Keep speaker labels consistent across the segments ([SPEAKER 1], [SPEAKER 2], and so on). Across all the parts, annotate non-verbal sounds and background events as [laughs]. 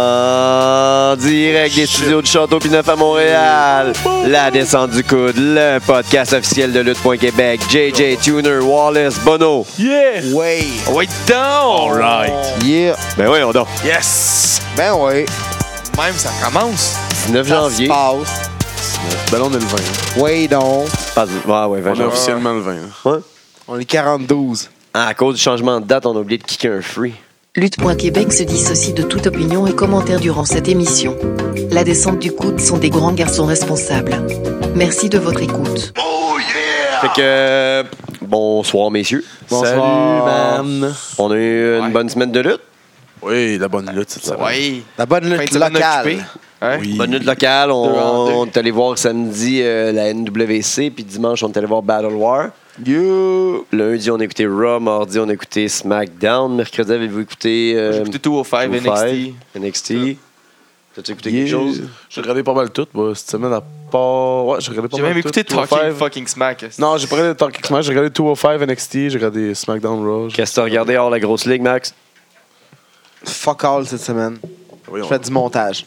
[SPEAKER 1] En direct des studios du Château Pineuf à Montréal, La Descente du Coude, le podcast officiel de Lutte.Québec, JJ Tuner, Wallace, Bono.
[SPEAKER 2] Yeah!
[SPEAKER 3] Ouais.
[SPEAKER 1] Wait down!
[SPEAKER 2] Alright.
[SPEAKER 3] Yeah.
[SPEAKER 1] Ben oui, on dort.
[SPEAKER 2] Yes!
[SPEAKER 3] Ben ouais.
[SPEAKER 2] Même ça commence.
[SPEAKER 1] 9 janvier.
[SPEAKER 3] Ça se passe.
[SPEAKER 4] Ben là, on est le 20.
[SPEAKER 3] Ouais donc.
[SPEAKER 1] Pas- Ah ouais, 20
[SPEAKER 4] On est
[SPEAKER 1] janvier.
[SPEAKER 4] officiellement le 20. là.
[SPEAKER 1] Ouais.
[SPEAKER 3] On est 42.
[SPEAKER 1] Ah, À cause du changement de date, on a oublié de kicker un free.
[SPEAKER 5] Lutte.Québec se dissocie de toute opinion et commentaire durant cette émission. La descente du coude sont des grands garçons responsables. Merci de votre écoute.
[SPEAKER 1] Fait que, euh, bonsoir messieurs.
[SPEAKER 3] Bonsoir.
[SPEAKER 4] Salut, man.
[SPEAKER 1] On a eu une
[SPEAKER 2] Ouais.
[SPEAKER 1] bonne semaine de lutte.
[SPEAKER 4] Oui, la bonne lutte, c'est ça.
[SPEAKER 2] Oui.
[SPEAKER 3] La bonne lutte locale.
[SPEAKER 4] Oui.
[SPEAKER 1] Bonne lutte locale. On,
[SPEAKER 2] Deux en deux.
[SPEAKER 1] on est allé voir samedi euh, la NWC, puis dimanche, on est allé voir Battle War.
[SPEAKER 4] You.
[SPEAKER 1] Lundi, on a écouté Raw. Mardi, on a écouté SmackDown. Mercredi, avez-vous écouté. euh,
[SPEAKER 2] J'ai écouté tout au 5 NXT.
[SPEAKER 1] 205, NXT. T'as-tu écouté
[SPEAKER 4] Yeah.
[SPEAKER 1] quelque chose?
[SPEAKER 4] J'ai regardé pas mal tout, bah, cette semaine à part. Ouais, j'ai regardé pas
[SPEAKER 2] J'ai
[SPEAKER 4] mal
[SPEAKER 2] même
[SPEAKER 4] tout,
[SPEAKER 2] écouté
[SPEAKER 4] 205.
[SPEAKER 2] Talking Fucking Smack.
[SPEAKER 4] Non, j'ai pas regardé Talking Smash, j'ai regardé 205 NXT, j'ai regardé SmackDown Raw.
[SPEAKER 1] Qu'est-ce que t'as regardé hors la grosse ligue, Max?
[SPEAKER 3] Fuck all cette semaine.
[SPEAKER 4] Oui,
[SPEAKER 3] Je
[SPEAKER 4] on-
[SPEAKER 3] fais du montage.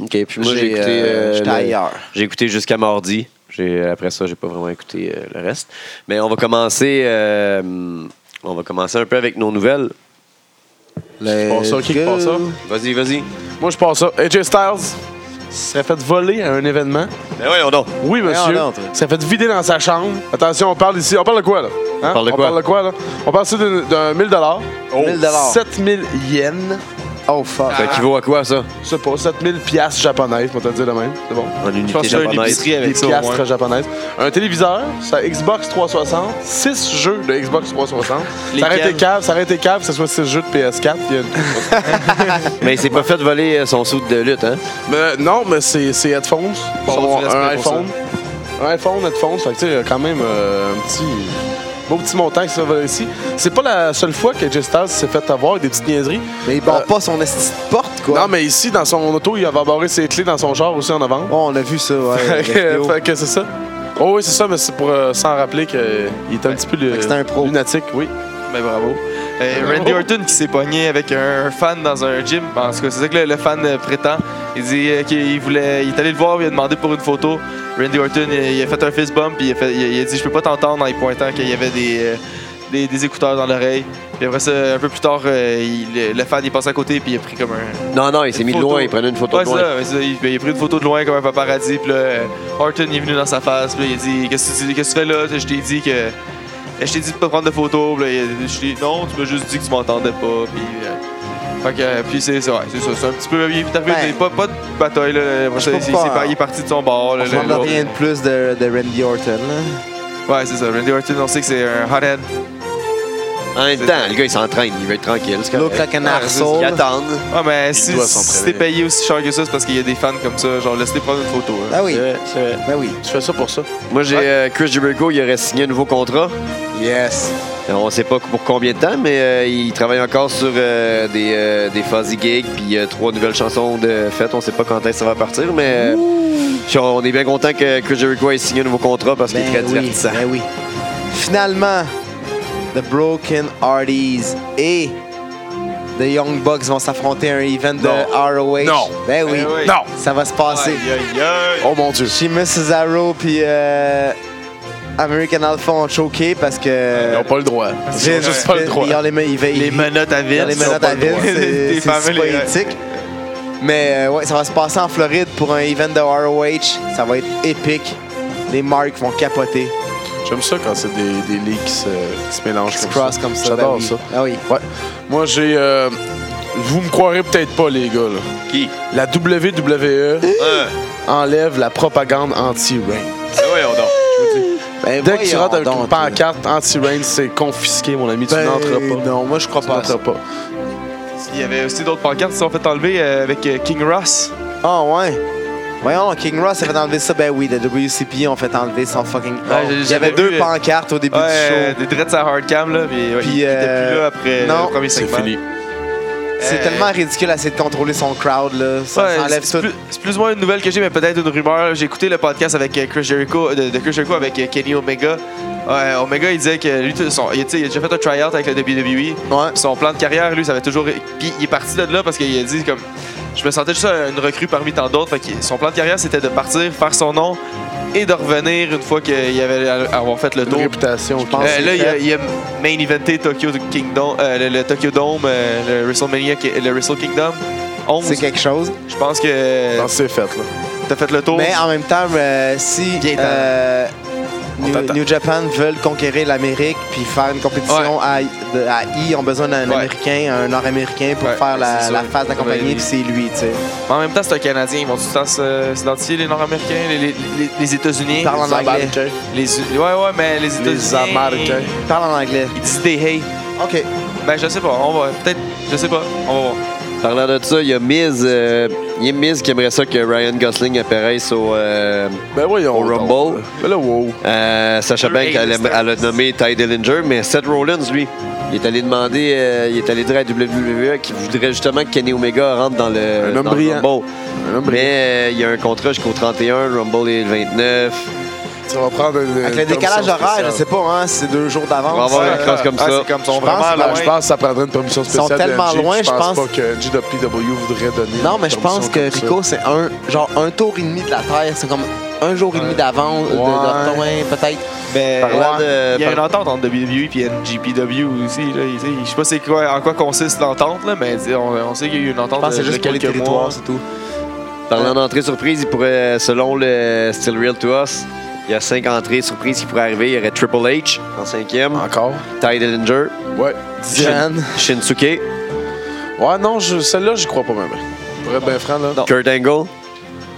[SPEAKER 1] Ok, puis moi, j'ai écouté.
[SPEAKER 3] euh,
[SPEAKER 1] euh,
[SPEAKER 3] J'étais
[SPEAKER 1] le-
[SPEAKER 3] ailleurs.
[SPEAKER 1] J'ai écouté jusqu'à mardi. J'ai- Après ça, j'ai pas vraiment écouté euh, le reste. Mais on va commencer. euh, on va commencer un peu avec nos nouvelles.
[SPEAKER 4] Bon, ça, qui passe ça?
[SPEAKER 1] Vas-y, vas-y.
[SPEAKER 4] Moi, je pense ça. AJ Styles se serait fait voler à un événement.
[SPEAKER 1] Ben voyons donc.
[SPEAKER 4] Oui, monsieur.
[SPEAKER 3] non, toi.
[SPEAKER 4] Ça fait vider dans sa chambre. Attention, on parle ici. On parle de quoi, là? Hein?
[SPEAKER 1] On parle de
[SPEAKER 4] on
[SPEAKER 1] quoi?
[SPEAKER 4] parle de quoi, là? On parle ici d'un d'un 1000
[SPEAKER 3] Oh. 1000
[SPEAKER 4] 7000 yens.
[SPEAKER 3] Oh fuck.
[SPEAKER 4] Ah.
[SPEAKER 1] Ça équivaut Ben, à quoi, ça?
[SPEAKER 4] Je sais pas, 7000 piastres japonaises, on va te dire de même. C'est bon.
[SPEAKER 1] En
[SPEAKER 2] Je
[SPEAKER 1] unité
[SPEAKER 2] pense que j'ai une
[SPEAKER 1] japonaise.
[SPEAKER 2] épicerie
[SPEAKER 4] Des
[SPEAKER 2] avec ça. au moins.
[SPEAKER 4] piastres japonaises. Un téléviseur, ça Xbox 360, 6 jeux de Xbox 360. ça aurait
[SPEAKER 2] Lesquels?
[SPEAKER 4] été cave, ça aurait été cave que ce soit 6 jeux de PS4. Il y
[SPEAKER 3] [laughs]
[SPEAKER 4] a une-
[SPEAKER 1] Mais il s'est pas fait voler euh, son soude de lutte, hein?
[SPEAKER 4] Mais non, mais c'est c'est headphones.
[SPEAKER 2] Bon,
[SPEAKER 4] Son-
[SPEAKER 2] du respect
[SPEAKER 4] un
[SPEAKER 2] pour
[SPEAKER 4] iPhone. Un iPhone, headphones. Fait que tu sais, il y a quand même euh, un petit. Beau petit montant que ça va ici. C'est pas la seule fois que Gestas s'est fait avoir avec des petites niaiseries.
[SPEAKER 3] Mais il barre
[SPEAKER 4] Euh,
[SPEAKER 3] pas son esti de porte, quoi.
[SPEAKER 4] Non, mais ici, dans son auto, il avait embarré ses clés dans son char aussi en novembre.
[SPEAKER 3] Oh, on a vu ça,
[SPEAKER 4] [laughs]
[SPEAKER 3] ouais. la vidéo.
[SPEAKER 4] fait que c'est ça. Oh oui, c'est ça, mais c'est pour euh, s'en rappeler qu'il était un petit peu
[SPEAKER 3] fait que c'était un pro.
[SPEAKER 4] le, lunatique, oui.
[SPEAKER 2] Mais bravo. Euh,
[SPEAKER 4] Bravo.
[SPEAKER 2] Randy Orton qui s'est pogné avec un fan dans un gym. En tout cas, c'est ça que le, le fan euh, prétend. Il dit euh, qu'il voulait. Il est allé le voir, il a demandé pour une photo. Randy Orton, il, il a fait un fist bump, puis il a, fait- il a- il a dit Je peux pas t'entendre en y pointant qu'il y avait des. euh, des, des écouteurs dans l'oreille. Puis après ça, un peu plus tard, euh, il- le, le fan il est passé à côté puis il a pris comme un,
[SPEAKER 1] Non, non, il s'est
[SPEAKER 2] Une
[SPEAKER 1] mis de
[SPEAKER 2] photo.
[SPEAKER 1] loin, il prenait une photo
[SPEAKER 2] Ouais,
[SPEAKER 1] de
[SPEAKER 2] c'est
[SPEAKER 1] loin.
[SPEAKER 2] ça. mais c'est- Il, ben, il a pris une photo de loin comme un paparazzi. Puis là, euh, Orton il est venu dans sa face. Puis là, il a dit Qu'est-ce que tu, dis- qu'est-ce que tu fais là Je t'ai dit que. Je t'ai dit de pas prendre de photos. Puis là, il a- je t'ai- non, tu m'as juste dit que tu m'entendais pas. Puis. euh, fait que, euh, puis c'est c'est- ouais, c'est ça. C'est un petit peu. Il est arrivé.
[SPEAKER 3] Ben,
[SPEAKER 2] mais pas, pas de bataille. Là, Après ça,
[SPEAKER 3] je
[SPEAKER 2] il,
[SPEAKER 3] peux
[SPEAKER 2] s'est
[SPEAKER 3] pas.
[SPEAKER 2] par- il est parti de son bord. là,
[SPEAKER 3] On
[SPEAKER 2] le-
[SPEAKER 3] ne
[SPEAKER 2] le-
[SPEAKER 3] rien de plus de, de Randy Orton, là.
[SPEAKER 2] Ouais, c'est ça. Randy Orton, on sait que c'est un hothead.
[SPEAKER 1] En même
[SPEAKER 2] C'est
[SPEAKER 1] temps, le gars, il s'entraîne, il veut être tranquille. c'est correct.
[SPEAKER 3] Look like an
[SPEAKER 2] Ah,
[SPEAKER 3] arsehole.
[SPEAKER 1] Ils attendent.
[SPEAKER 2] Ouais, Ah, mais si,
[SPEAKER 4] doit
[SPEAKER 2] si
[SPEAKER 4] s'entraîner.
[SPEAKER 2] t'es payé aussi cher que ça, c'est parce qu'il y a des fans comme ça. Genre, laisse-les prendre une photo. hein.
[SPEAKER 3] Ah oui, ben oui.
[SPEAKER 4] Tu fais ça pour ça.
[SPEAKER 1] Moi, j'ai euh, Chris Jericho, il aurait signé un nouveau contrat.
[SPEAKER 3] Yes.
[SPEAKER 1] Euh, On sait pas pour combien de temps, mais euh, il travaille encore sur euh, des, euh, des fuzzy gigs, puis il y a trois nouvelles chansons de fête. On sait pas quand est-ce que ça va partir, mais euh, puis on on est bien content que Chris Jericho ait signé un nouveau contrat parce qu'il est très
[SPEAKER 3] Ben oui,
[SPEAKER 1] divertissant.
[SPEAKER 3] ben oui. Finalement, The Broken Arties et The Young Bucks vont s'affronter à un event de ROH.
[SPEAKER 4] Non.
[SPEAKER 3] Ben oui.
[SPEAKER 2] Eh oui.
[SPEAKER 4] Non.
[SPEAKER 3] Ça va se passer.
[SPEAKER 2] Aïe, aïe, aïe.
[SPEAKER 4] Oh mon dieu.
[SPEAKER 3] Sheamus Cesaro puis euh, American Alpha ont choqué parce
[SPEAKER 4] Ils
[SPEAKER 3] que
[SPEAKER 4] n'ont pas le droit.
[SPEAKER 3] Vince
[SPEAKER 2] Ils ont
[SPEAKER 4] pas le droit.
[SPEAKER 3] ils ont les, me- ils ve-
[SPEAKER 2] Les
[SPEAKER 3] ils-
[SPEAKER 2] menottes à
[SPEAKER 3] ils
[SPEAKER 2] vide.
[SPEAKER 3] ont les menottes à vide,
[SPEAKER 2] [laughs]
[SPEAKER 3] c'est c'est
[SPEAKER 2] fameux, les-
[SPEAKER 3] politique. Mais euh, ouais, ça va se passer en Floride pour un event de ROH. Ça va être épique. Les marques vont capoter.
[SPEAKER 4] J'aime ça quand c'est des, des ligues qui se, qui se mélangent
[SPEAKER 3] Qui se
[SPEAKER 4] comme
[SPEAKER 3] cross
[SPEAKER 4] ça.
[SPEAKER 3] comme ça. ben
[SPEAKER 4] J'adore
[SPEAKER 3] oui.
[SPEAKER 4] ça.
[SPEAKER 3] Ah oui.
[SPEAKER 4] Ouais. Moi, j'ai. euh, vous me croirez peut-être pas, les gars. là.
[SPEAKER 1] Qui?
[SPEAKER 4] La WWE
[SPEAKER 3] Hein?
[SPEAKER 4] enlève la propagande anti-Rain.
[SPEAKER 3] Ben
[SPEAKER 4] Dès que tu
[SPEAKER 3] voyons
[SPEAKER 4] rentres avec
[SPEAKER 3] donc,
[SPEAKER 4] une pancarte anti-Rain, c'est confisqué, mon ami. Tu
[SPEAKER 3] Ben,
[SPEAKER 4] n'entres pas.
[SPEAKER 3] Non, moi je crois
[SPEAKER 4] Tu
[SPEAKER 3] pas. à ça.
[SPEAKER 4] n'entres pas.
[SPEAKER 2] Il y avait aussi d'autres pancartes qui se sont fait enlever euh, avec euh, King Ross.
[SPEAKER 3] Ah ouais. Voyons, King Ross a fait enlever ça. Ben oui, la WCP ont fait enlever son fucking.
[SPEAKER 2] j'ai-
[SPEAKER 3] Il y
[SPEAKER 2] j'avais
[SPEAKER 3] avait deux
[SPEAKER 2] vu, euh,
[SPEAKER 3] pancartes au début
[SPEAKER 2] Ouais,
[SPEAKER 3] du show.
[SPEAKER 2] euh, des dreads à hardcam, là. Puis, ouais,
[SPEAKER 3] Puis,
[SPEAKER 2] il était
[SPEAKER 3] euh,
[SPEAKER 2] plus là après
[SPEAKER 3] non,
[SPEAKER 2] le premier
[SPEAKER 4] C'est
[SPEAKER 2] segment.
[SPEAKER 4] fini.
[SPEAKER 3] C'est
[SPEAKER 2] Euh,
[SPEAKER 3] tellement ridicule à essayer de contrôler son crowd, là. Ça
[SPEAKER 2] Ouais,
[SPEAKER 3] enlève
[SPEAKER 2] c'est
[SPEAKER 3] tout.
[SPEAKER 2] plus, c'est plus ou moins une nouvelle que j'ai, mais peut-être une rumeur. J'ai écouté le podcast avec euh, Chris Jericho, de, de Chris Jericho avec euh, Kenny Omega. Ouais, Omega, il disait que lui, tout son- il, tu sais, il a déjà fait un tryout avec le E. WWE.
[SPEAKER 3] Ouais.
[SPEAKER 2] Son plan de carrière, lui, ça avait toujours. Puis il est parti de là parce qu'il a dit comme. Je me sentais juste une recrue parmi tant d'autres. Fait que son plan de carrière, c'était de partir, faire son nom et de revenir une fois qu'il avait avoir fait le
[SPEAKER 4] Une
[SPEAKER 2] tour.
[SPEAKER 4] réputation.
[SPEAKER 3] Je pense
[SPEAKER 2] Euh,
[SPEAKER 3] que
[SPEAKER 2] là,
[SPEAKER 3] c'est
[SPEAKER 2] il a,
[SPEAKER 3] fait.
[SPEAKER 2] il a main eventé Tokyo Kingdom, euh, le, le Tokyo Dome, euh, le WrestleMania, qui- le Wrestle Kingdom. 11.
[SPEAKER 3] C'est quelque chose.
[SPEAKER 2] Je pense que
[SPEAKER 4] Non, c'est fait, là.
[SPEAKER 2] t'as fait le tour.
[SPEAKER 3] Mais en même temps, euh, si
[SPEAKER 2] Bien, t'as-
[SPEAKER 3] euh,
[SPEAKER 2] on
[SPEAKER 3] New,
[SPEAKER 2] t'attend.
[SPEAKER 3] New Japan veulent conquérir l'Amérique puis faire une compétition à, de- à I, ils ont besoin d'un
[SPEAKER 2] Ouais.
[SPEAKER 3] Américain, un Nord-Américain pour
[SPEAKER 2] Ouais,
[SPEAKER 3] faire
[SPEAKER 2] c'est
[SPEAKER 3] la,
[SPEAKER 2] sûr.
[SPEAKER 3] la face de la compagnie,
[SPEAKER 2] Ouais.
[SPEAKER 3] puis c'est lui, tu sais.
[SPEAKER 2] Mais en même temps, c'est un Canadien. Ils vont tout le temps se- s'identifier, les Nord-Américains, les, les, les- les États-Unis.
[SPEAKER 3] Ils parlent en
[SPEAKER 4] Les
[SPEAKER 3] anglais.
[SPEAKER 4] Américains.
[SPEAKER 2] Les, U- ouais, ouais, mais les États-Unis.
[SPEAKER 4] Les Américains.
[SPEAKER 3] Ils parlent en anglais.
[SPEAKER 2] Ils disent des hey.
[SPEAKER 3] OK.
[SPEAKER 2] Ben, je sais pas. On va. Peut-être. Je sais pas. On va voir.
[SPEAKER 1] Parlant de ça, il y a Miz, euh, il y a Miz qui aimerait ça que Ryan Gosling apparaisse au. euh,
[SPEAKER 4] Ben voyons.
[SPEAKER 1] Au
[SPEAKER 4] donc.
[SPEAKER 1] Rumble.
[SPEAKER 4] Ben là, wow.
[SPEAKER 1] euh, Sacha
[SPEAKER 2] Le
[SPEAKER 1] Banks, elle, aime-
[SPEAKER 2] A-lister.
[SPEAKER 1] elle a nommé Ty Dillinger, mais Seth Rollins, lui, il est allé demander, euh, il est allé dire à WWE qu'il voudrait justement que Kenny Omega rentre dans le,
[SPEAKER 4] Un homme
[SPEAKER 1] dans le
[SPEAKER 4] brillant.
[SPEAKER 1] Rumble.
[SPEAKER 4] Un homme brillant.
[SPEAKER 1] Mais euh, il y a un contrat jusqu'au 31, Rumble est le 29.
[SPEAKER 4] Ça va prendre une.
[SPEAKER 3] Avec le décalage horaire, je sais pas, hein, c'est deux jours d'avance.
[SPEAKER 1] On va avoir
[SPEAKER 3] Euh,
[SPEAKER 1] un cross comme
[SPEAKER 2] Ah,
[SPEAKER 1] ça.
[SPEAKER 2] c'est comme son
[SPEAKER 3] Je pense
[SPEAKER 2] vraiment
[SPEAKER 3] que-
[SPEAKER 2] loin.
[SPEAKER 4] je pense que ça prendrait une permission
[SPEAKER 3] sont
[SPEAKER 4] spéciale. de
[SPEAKER 3] tellement
[SPEAKER 4] MJ,
[SPEAKER 3] loin,
[SPEAKER 4] puis
[SPEAKER 3] je pense-
[SPEAKER 4] pas que GWW voudrait donner.
[SPEAKER 3] Non,
[SPEAKER 4] une
[SPEAKER 3] mais je pense
[SPEAKER 4] permission
[SPEAKER 3] que
[SPEAKER 4] comme ça.
[SPEAKER 3] Rico, c'est un genre un tour et demi de la Terre. C'est comme un jour et demi d'avance, de, de-
[SPEAKER 4] Ouais. Ben,
[SPEAKER 3] ouais, peut-être.
[SPEAKER 2] Mais.
[SPEAKER 1] Parlant de-
[SPEAKER 2] Il y a
[SPEAKER 1] par-
[SPEAKER 2] une entente entre E WWE et NGPW aussi. Là, Tu sais, je sais pas c'est quoi, en quoi consiste l'entente, là, mais tu sais, on, on sait qu'il y a eu une entente euh,
[SPEAKER 3] Je pense que c'est
[SPEAKER 2] de- de
[SPEAKER 3] juste pour les
[SPEAKER 2] quelques
[SPEAKER 3] territoires,
[SPEAKER 2] mois.
[SPEAKER 3] c'est tout.
[SPEAKER 1] Parlant d'entrée surprise, il pourrait, selon le Still Real to Us, il y a cinq entrées surprises qui pourraient arriver. Il y aurait Triple H en cinquième,
[SPEAKER 4] Encore?
[SPEAKER 1] Ty Dillinger,
[SPEAKER 4] Ouais.
[SPEAKER 3] Diane.
[SPEAKER 1] Shinsuke,
[SPEAKER 4] Ouais, non, je- celle-là, j'y crois pas même. Pour être bien franc, là.
[SPEAKER 2] Non.
[SPEAKER 1] Kurt Angle.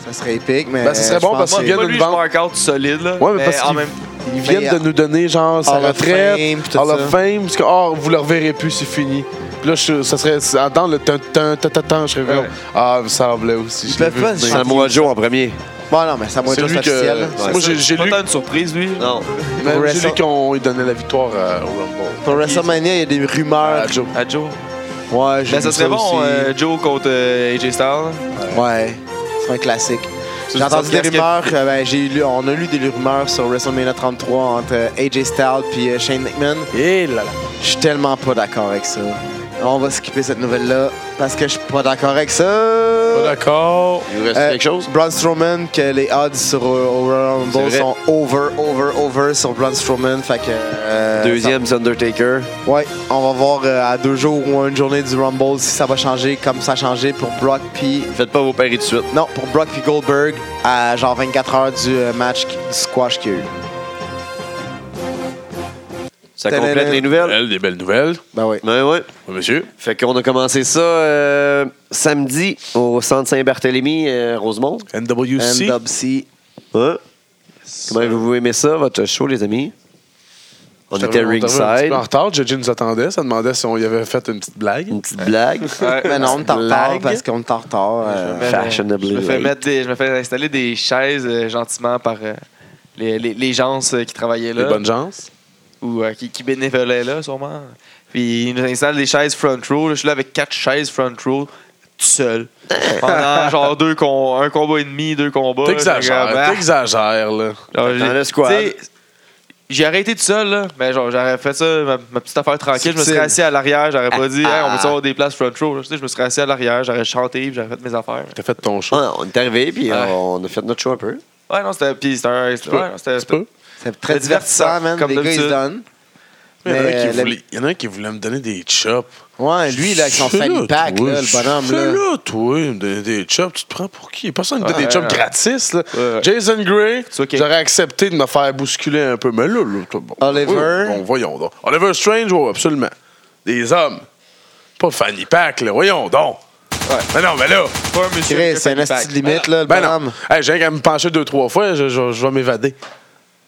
[SPEAKER 3] Ça serait épique, mais.
[SPEAKER 4] Ben, ce serait
[SPEAKER 3] je
[SPEAKER 4] bon
[SPEAKER 3] pense
[SPEAKER 4] parce que
[SPEAKER 2] Moi,
[SPEAKER 3] c'est-
[SPEAKER 4] Viennent
[SPEAKER 2] moi, lui,
[SPEAKER 4] une
[SPEAKER 2] je
[SPEAKER 4] banque.
[SPEAKER 2] out solide. Là,
[SPEAKER 4] Ouais, mais parce
[SPEAKER 2] en
[SPEAKER 4] qu'il-
[SPEAKER 2] même
[SPEAKER 4] Ils viennent
[SPEAKER 3] Mais,
[SPEAKER 4] de nous donner, genre, sa
[SPEAKER 3] Hall of
[SPEAKER 4] retraite,
[SPEAKER 3] Fame, puis tout
[SPEAKER 4] Hall
[SPEAKER 3] ça.
[SPEAKER 4] of Fame, parce que, oh, vous le reverrez plus, c'est fini. Puis là, je- ça serait c'est- dans le tin, tin, tin, tin, tin, je serais
[SPEAKER 2] Ouais.
[SPEAKER 4] comme, Ah, vous semblez aussi.
[SPEAKER 3] Ils
[SPEAKER 4] Je l'ai
[SPEAKER 3] peuvent
[SPEAKER 4] vu
[SPEAKER 3] pas,
[SPEAKER 4] venir.
[SPEAKER 3] je-
[SPEAKER 1] Samoa Joe en premier.
[SPEAKER 3] Bon, non, mais ça va
[SPEAKER 4] C'est
[SPEAKER 3] être juste
[SPEAKER 4] lui que-
[SPEAKER 3] officiel. là.
[SPEAKER 1] Ouais.
[SPEAKER 4] Moi, j'ai j'ai
[SPEAKER 2] c'est pas
[SPEAKER 4] lu,
[SPEAKER 2] tant une surprise, lui.
[SPEAKER 1] Non.
[SPEAKER 4] mais
[SPEAKER 3] Pour
[SPEAKER 4] j'ai lu
[SPEAKER 3] Wrestle-
[SPEAKER 4] qu'on lui donnait la victoire euh, au Rumble.
[SPEAKER 3] Pour WrestleMania, il y a des rumeurs.
[SPEAKER 4] Ah, Joe.
[SPEAKER 2] À Joe.
[SPEAKER 3] Ouais, j'ai
[SPEAKER 2] Ben, ça
[SPEAKER 3] vu
[SPEAKER 2] serait
[SPEAKER 3] aussi.
[SPEAKER 2] bon, euh, Joe contre euh, AJ Styles.
[SPEAKER 3] Ouais, c'est un classique. J'ai
[SPEAKER 2] Ça,
[SPEAKER 3] entendu
[SPEAKER 2] c'est
[SPEAKER 3] des
[SPEAKER 2] un casque-
[SPEAKER 3] rumeurs, euh, ben, j'ai lu, on a lu des rumeurs sur WrestleMania 33 entre euh, AJ Styles puis euh, Shane McMahon.
[SPEAKER 4] Et là là.
[SPEAKER 3] Je suis tellement pas d'accord avec ça. On va skipper cette nouvelle-là parce que je suis pas d'accord avec ça.
[SPEAKER 4] Pas d'accord.
[SPEAKER 1] Il vous reste
[SPEAKER 3] Euh,
[SPEAKER 1] quelque chose?
[SPEAKER 3] Braun Strowman, que les odds sur euh, au Royal Rumble
[SPEAKER 1] C'est vrai.
[SPEAKER 3] sont over, over, over sur Braun Strowman. Fait que, euh,
[SPEAKER 1] Deuxième, c'est Undertaker.
[SPEAKER 3] ça- ouais, on va voir euh, à deux jours ou à une journée du Rumble si ça va changer comme ça a changé pour Brock puis
[SPEAKER 1] Faites pas vos paris tout de suite.
[SPEAKER 3] non, pour Brock puis Goldberg à genre 24 heures du euh, match qui- du squash qu'il y a eu.
[SPEAKER 1] Ça
[SPEAKER 3] Tadadam.
[SPEAKER 1] complète les nouvelles.
[SPEAKER 4] Elle, des belles nouvelles.
[SPEAKER 3] Ben oui.
[SPEAKER 1] Ben ouais.
[SPEAKER 4] Oui, monsieur.
[SPEAKER 1] Fait qu'on a commencé ça euh, samedi au Centre Saint-Barthélemy, euh, Rosemont.
[SPEAKER 4] NWC.
[SPEAKER 3] NWC.
[SPEAKER 1] Hein? Comment vous aimez ça, votre show, les amis? On était
[SPEAKER 4] J'étais arrivé- arrivé un petit
[SPEAKER 1] ringside.
[SPEAKER 4] peu En retard, JJ nous attendait. Ça demandait si on y avait fait une petite blague.
[SPEAKER 1] Une petite blague.
[SPEAKER 3] Mais Ben non, on est en retard parce qu'on est en retard. euh,
[SPEAKER 2] Mais non,
[SPEAKER 1] Fashionably
[SPEAKER 2] Je me fais,
[SPEAKER 1] late.
[SPEAKER 2] mettre des- je me fais installer des chaises euh, gentiment par euh, les, les, les gens euh, qui travaillaient
[SPEAKER 4] Les
[SPEAKER 2] là.
[SPEAKER 4] bonnes chances.
[SPEAKER 2] Ou euh, qui, qui bénévolaient là, sûrement. Puis ils nous installent des chaises front row. là. je suis là avec quatre chaises front row, tout
[SPEAKER 1] [laughs]
[SPEAKER 2] seul. Pendant genre deux con- un combat et demi, deux combats. Fait que,
[SPEAKER 4] T'exagères,
[SPEAKER 2] bah,
[SPEAKER 4] t'exagères, là.
[SPEAKER 2] genre, j'ai-
[SPEAKER 1] Dans le squad.
[SPEAKER 2] t'sais, J'ai arrêté tout seul, là. Mais genre, j'aurais fait ça, ma, ma petite affaire tranquille. Je me serais
[SPEAKER 3] Subtil.
[SPEAKER 2] assis à l'arrière, j'aurais pas dit,
[SPEAKER 1] ah.
[SPEAKER 2] Hey, on peut avoir des places front row. là? Tu sais, Je me serais assis à l'arrière, j'aurais chanté, puis j'aurais fait mes affaires.
[SPEAKER 4] T'as fait ton show.
[SPEAKER 1] Ouais, on est arrivé, puis euh,
[SPEAKER 2] Ouais.
[SPEAKER 1] on a fait notre show un peu.
[SPEAKER 2] Ouais, non, c'était. Puis c'était un. c'était-
[SPEAKER 4] peux.
[SPEAKER 2] ouais, non, c'était-
[SPEAKER 4] Tu peux?
[SPEAKER 3] C'est très
[SPEAKER 2] C'est
[SPEAKER 3] divertissant,
[SPEAKER 2] divertissant,
[SPEAKER 3] man.
[SPEAKER 2] comme
[SPEAKER 3] les gars, ils se
[SPEAKER 2] d'habitude.
[SPEAKER 3] donnent.
[SPEAKER 4] Il y, en a un
[SPEAKER 3] Mais
[SPEAKER 4] qui
[SPEAKER 3] le-
[SPEAKER 4] voulait- il y en a un qui voulait me donner des chops.
[SPEAKER 3] Ouais, Ah, lui, là, avec son
[SPEAKER 4] Fais-le,
[SPEAKER 3] fanny pack,
[SPEAKER 4] toi.
[SPEAKER 3] là, le bonhomme, là.
[SPEAKER 4] Fais-le, toi, me donner des chops. Tu te prends pour qui? Personne ne me donne
[SPEAKER 2] Ouais,
[SPEAKER 4] des chops
[SPEAKER 2] ouais.
[SPEAKER 4] gratis. là.
[SPEAKER 2] Ouais, ouais.
[SPEAKER 4] Jason Gray,
[SPEAKER 2] C'est ok.
[SPEAKER 4] j'aurais accepté de me faire bousculer un peu. Mais là, là, toi, bon.
[SPEAKER 3] Oliver.
[SPEAKER 4] Oui, Bon, voyons donc. Oliver Strange, oui, absolument. Des hommes. Pas fanny pack, là. Voyons donc.
[SPEAKER 2] Ouais.
[SPEAKER 4] Mais non, mais là.
[SPEAKER 2] Pas un monsieur.
[SPEAKER 3] Chris,
[SPEAKER 2] qui
[SPEAKER 3] C'est
[SPEAKER 2] fait
[SPEAKER 3] un
[SPEAKER 2] du
[SPEAKER 3] asti
[SPEAKER 2] pack.
[SPEAKER 3] de limite, là, le
[SPEAKER 4] Ben
[SPEAKER 3] bonhomme.
[SPEAKER 4] non. Hey, j'ai rien qu'à me pencher deux, trois fois, je, je- je
[SPEAKER 3] [laughs]
[SPEAKER 4] vais m'évader.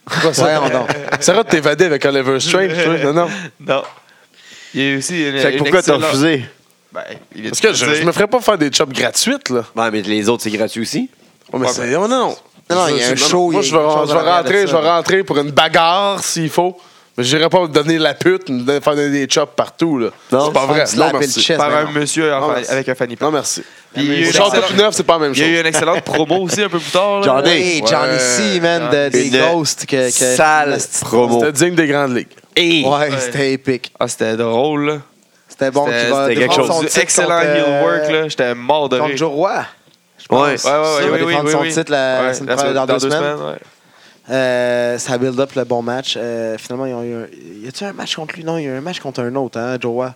[SPEAKER 4] Pourquoi ça?
[SPEAKER 3] Voyons donc.
[SPEAKER 4] Sarah, t'es évadé avec Oliver Strange, toi? Non, non.
[SPEAKER 2] Non. Il y a eu aussi une.
[SPEAKER 1] Fait que
[SPEAKER 2] une
[SPEAKER 1] pourquoi t'as
[SPEAKER 2] excellente-
[SPEAKER 1] refusé?
[SPEAKER 2] Ben, il vient de
[SPEAKER 4] Parce que je,
[SPEAKER 2] dire-
[SPEAKER 4] je me ferais pas faire des chops gratuites, là.
[SPEAKER 1] Ouais, mais les autres, c'est gratuit aussi.
[SPEAKER 4] Oh, mais
[SPEAKER 2] Ouais,
[SPEAKER 4] c'est- oh, non, non.
[SPEAKER 3] Non, non,
[SPEAKER 4] Je-
[SPEAKER 3] il y a
[SPEAKER 4] je-
[SPEAKER 3] un show,
[SPEAKER 4] Moi,
[SPEAKER 3] il y a
[SPEAKER 4] je vais,
[SPEAKER 3] quelque chose
[SPEAKER 4] je vais
[SPEAKER 3] en arrière de
[SPEAKER 4] rentrer,
[SPEAKER 3] ça.
[SPEAKER 4] je vais rentrer pour une bagarre s'il faut. Mais j'irais pas donner la pute, me faire donner des chops partout. là.
[SPEAKER 1] Non,
[SPEAKER 4] C'est pas vrai.
[SPEAKER 3] slap
[SPEAKER 4] Non,
[SPEAKER 3] et le
[SPEAKER 4] merci.
[SPEAKER 3] chest.
[SPEAKER 2] Par
[SPEAKER 3] mais
[SPEAKER 2] un
[SPEAKER 3] non.
[SPEAKER 2] monsieur en-
[SPEAKER 4] Non, merci.
[SPEAKER 2] avec un fanny pack.
[SPEAKER 4] Non, merci.
[SPEAKER 2] Puis il y a eu
[SPEAKER 4] Au
[SPEAKER 2] une
[SPEAKER 4] Château
[SPEAKER 2] excellente-
[SPEAKER 4] Neuf, c'est pas la même
[SPEAKER 2] il y a
[SPEAKER 4] chose.
[SPEAKER 2] eu une excellente promo aussi un peu plus tard. là.
[SPEAKER 1] J'en ai.
[SPEAKER 3] Hey, Johnny C, man, de- des
[SPEAKER 1] Une
[SPEAKER 3] ghosts que. que
[SPEAKER 1] Sale promo.
[SPEAKER 4] C'était digne des grandes ligues.
[SPEAKER 1] Hey!
[SPEAKER 3] Ouais, c'était épique.
[SPEAKER 2] Ah, c'était drôle. là.
[SPEAKER 3] C'était bon.
[SPEAKER 2] C'était-
[SPEAKER 3] tu vas
[SPEAKER 1] c'était quelque
[SPEAKER 3] défendre
[SPEAKER 1] chose.
[SPEAKER 3] son
[SPEAKER 2] Du
[SPEAKER 3] titre
[SPEAKER 2] excellent
[SPEAKER 3] contre, euh,
[SPEAKER 2] heel work. là. J'étais mort de
[SPEAKER 3] Contre
[SPEAKER 2] rire.
[SPEAKER 3] Joe Roy.
[SPEAKER 1] Ouais.
[SPEAKER 2] Ouais, ouais, ouais,
[SPEAKER 3] Il va
[SPEAKER 2] oui, oui,
[SPEAKER 3] défendre
[SPEAKER 2] oui,
[SPEAKER 3] son
[SPEAKER 2] oui.
[SPEAKER 3] titre la,
[SPEAKER 2] Ouais,
[SPEAKER 3] semaine
[SPEAKER 2] la
[SPEAKER 3] prochaine,
[SPEAKER 2] semaine-
[SPEAKER 3] dans, deux semaines.
[SPEAKER 2] ouais.
[SPEAKER 3] Euh, ça build up le bon match. Euh, finalement, ils ont eu un... y a-tu un match contre lui Non, il y a eu un match contre un autre, hein, Joe Roy.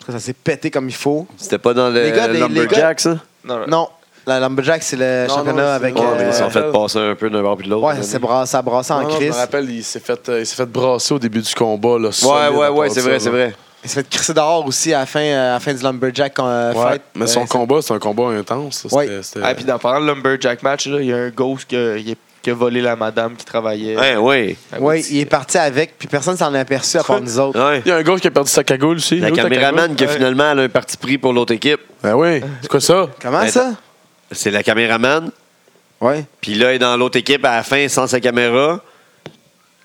[SPEAKER 3] Parce que ça s'est pété comme il faut.
[SPEAKER 1] C'était pas dans le
[SPEAKER 3] Les gars, les- les
[SPEAKER 1] Lumberjack, ça?
[SPEAKER 2] Non, non.
[SPEAKER 3] Non, la Lumberjack, c'est le
[SPEAKER 4] Non,
[SPEAKER 3] championnat
[SPEAKER 4] non, c'est-
[SPEAKER 3] avec.
[SPEAKER 1] Ouais,
[SPEAKER 4] Euh,
[SPEAKER 1] mais ils
[SPEAKER 3] euh,
[SPEAKER 1] s'en fait passer un peu d'un bord puis de l'autre.
[SPEAKER 3] ouais, ça s'est brassé, ça brassé en
[SPEAKER 4] Non, non, je me
[SPEAKER 3] crise.
[SPEAKER 4] rappelle, il s'est fait, euh, il s'est fait brasser au début du combat. Là,
[SPEAKER 1] Ouais,
[SPEAKER 4] solide
[SPEAKER 1] ouais,
[SPEAKER 4] à
[SPEAKER 1] ouais,
[SPEAKER 4] part
[SPEAKER 1] c'est
[SPEAKER 4] ça,
[SPEAKER 1] vrai,
[SPEAKER 4] là.
[SPEAKER 1] c'est vrai.
[SPEAKER 3] Il s'est fait crisser dehors aussi à la fin, euh, à la fin du Lumberjack euh,
[SPEAKER 4] Ouais,
[SPEAKER 3] fight.
[SPEAKER 4] mais son
[SPEAKER 3] Ouais,
[SPEAKER 4] combat, c'est un combat intense. ça.
[SPEAKER 3] Ouais.
[SPEAKER 4] C'était- c'était-
[SPEAKER 2] Ah, puis dans parlant de Lumberjack match, là, il y a un ghost qui a, il a- qui a volé la madame qui travaillait.
[SPEAKER 1] Ouais, ouais.
[SPEAKER 3] c'est- Ouais, il est parti avec, puis personne s'en est aperçu à part nous autres.
[SPEAKER 1] Ouais.
[SPEAKER 4] Il y a un gars qui a perdu sa cagoule aussi.
[SPEAKER 1] La
[SPEAKER 4] L'autre,
[SPEAKER 1] caméraman
[SPEAKER 4] cagoule.
[SPEAKER 1] qui a
[SPEAKER 2] ouais.
[SPEAKER 1] finalement elle a un parti pris pour l'autre équipe.
[SPEAKER 4] Ben oui. C'est quoi ça?
[SPEAKER 3] Comment
[SPEAKER 1] Ben,
[SPEAKER 3] ça
[SPEAKER 1] C'est la caméraman.
[SPEAKER 3] Ouais.
[SPEAKER 1] Puis là, elle est dans l'autre équipe à la fin sans sa caméra.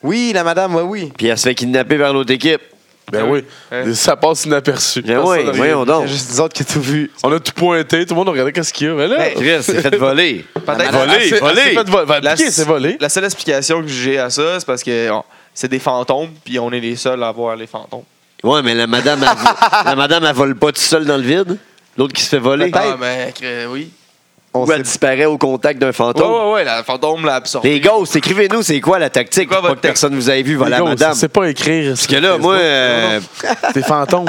[SPEAKER 3] Oui, la madame, ouais, oui.
[SPEAKER 1] Puis elle se fait kidnapper vers l'autre équipe.
[SPEAKER 4] Ben
[SPEAKER 2] Ouais.
[SPEAKER 4] oui.
[SPEAKER 2] Ouais.
[SPEAKER 4] Ça passe inaperçu.
[SPEAKER 1] Ben
[SPEAKER 4] Personne
[SPEAKER 1] oui,
[SPEAKER 4] n'a rien
[SPEAKER 1] voyons
[SPEAKER 3] Il y a
[SPEAKER 1] donc.
[SPEAKER 3] juste nous autres qui ont tout vu.
[SPEAKER 4] On a tout pointé, tout le monde a regardé qu'est-ce qu'il y a. Mais là,
[SPEAKER 2] Ben,
[SPEAKER 1] Chris, s'est fait voler.
[SPEAKER 2] Peut-être-
[SPEAKER 1] Voler,
[SPEAKER 4] elle s'est- elle
[SPEAKER 1] voler.
[SPEAKER 4] s'est fait voler. Ben,
[SPEAKER 2] La-
[SPEAKER 4] piquer, c'est volé.
[SPEAKER 2] La seule explication que j'ai à ça, c'est parce que on- c'est des fantômes, puis on est les seuls à voir les fantômes.
[SPEAKER 1] Ouais, mais la madame, elle, la madame, elle vole pas tout seule dans le vide. L'autre qui se fait voler.
[SPEAKER 3] Peut-être.
[SPEAKER 2] Ah, mais euh, oui.
[SPEAKER 3] On
[SPEAKER 1] Ou elle
[SPEAKER 3] sait
[SPEAKER 1] disparaît au contact d'un
[SPEAKER 2] Ouais,
[SPEAKER 1] fantôme.
[SPEAKER 2] ouais, ouais, la fantôme l'a absorbé.
[SPEAKER 1] Les ghosts, écrivez-nous, c'est quoi la tactique
[SPEAKER 2] quoi
[SPEAKER 1] pour pas
[SPEAKER 2] votre
[SPEAKER 1] que personne vous ait vu
[SPEAKER 4] Les
[SPEAKER 1] voler la
[SPEAKER 4] gars,
[SPEAKER 1] madame?
[SPEAKER 4] C'est pas écrire.
[SPEAKER 1] Parce que là, moi, euh,
[SPEAKER 4] [laughs] T'es fantôme.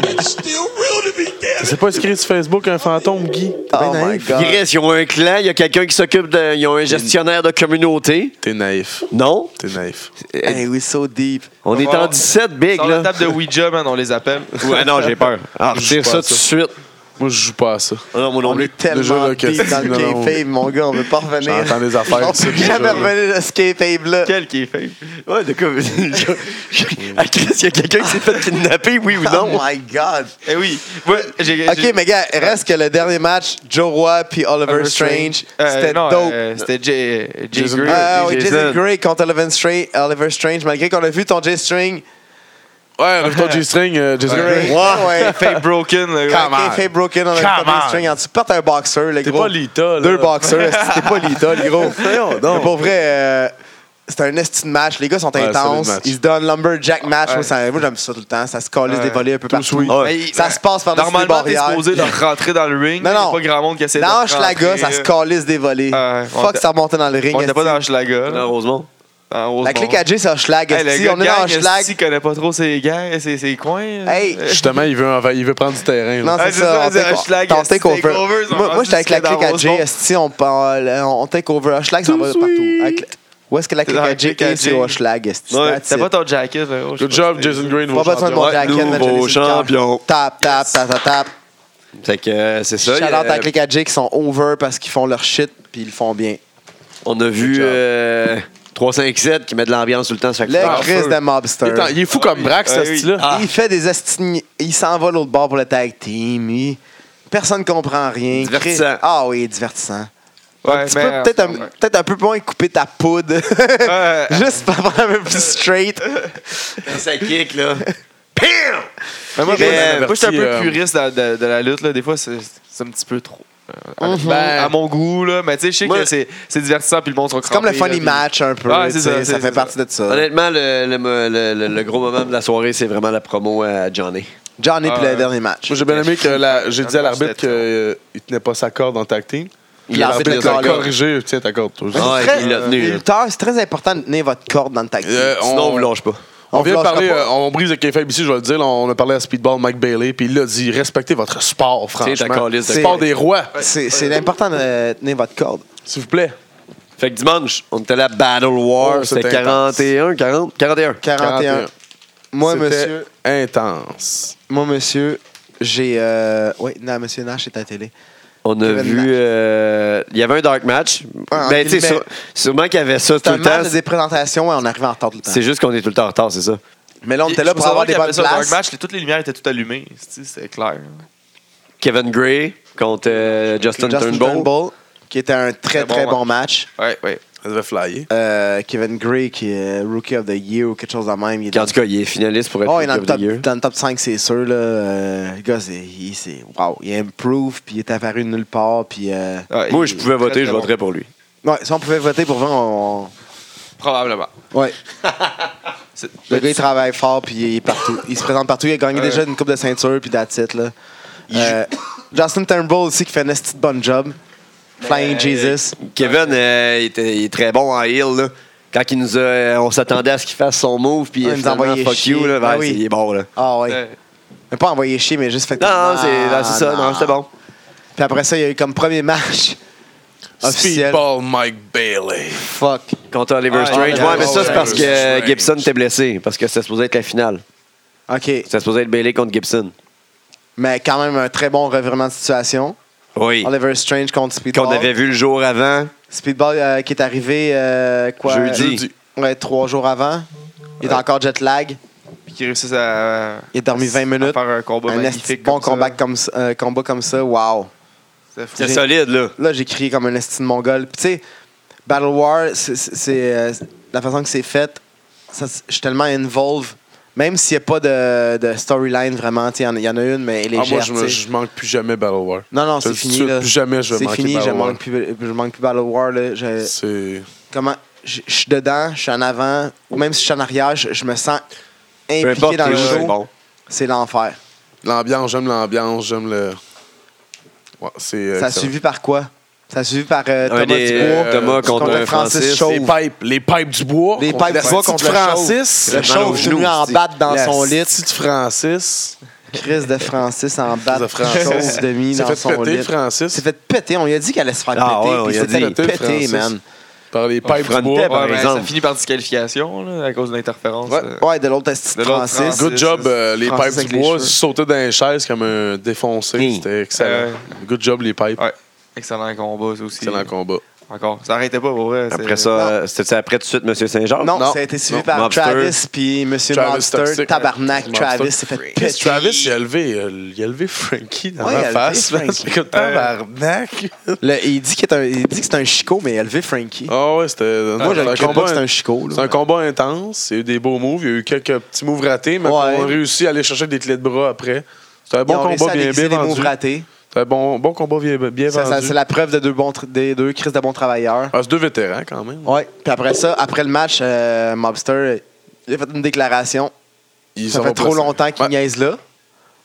[SPEAKER 4] C'est pas écrit sur Facebook un fantôme, Guy. T'es
[SPEAKER 3] Oh
[SPEAKER 4] bien
[SPEAKER 3] my
[SPEAKER 4] naïf.
[SPEAKER 3] God.
[SPEAKER 1] Ben, hein, il reste, ils ont un clan, il y a quelqu'un qui s'occupe de. Ils ont un gestionnaire de communauté.
[SPEAKER 4] T'es naïf.
[SPEAKER 1] Non?
[SPEAKER 4] T'es naïf.
[SPEAKER 3] Hey, we so deep.
[SPEAKER 1] On est en 17, big,
[SPEAKER 2] Sur la
[SPEAKER 1] là.
[SPEAKER 2] table de Ouija, man, on les
[SPEAKER 3] [laughs]
[SPEAKER 2] appelle.
[SPEAKER 1] Ouais, non, j'ai peur. Ah,
[SPEAKER 4] Je
[SPEAKER 1] retire
[SPEAKER 4] joue
[SPEAKER 1] ça
[SPEAKER 4] pas à
[SPEAKER 1] tout de suite.
[SPEAKER 4] Moi, je joue pas à ça.
[SPEAKER 1] Ah non, moi non
[SPEAKER 3] On est
[SPEAKER 1] plus.
[SPEAKER 4] Déjà,
[SPEAKER 3] tellement
[SPEAKER 4] là,
[SPEAKER 3] deep
[SPEAKER 4] que-
[SPEAKER 3] dans le
[SPEAKER 4] Non, non.
[SPEAKER 3] K-Fave, mon gars, on veut pas revenir.
[SPEAKER 4] J'entends des affaires.
[SPEAKER 3] [laughs] On
[SPEAKER 4] tu sais,
[SPEAKER 3] peut jamais
[SPEAKER 4] déjà, là.
[SPEAKER 3] revenir de ce K-Fave là.
[SPEAKER 2] Quel qui est fait.
[SPEAKER 1] Ouais, de quoi? [laughs] je- Ah, Chris, il y a quelqu'un qui s'est fait kidnapper, oui ou
[SPEAKER 3] Oh
[SPEAKER 1] non?
[SPEAKER 3] my god.
[SPEAKER 2] Eh oui. Moi, j'ai.
[SPEAKER 3] Ok,
[SPEAKER 2] j'ai-
[SPEAKER 3] mais gars, reste que le dernier match, Joe Roy puis Oliver
[SPEAKER 2] Oliver
[SPEAKER 3] Strange,
[SPEAKER 2] Euh,
[SPEAKER 3] c'était
[SPEAKER 2] non,
[SPEAKER 3] dope.
[SPEAKER 2] euh, c'était Jay, Jay
[SPEAKER 4] Jason-
[SPEAKER 2] Gray.
[SPEAKER 3] Ah oui,
[SPEAKER 1] Jason.
[SPEAKER 3] Jason Gray contre Oliver Strange, Oliver Strange, malgré qu'on a vu ton J-String,
[SPEAKER 4] Ouais, on a vu ton G-string, euh, Jason Gray.
[SPEAKER 3] Gray,
[SPEAKER 1] Ouais.
[SPEAKER 3] ouais,
[SPEAKER 2] Fake broken. le gars.
[SPEAKER 3] fait broken, on a vu
[SPEAKER 4] Come
[SPEAKER 3] ton
[SPEAKER 4] on.
[SPEAKER 3] J-String en dessous, porte un boxeur, le
[SPEAKER 4] T'es
[SPEAKER 3] gros.
[SPEAKER 4] pas Lita, là.
[SPEAKER 3] Deux
[SPEAKER 2] [laughs]
[SPEAKER 3] boxeurs, est-ce que c'était pas l'idole, gros. Mais pour vrai, euh, c'est un esti de match. Les gars sont
[SPEAKER 4] Ouais,
[SPEAKER 3] intenses.
[SPEAKER 4] solide match.
[SPEAKER 3] Ils se donnent lumberjack match. Moi,
[SPEAKER 2] Ouais.
[SPEAKER 3] ça- Moi, j'aime ça tout le temps. Ça se calisse
[SPEAKER 2] Ouais.
[SPEAKER 3] des volets un peu partout. Ah,
[SPEAKER 4] sweet.
[SPEAKER 1] Ah, Ouais.
[SPEAKER 2] Mais il-
[SPEAKER 3] Ça se passe par-dessus les
[SPEAKER 2] Normalement, t'es
[SPEAKER 3] barrières.
[SPEAKER 2] supposé de rentrer dans le ring.
[SPEAKER 3] Non, non.
[SPEAKER 2] Il y a pas grand monde qui essaie de
[SPEAKER 3] Dans Hochelaga,
[SPEAKER 2] rentrer.
[SPEAKER 3] ça se calisse des volets.
[SPEAKER 2] Ouais. On
[SPEAKER 3] Fuck,
[SPEAKER 2] était-
[SPEAKER 3] ça montait dans le ring.
[SPEAKER 2] On était pas
[SPEAKER 3] esti.
[SPEAKER 2] dans Hochelaga. là.
[SPEAKER 1] Malheureusement.
[SPEAKER 2] Ah,
[SPEAKER 3] La
[SPEAKER 2] heureusement.
[SPEAKER 3] clique à J, c'est Hochelag.
[SPEAKER 2] Hey, le
[SPEAKER 3] esti.
[SPEAKER 2] gars
[SPEAKER 3] on est dans
[SPEAKER 2] gang,
[SPEAKER 3] Hochelag.
[SPEAKER 2] esti, connaît pas trop ses gangs, ses, ses coins.
[SPEAKER 3] Hey.
[SPEAKER 2] Euh,
[SPEAKER 4] Justement, il veut, envahir- il veut prendre du terrain.
[SPEAKER 3] Non,
[SPEAKER 4] là.
[SPEAKER 3] c'est
[SPEAKER 2] Ah, c'est ça,
[SPEAKER 3] ça.
[SPEAKER 2] on dit
[SPEAKER 3] on
[SPEAKER 2] Hochelag,
[SPEAKER 3] take- on
[SPEAKER 2] esti,
[SPEAKER 3] take over.
[SPEAKER 2] takeover, ils ont
[SPEAKER 3] Moi, moi, j'étais avec la
[SPEAKER 2] rendu
[SPEAKER 3] clique à
[SPEAKER 2] jusque
[SPEAKER 3] J.
[SPEAKER 2] dans
[SPEAKER 3] esti, On parle- on take over Hochelag, ça
[SPEAKER 4] Tout
[SPEAKER 3] va de partout.
[SPEAKER 4] sweet.
[SPEAKER 3] Avec- Où est-ce que la clique à J
[SPEAKER 2] clique à
[SPEAKER 3] est? C'est
[SPEAKER 2] J.
[SPEAKER 3] Hochelag. esti.
[SPEAKER 1] Ouais,
[SPEAKER 3] That's
[SPEAKER 2] T'as
[SPEAKER 3] it.
[SPEAKER 2] pas ton jacket. là, oh, je
[SPEAKER 4] Good
[SPEAKER 2] sais pas.
[SPEAKER 4] job, Jason Green.
[SPEAKER 3] Pas besoin de mon
[SPEAKER 1] Ouais,
[SPEAKER 3] jacket, man, je
[SPEAKER 1] nouveau
[SPEAKER 3] l'ai sur le cœur.
[SPEAKER 1] champion.
[SPEAKER 3] Tap, tap, tap, tap, tap.
[SPEAKER 1] Fait que euh, c'est ça.
[SPEAKER 3] Shout
[SPEAKER 1] il y a-
[SPEAKER 3] out à Click Addict, ils sont over parce qu'ils font leur shit puis ils le font bien.
[SPEAKER 1] On a vu
[SPEAKER 4] job.
[SPEAKER 1] euh, 357 qui met de l'ambiance tout le temps. ça fait que-
[SPEAKER 3] Le
[SPEAKER 1] Ah,
[SPEAKER 3] Chris
[SPEAKER 4] feu.
[SPEAKER 3] de
[SPEAKER 4] Il
[SPEAKER 3] Mobster.
[SPEAKER 4] est, en- il est fou comme Brax,
[SPEAKER 2] Ah,
[SPEAKER 4] ce
[SPEAKER 2] oui.
[SPEAKER 4] style-là.
[SPEAKER 1] Ah.
[SPEAKER 3] Il fait des astignes. Il s'en va l'autre bord pour le tag team. Il- Personne comprend rien. Chris-
[SPEAKER 1] Divertissant.
[SPEAKER 3] Ah oui, divertissant.
[SPEAKER 2] Ouais,
[SPEAKER 3] un petit
[SPEAKER 2] mais,
[SPEAKER 3] peu,
[SPEAKER 2] euh,
[SPEAKER 3] peut-être un,
[SPEAKER 2] ouais.
[SPEAKER 3] peut-être un peu moins couper ta poudre. [laughs]
[SPEAKER 2] Ouais.
[SPEAKER 3] Juste pour avoir un peu plus straight.
[SPEAKER 1] Ça kick, là. Pire!
[SPEAKER 2] Mais moi,
[SPEAKER 4] Qui
[SPEAKER 2] moi,
[SPEAKER 4] est
[SPEAKER 2] moi, je suis un peu
[SPEAKER 4] averti, euh,
[SPEAKER 2] puriste de, de- de la lutte. Là. Des fois, c'est c'est un petit peu trop. euh, à,
[SPEAKER 3] Mhm.
[SPEAKER 2] à mon goût, là. Mais tu sais, je sais
[SPEAKER 1] Moi-
[SPEAKER 2] que c'est c'est divertissant, puis le monde se
[SPEAKER 3] C'est comme le funny match un peu.
[SPEAKER 2] Ouais, c'est
[SPEAKER 3] tu
[SPEAKER 2] ça,
[SPEAKER 3] sais,
[SPEAKER 2] c'est-
[SPEAKER 3] ça fait
[SPEAKER 2] c'est
[SPEAKER 3] partie de ça.
[SPEAKER 1] Honnêtement, le, le, le- le- le gros moment de la soirée, c'est vraiment la promo à Johnny.
[SPEAKER 3] Johnny puis
[SPEAKER 2] Ah,
[SPEAKER 3] le dernier match.
[SPEAKER 4] Moi, j'ai bien aimé que la- j'ai dit à l'arbitre
[SPEAKER 2] C'était
[SPEAKER 4] qu'il tenait pas sa corde en tag team.
[SPEAKER 1] Il
[SPEAKER 3] l'a
[SPEAKER 1] l'arbitre
[SPEAKER 3] fait
[SPEAKER 1] l'a
[SPEAKER 3] le
[SPEAKER 4] l'a
[SPEAKER 3] call-out.
[SPEAKER 4] corrigé. Tiens, ta corde, toi.
[SPEAKER 3] C'est
[SPEAKER 1] Ouais,
[SPEAKER 3] très- euh,
[SPEAKER 1] il l'a tenu,
[SPEAKER 3] les
[SPEAKER 1] là.
[SPEAKER 3] lutteurs, C'est très important de tenir votre corde dans le tag team.
[SPEAKER 4] Euh, on-
[SPEAKER 1] Sinon, on vous lâche pas.
[SPEAKER 4] On vient de
[SPEAKER 3] vous lâchera
[SPEAKER 4] parler,
[SPEAKER 3] pas.
[SPEAKER 4] euh, on brise le KFAB ici, je vais le dire. là, on a parlé à Speedball Mike Bailey, puis il a dit respectez votre sport, franchement.
[SPEAKER 1] C'est ta calisse de
[SPEAKER 4] le sport
[SPEAKER 1] corde.
[SPEAKER 4] des rois,
[SPEAKER 3] C'est c'est important de tenir votre corde.
[SPEAKER 4] s'il vous plaît.
[SPEAKER 1] Fait que dimanche, on était là à Battle War.
[SPEAKER 4] Oh,
[SPEAKER 1] c'était
[SPEAKER 4] c'était
[SPEAKER 1] 41, 40, 41.
[SPEAKER 3] 41. Moi,
[SPEAKER 4] C'était
[SPEAKER 3] monsieur,
[SPEAKER 4] Intense.
[SPEAKER 3] moi, monsieur, j'ai. Euh... Oui, non, monsieur Nash est à la télé.
[SPEAKER 1] On a
[SPEAKER 3] Kevin
[SPEAKER 1] vu.
[SPEAKER 3] Nash.
[SPEAKER 1] euh, Il y avait un dark match.
[SPEAKER 3] Ah,
[SPEAKER 1] ben,
[SPEAKER 3] ok,
[SPEAKER 1] tu sais,
[SPEAKER 3] mais-
[SPEAKER 1] sûr- sûrement qu'il y avait ça
[SPEAKER 3] C'est
[SPEAKER 1] tout
[SPEAKER 3] un
[SPEAKER 1] le temps.
[SPEAKER 3] match des présentations, ouais, on arrive en retard tout le temps.
[SPEAKER 1] C'est juste qu'on est tout le temps en retard, c'est ça.
[SPEAKER 3] Mais là, on était là pour avoir des bonnes places.
[SPEAKER 2] match, les- toutes les lumières étaient toutes allumées. c'est- C'était clair.
[SPEAKER 1] Kevin Gray contre euh, Justin,
[SPEAKER 3] Justin
[SPEAKER 1] Turnbull.
[SPEAKER 3] Turnbull, qui était un très
[SPEAKER 2] Très bon
[SPEAKER 3] très bon,
[SPEAKER 2] match.
[SPEAKER 3] match.
[SPEAKER 2] Ouais, ouais.
[SPEAKER 4] Ça devait flyer.
[SPEAKER 3] Euh, Kevin Gray, qui est Rookie of the Year ou quelque chose de même. Il est
[SPEAKER 1] En tout cas, il est finaliste pour être
[SPEAKER 3] Oh, il est
[SPEAKER 1] Rookie
[SPEAKER 3] dans le,
[SPEAKER 1] of the
[SPEAKER 3] top,
[SPEAKER 1] Year.
[SPEAKER 3] dans le top 5, c'est sûr. Là. Euh, le gars, c'est, il, c'est, wow, il improve, puis il est apparu de nulle part. Puis, euh,
[SPEAKER 2] Ouais,
[SPEAKER 1] Moi,
[SPEAKER 2] il-
[SPEAKER 1] je pouvais
[SPEAKER 2] très,
[SPEAKER 1] voter,
[SPEAKER 2] très
[SPEAKER 1] je
[SPEAKER 2] bon.
[SPEAKER 1] voterais pour lui.
[SPEAKER 3] ouais, si on pouvait voter pour vrai, on.
[SPEAKER 2] Probablement.
[SPEAKER 1] [laughs]
[SPEAKER 3] on- ouais.
[SPEAKER 2] C'est-
[SPEAKER 3] Le
[SPEAKER 1] ben,
[SPEAKER 3] gars, il travaille fort, puis il est partout. Il se présente partout. Il a gagné
[SPEAKER 2] Ouais.
[SPEAKER 3] déjà une coupe de ceinture, puis that's it, là. Euh, Justin Turnbull aussi, qui fait un esti de bon job.
[SPEAKER 1] Ben,
[SPEAKER 3] Flying Jesus.
[SPEAKER 1] Kevin, euh, il, était- il est très bon en heel. Là. Quand il nous a, euh, on s'attendait à ce qu'il fasse son move, puis
[SPEAKER 3] Ah, il nous
[SPEAKER 1] finalement,
[SPEAKER 3] envoyait
[SPEAKER 1] fuck
[SPEAKER 3] chier.
[SPEAKER 1] you, là, ben,
[SPEAKER 3] Ah oui.
[SPEAKER 1] c'est- il est bon. Là.
[SPEAKER 3] Ah ouais.
[SPEAKER 2] Ouais.
[SPEAKER 3] Mais pas envoyé chier, mais juste fait
[SPEAKER 1] ben.
[SPEAKER 3] Ah,
[SPEAKER 1] Non, non, c'est non, c'est ça, non, c'était bon.
[SPEAKER 3] Puis après ça, il y a eu comme premier match. Officiel.
[SPEAKER 4] Speedball Mike Bailey.
[SPEAKER 3] Fuck.
[SPEAKER 1] Contre Oliver
[SPEAKER 2] Ah,
[SPEAKER 1] Strange.
[SPEAKER 3] ouais,
[SPEAKER 1] Ouais, mais ça,
[SPEAKER 3] ouais,
[SPEAKER 1] c'est parce que
[SPEAKER 4] Oliver
[SPEAKER 1] euh,
[SPEAKER 4] Strange.
[SPEAKER 1] Gibson était blessé, parce que c'était supposé être la finale.
[SPEAKER 3] OK.
[SPEAKER 1] C'était supposé être Bailey contre Gibson.
[SPEAKER 3] Mais quand même, un très bon revirement de situation.
[SPEAKER 1] Oui.
[SPEAKER 3] Oliver Strange contre Speedball.
[SPEAKER 1] Qu'on avait vu le jour avant.
[SPEAKER 3] Speedball euh, qui est arrivé euh, quoi
[SPEAKER 1] Jeudi.
[SPEAKER 3] Ouais, trois jours avant. Il est encore jet lag.
[SPEAKER 2] Puis qu'il réussisse à,
[SPEAKER 3] Il a dormi 20 minutes.
[SPEAKER 2] à faire un combat
[SPEAKER 4] ben,
[SPEAKER 3] un esti
[SPEAKER 2] magnifique.
[SPEAKER 3] de bon
[SPEAKER 2] comme ça.
[SPEAKER 3] combat comme, ça- euh, combat comme ça. Wow.
[SPEAKER 2] C'était fou.
[SPEAKER 1] C'est solide, là.
[SPEAKER 3] Là, j'ai crié comme un esti de mongol. Puis tu sais, Battle War, c'est- c'est c'est, euh, la façon que c'est fait. ça, c'est- Je suis tellement involved. Même s'il n'y a pas de, de storyline vraiment, tu sais, il y en- il y en a une, mais elle est
[SPEAKER 4] Ah, moi,
[SPEAKER 3] légère,
[SPEAKER 4] je,
[SPEAKER 3] tu sais.
[SPEAKER 4] me- je manque plus jamais Battle War.
[SPEAKER 3] Non, non,
[SPEAKER 4] Je
[SPEAKER 3] c'est
[SPEAKER 4] le
[SPEAKER 3] fini.
[SPEAKER 4] tue
[SPEAKER 3] là.
[SPEAKER 4] Plus jamais je vais
[SPEAKER 3] C'est
[SPEAKER 4] manquer
[SPEAKER 3] fini,
[SPEAKER 4] Battle
[SPEAKER 3] je
[SPEAKER 4] War.
[SPEAKER 3] manque plus, je manque plus Battle War. Là. Je-
[SPEAKER 4] C'est
[SPEAKER 3] comment je je suis dedans, je suis en avant, même si je suis en arrière, je, je me sens
[SPEAKER 1] Peu
[SPEAKER 3] impliqué
[SPEAKER 1] importe,
[SPEAKER 3] dans le
[SPEAKER 1] là, c'est
[SPEAKER 3] show.
[SPEAKER 1] bon.
[SPEAKER 3] C'est l'enfer.
[SPEAKER 4] l'ambiance, j'aime l'ambiance, j'aime le. Ouais, c'est. euh,
[SPEAKER 3] Ça a
[SPEAKER 4] excellent.
[SPEAKER 3] suivi par quoi? Ça a suivi par euh,
[SPEAKER 1] Un
[SPEAKER 3] Thomas
[SPEAKER 1] des-
[SPEAKER 3] Dubois,
[SPEAKER 1] euh, Thomas contre un Francis,
[SPEAKER 3] Chauve.
[SPEAKER 4] Les pipes, les pipes du bois.
[SPEAKER 3] Les pipes du bois contre le
[SPEAKER 4] Francis.
[SPEAKER 3] Le chauve
[SPEAKER 1] genou,
[SPEAKER 3] venu en
[SPEAKER 1] c'est-
[SPEAKER 3] batte dans
[SPEAKER 4] La
[SPEAKER 3] son lit.
[SPEAKER 4] petite Francis.
[SPEAKER 3] Chris de Francis en batte.
[SPEAKER 4] de Francis.
[SPEAKER 3] Chauve demi
[SPEAKER 4] s'est
[SPEAKER 3] dans
[SPEAKER 4] fait
[SPEAKER 3] son
[SPEAKER 4] péter,
[SPEAKER 3] lit.
[SPEAKER 4] Francis.
[SPEAKER 3] C'est fait péter. On lui a dit qu'elle allait se faire
[SPEAKER 1] Ah ouais,
[SPEAKER 3] péter.
[SPEAKER 1] on
[SPEAKER 3] Puis
[SPEAKER 1] lui a
[SPEAKER 3] c'était
[SPEAKER 1] dit.
[SPEAKER 3] pété,
[SPEAKER 4] Francis.
[SPEAKER 3] man.
[SPEAKER 4] Par les
[SPEAKER 1] On
[SPEAKER 4] pipes du
[SPEAKER 1] frontait,
[SPEAKER 4] bois.
[SPEAKER 1] par
[SPEAKER 2] Ouais, ben,
[SPEAKER 1] exemple.
[SPEAKER 2] ça finit par disqualification là, à cause de l'interférence.
[SPEAKER 4] Ouais.
[SPEAKER 2] euh.
[SPEAKER 3] Ouais, de l'autre esti de
[SPEAKER 2] De l'autre
[SPEAKER 3] Francis.
[SPEAKER 2] Francis.
[SPEAKER 4] Good job, euh, les
[SPEAKER 3] Francis
[SPEAKER 4] pipes
[SPEAKER 3] avec
[SPEAKER 4] du
[SPEAKER 3] les
[SPEAKER 4] bois.
[SPEAKER 3] cheveux.
[SPEAKER 4] Sauter dans les chaises comme un défoncé.
[SPEAKER 1] Hum.
[SPEAKER 4] C'était
[SPEAKER 3] Euh,
[SPEAKER 4] excellent. Good job, les pipes.
[SPEAKER 3] Ah,
[SPEAKER 2] Ouais. Excellent combat, ça aussi.
[SPEAKER 4] Excellent combat.
[SPEAKER 2] Encore. Ça arrêtait pas, pour vrai. c'est-
[SPEAKER 1] Après ça,
[SPEAKER 3] Non.
[SPEAKER 1] euh, c'était après tout de suite, Monsieur Saint-Jean?
[SPEAKER 3] Non,
[SPEAKER 4] Non.
[SPEAKER 3] ça a été suivi
[SPEAKER 4] Non.
[SPEAKER 3] par
[SPEAKER 1] Mobster.
[SPEAKER 3] Travis puis Monsieur
[SPEAKER 4] Travis
[SPEAKER 3] Monster.
[SPEAKER 4] Toxic.
[SPEAKER 3] Tabarnak,
[SPEAKER 4] Mobster.
[SPEAKER 3] Travis s'est fait
[SPEAKER 4] Chris
[SPEAKER 3] péter.
[SPEAKER 4] Travis, il a levé, euh, il a levé Frankie dans
[SPEAKER 3] Ouais, il a
[SPEAKER 4] la
[SPEAKER 3] levé
[SPEAKER 4] face. là.
[SPEAKER 3] Frankie.
[SPEAKER 4] C'est comme tabarnak.
[SPEAKER 3] Le- il dit qu'il est un- il dit que c'est un chicot, mais il a levé Frankie.
[SPEAKER 4] Ah ouais, c'était.
[SPEAKER 3] Moi, je
[SPEAKER 4] c'est
[SPEAKER 3] le crois pas
[SPEAKER 4] un
[SPEAKER 3] que
[SPEAKER 4] combat
[SPEAKER 3] c'est un
[SPEAKER 4] in-
[SPEAKER 3] chicot. là.
[SPEAKER 4] c'est un combat intense. Il y a eu des beaux moves. Il y a eu quelques petits moves ratés, mais
[SPEAKER 3] Ouais.
[SPEAKER 4] on a réussi à aller chercher des clés de bras après. C'était un
[SPEAKER 3] Ils
[SPEAKER 4] bon
[SPEAKER 3] ont réussi à
[SPEAKER 4] combat bien,
[SPEAKER 3] déguiser
[SPEAKER 4] bien
[SPEAKER 3] des moves
[SPEAKER 4] vendu.
[SPEAKER 3] ratés.
[SPEAKER 4] C'était un bon, bon combat bien, bien
[SPEAKER 3] Ça, ça,
[SPEAKER 4] vendu.
[SPEAKER 3] C'est la preuve de deux bons tra- des deux crises de bons travailleurs.
[SPEAKER 4] Ah, c'est deux vétérans quand même.
[SPEAKER 3] Ouais. Puis après ça, après le match, euh, Mobster, il a fait une déclaration.
[SPEAKER 4] Ils
[SPEAKER 3] ça
[SPEAKER 4] s'en
[SPEAKER 3] fait
[SPEAKER 4] vont
[SPEAKER 3] trop
[SPEAKER 4] placer.
[SPEAKER 3] longtemps qu'il
[SPEAKER 4] Ouais.
[SPEAKER 3] niaise là.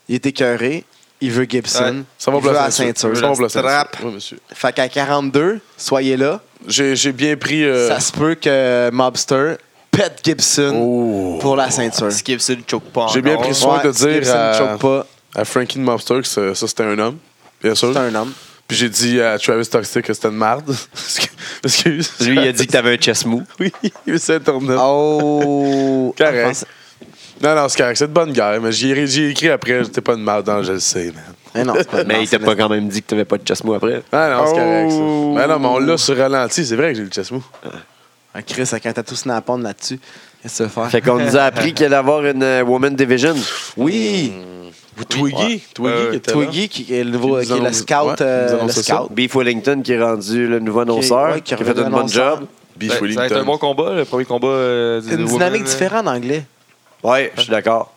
[SPEAKER 3] Il est écœuré. Il veut Gibson.
[SPEAKER 2] Ouais.
[SPEAKER 4] Ça va
[SPEAKER 3] il veut
[SPEAKER 4] placer
[SPEAKER 3] la
[SPEAKER 4] là-dessus.
[SPEAKER 3] ceinture.
[SPEAKER 4] Ça va placer
[SPEAKER 3] Strap.
[SPEAKER 4] là-dessus. Oui, monsieur.
[SPEAKER 3] Fait qu'à 42, soyez là.
[SPEAKER 4] J'ai j'ai bien pris. euh,
[SPEAKER 3] Ça se peut que Mobster pète Gibson
[SPEAKER 4] oh.
[SPEAKER 3] pour la ceinture.
[SPEAKER 2] Si Gibson choke pas.
[SPEAKER 4] J'ai bien
[SPEAKER 2] encore.
[SPEAKER 4] pris soin de
[SPEAKER 3] si
[SPEAKER 4] dire
[SPEAKER 3] Gibson
[SPEAKER 4] à-
[SPEAKER 3] choke pas,
[SPEAKER 4] à Frankie de Mobster que ça, ça, c'était un homme. Bien sûr.
[SPEAKER 3] c'est un homme.
[SPEAKER 4] Puis j'ai dit à Travis Toxic que c'était une marde. [laughs] parce que, parce que
[SPEAKER 1] Lui, il a dit que t'avais un chest mou.
[SPEAKER 4] [laughs] Oui, c'est Internet.
[SPEAKER 3] Ah. Oh! [laughs]
[SPEAKER 4] Correct. Non, non, c'est correct. C'est de bonne guerre, mais j'y ai, j'y ai écrit après. J'étais pas une marde, non, je le sais, man.
[SPEAKER 3] Mais [laughs] Eh non, c'est pas
[SPEAKER 1] Mais il t'a pas quand même dit que t'avais pas de chest mou après.
[SPEAKER 4] Ah non, c'est correct, ça.
[SPEAKER 3] Oh.
[SPEAKER 4] Mais non, mais on l'a sur ralenti. C'est vrai que j'ai le chest mou.
[SPEAKER 3] Ah, Chris, avec un tatou snap-on là-dessus, qu'est-ce que tu veux
[SPEAKER 1] Fait
[SPEAKER 3] faire?
[SPEAKER 1] qu'on nous a appris qu'il allait avoir une euh, Woman Division.
[SPEAKER 3] Oui!
[SPEAKER 4] Twiggy. Twiggy
[SPEAKER 2] Euh,
[SPEAKER 4] qui était là.
[SPEAKER 3] Twiggy, qui est le nouveau,
[SPEAKER 4] Qui
[SPEAKER 3] qui
[SPEAKER 4] nous
[SPEAKER 3] est le
[SPEAKER 4] annonce-
[SPEAKER 3] scout.
[SPEAKER 4] ouais,
[SPEAKER 3] euh,
[SPEAKER 4] qui nous
[SPEAKER 3] le
[SPEAKER 4] annonce ça.
[SPEAKER 3] scout.
[SPEAKER 1] Beef Wellington qui est rendu le nouveau annonceur,
[SPEAKER 3] ouais, qui
[SPEAKER 1] qui, a
[SPEAKER 3] revient
[SPEAKER 1] fait un bon
[SPEAKER 3] annonceur.
[SPEAKER 1] job.
[SPEAKER 4] Beef
[SPEAKER 2] Ben, Ça- Ça a été
[SPEAKER 4] Wellington.
[SPEAKER 2] un bon combat, le premier combat. euh, du-
[SPEAKER 3] Une
[SPEAKER 2] du
[SPEAKER 3] dynamique
[SPEAKER 2] women, euh.
[SPEAKER 3] différente en anglais.
[SPEAKER 1] Ouais, je suis d'accord.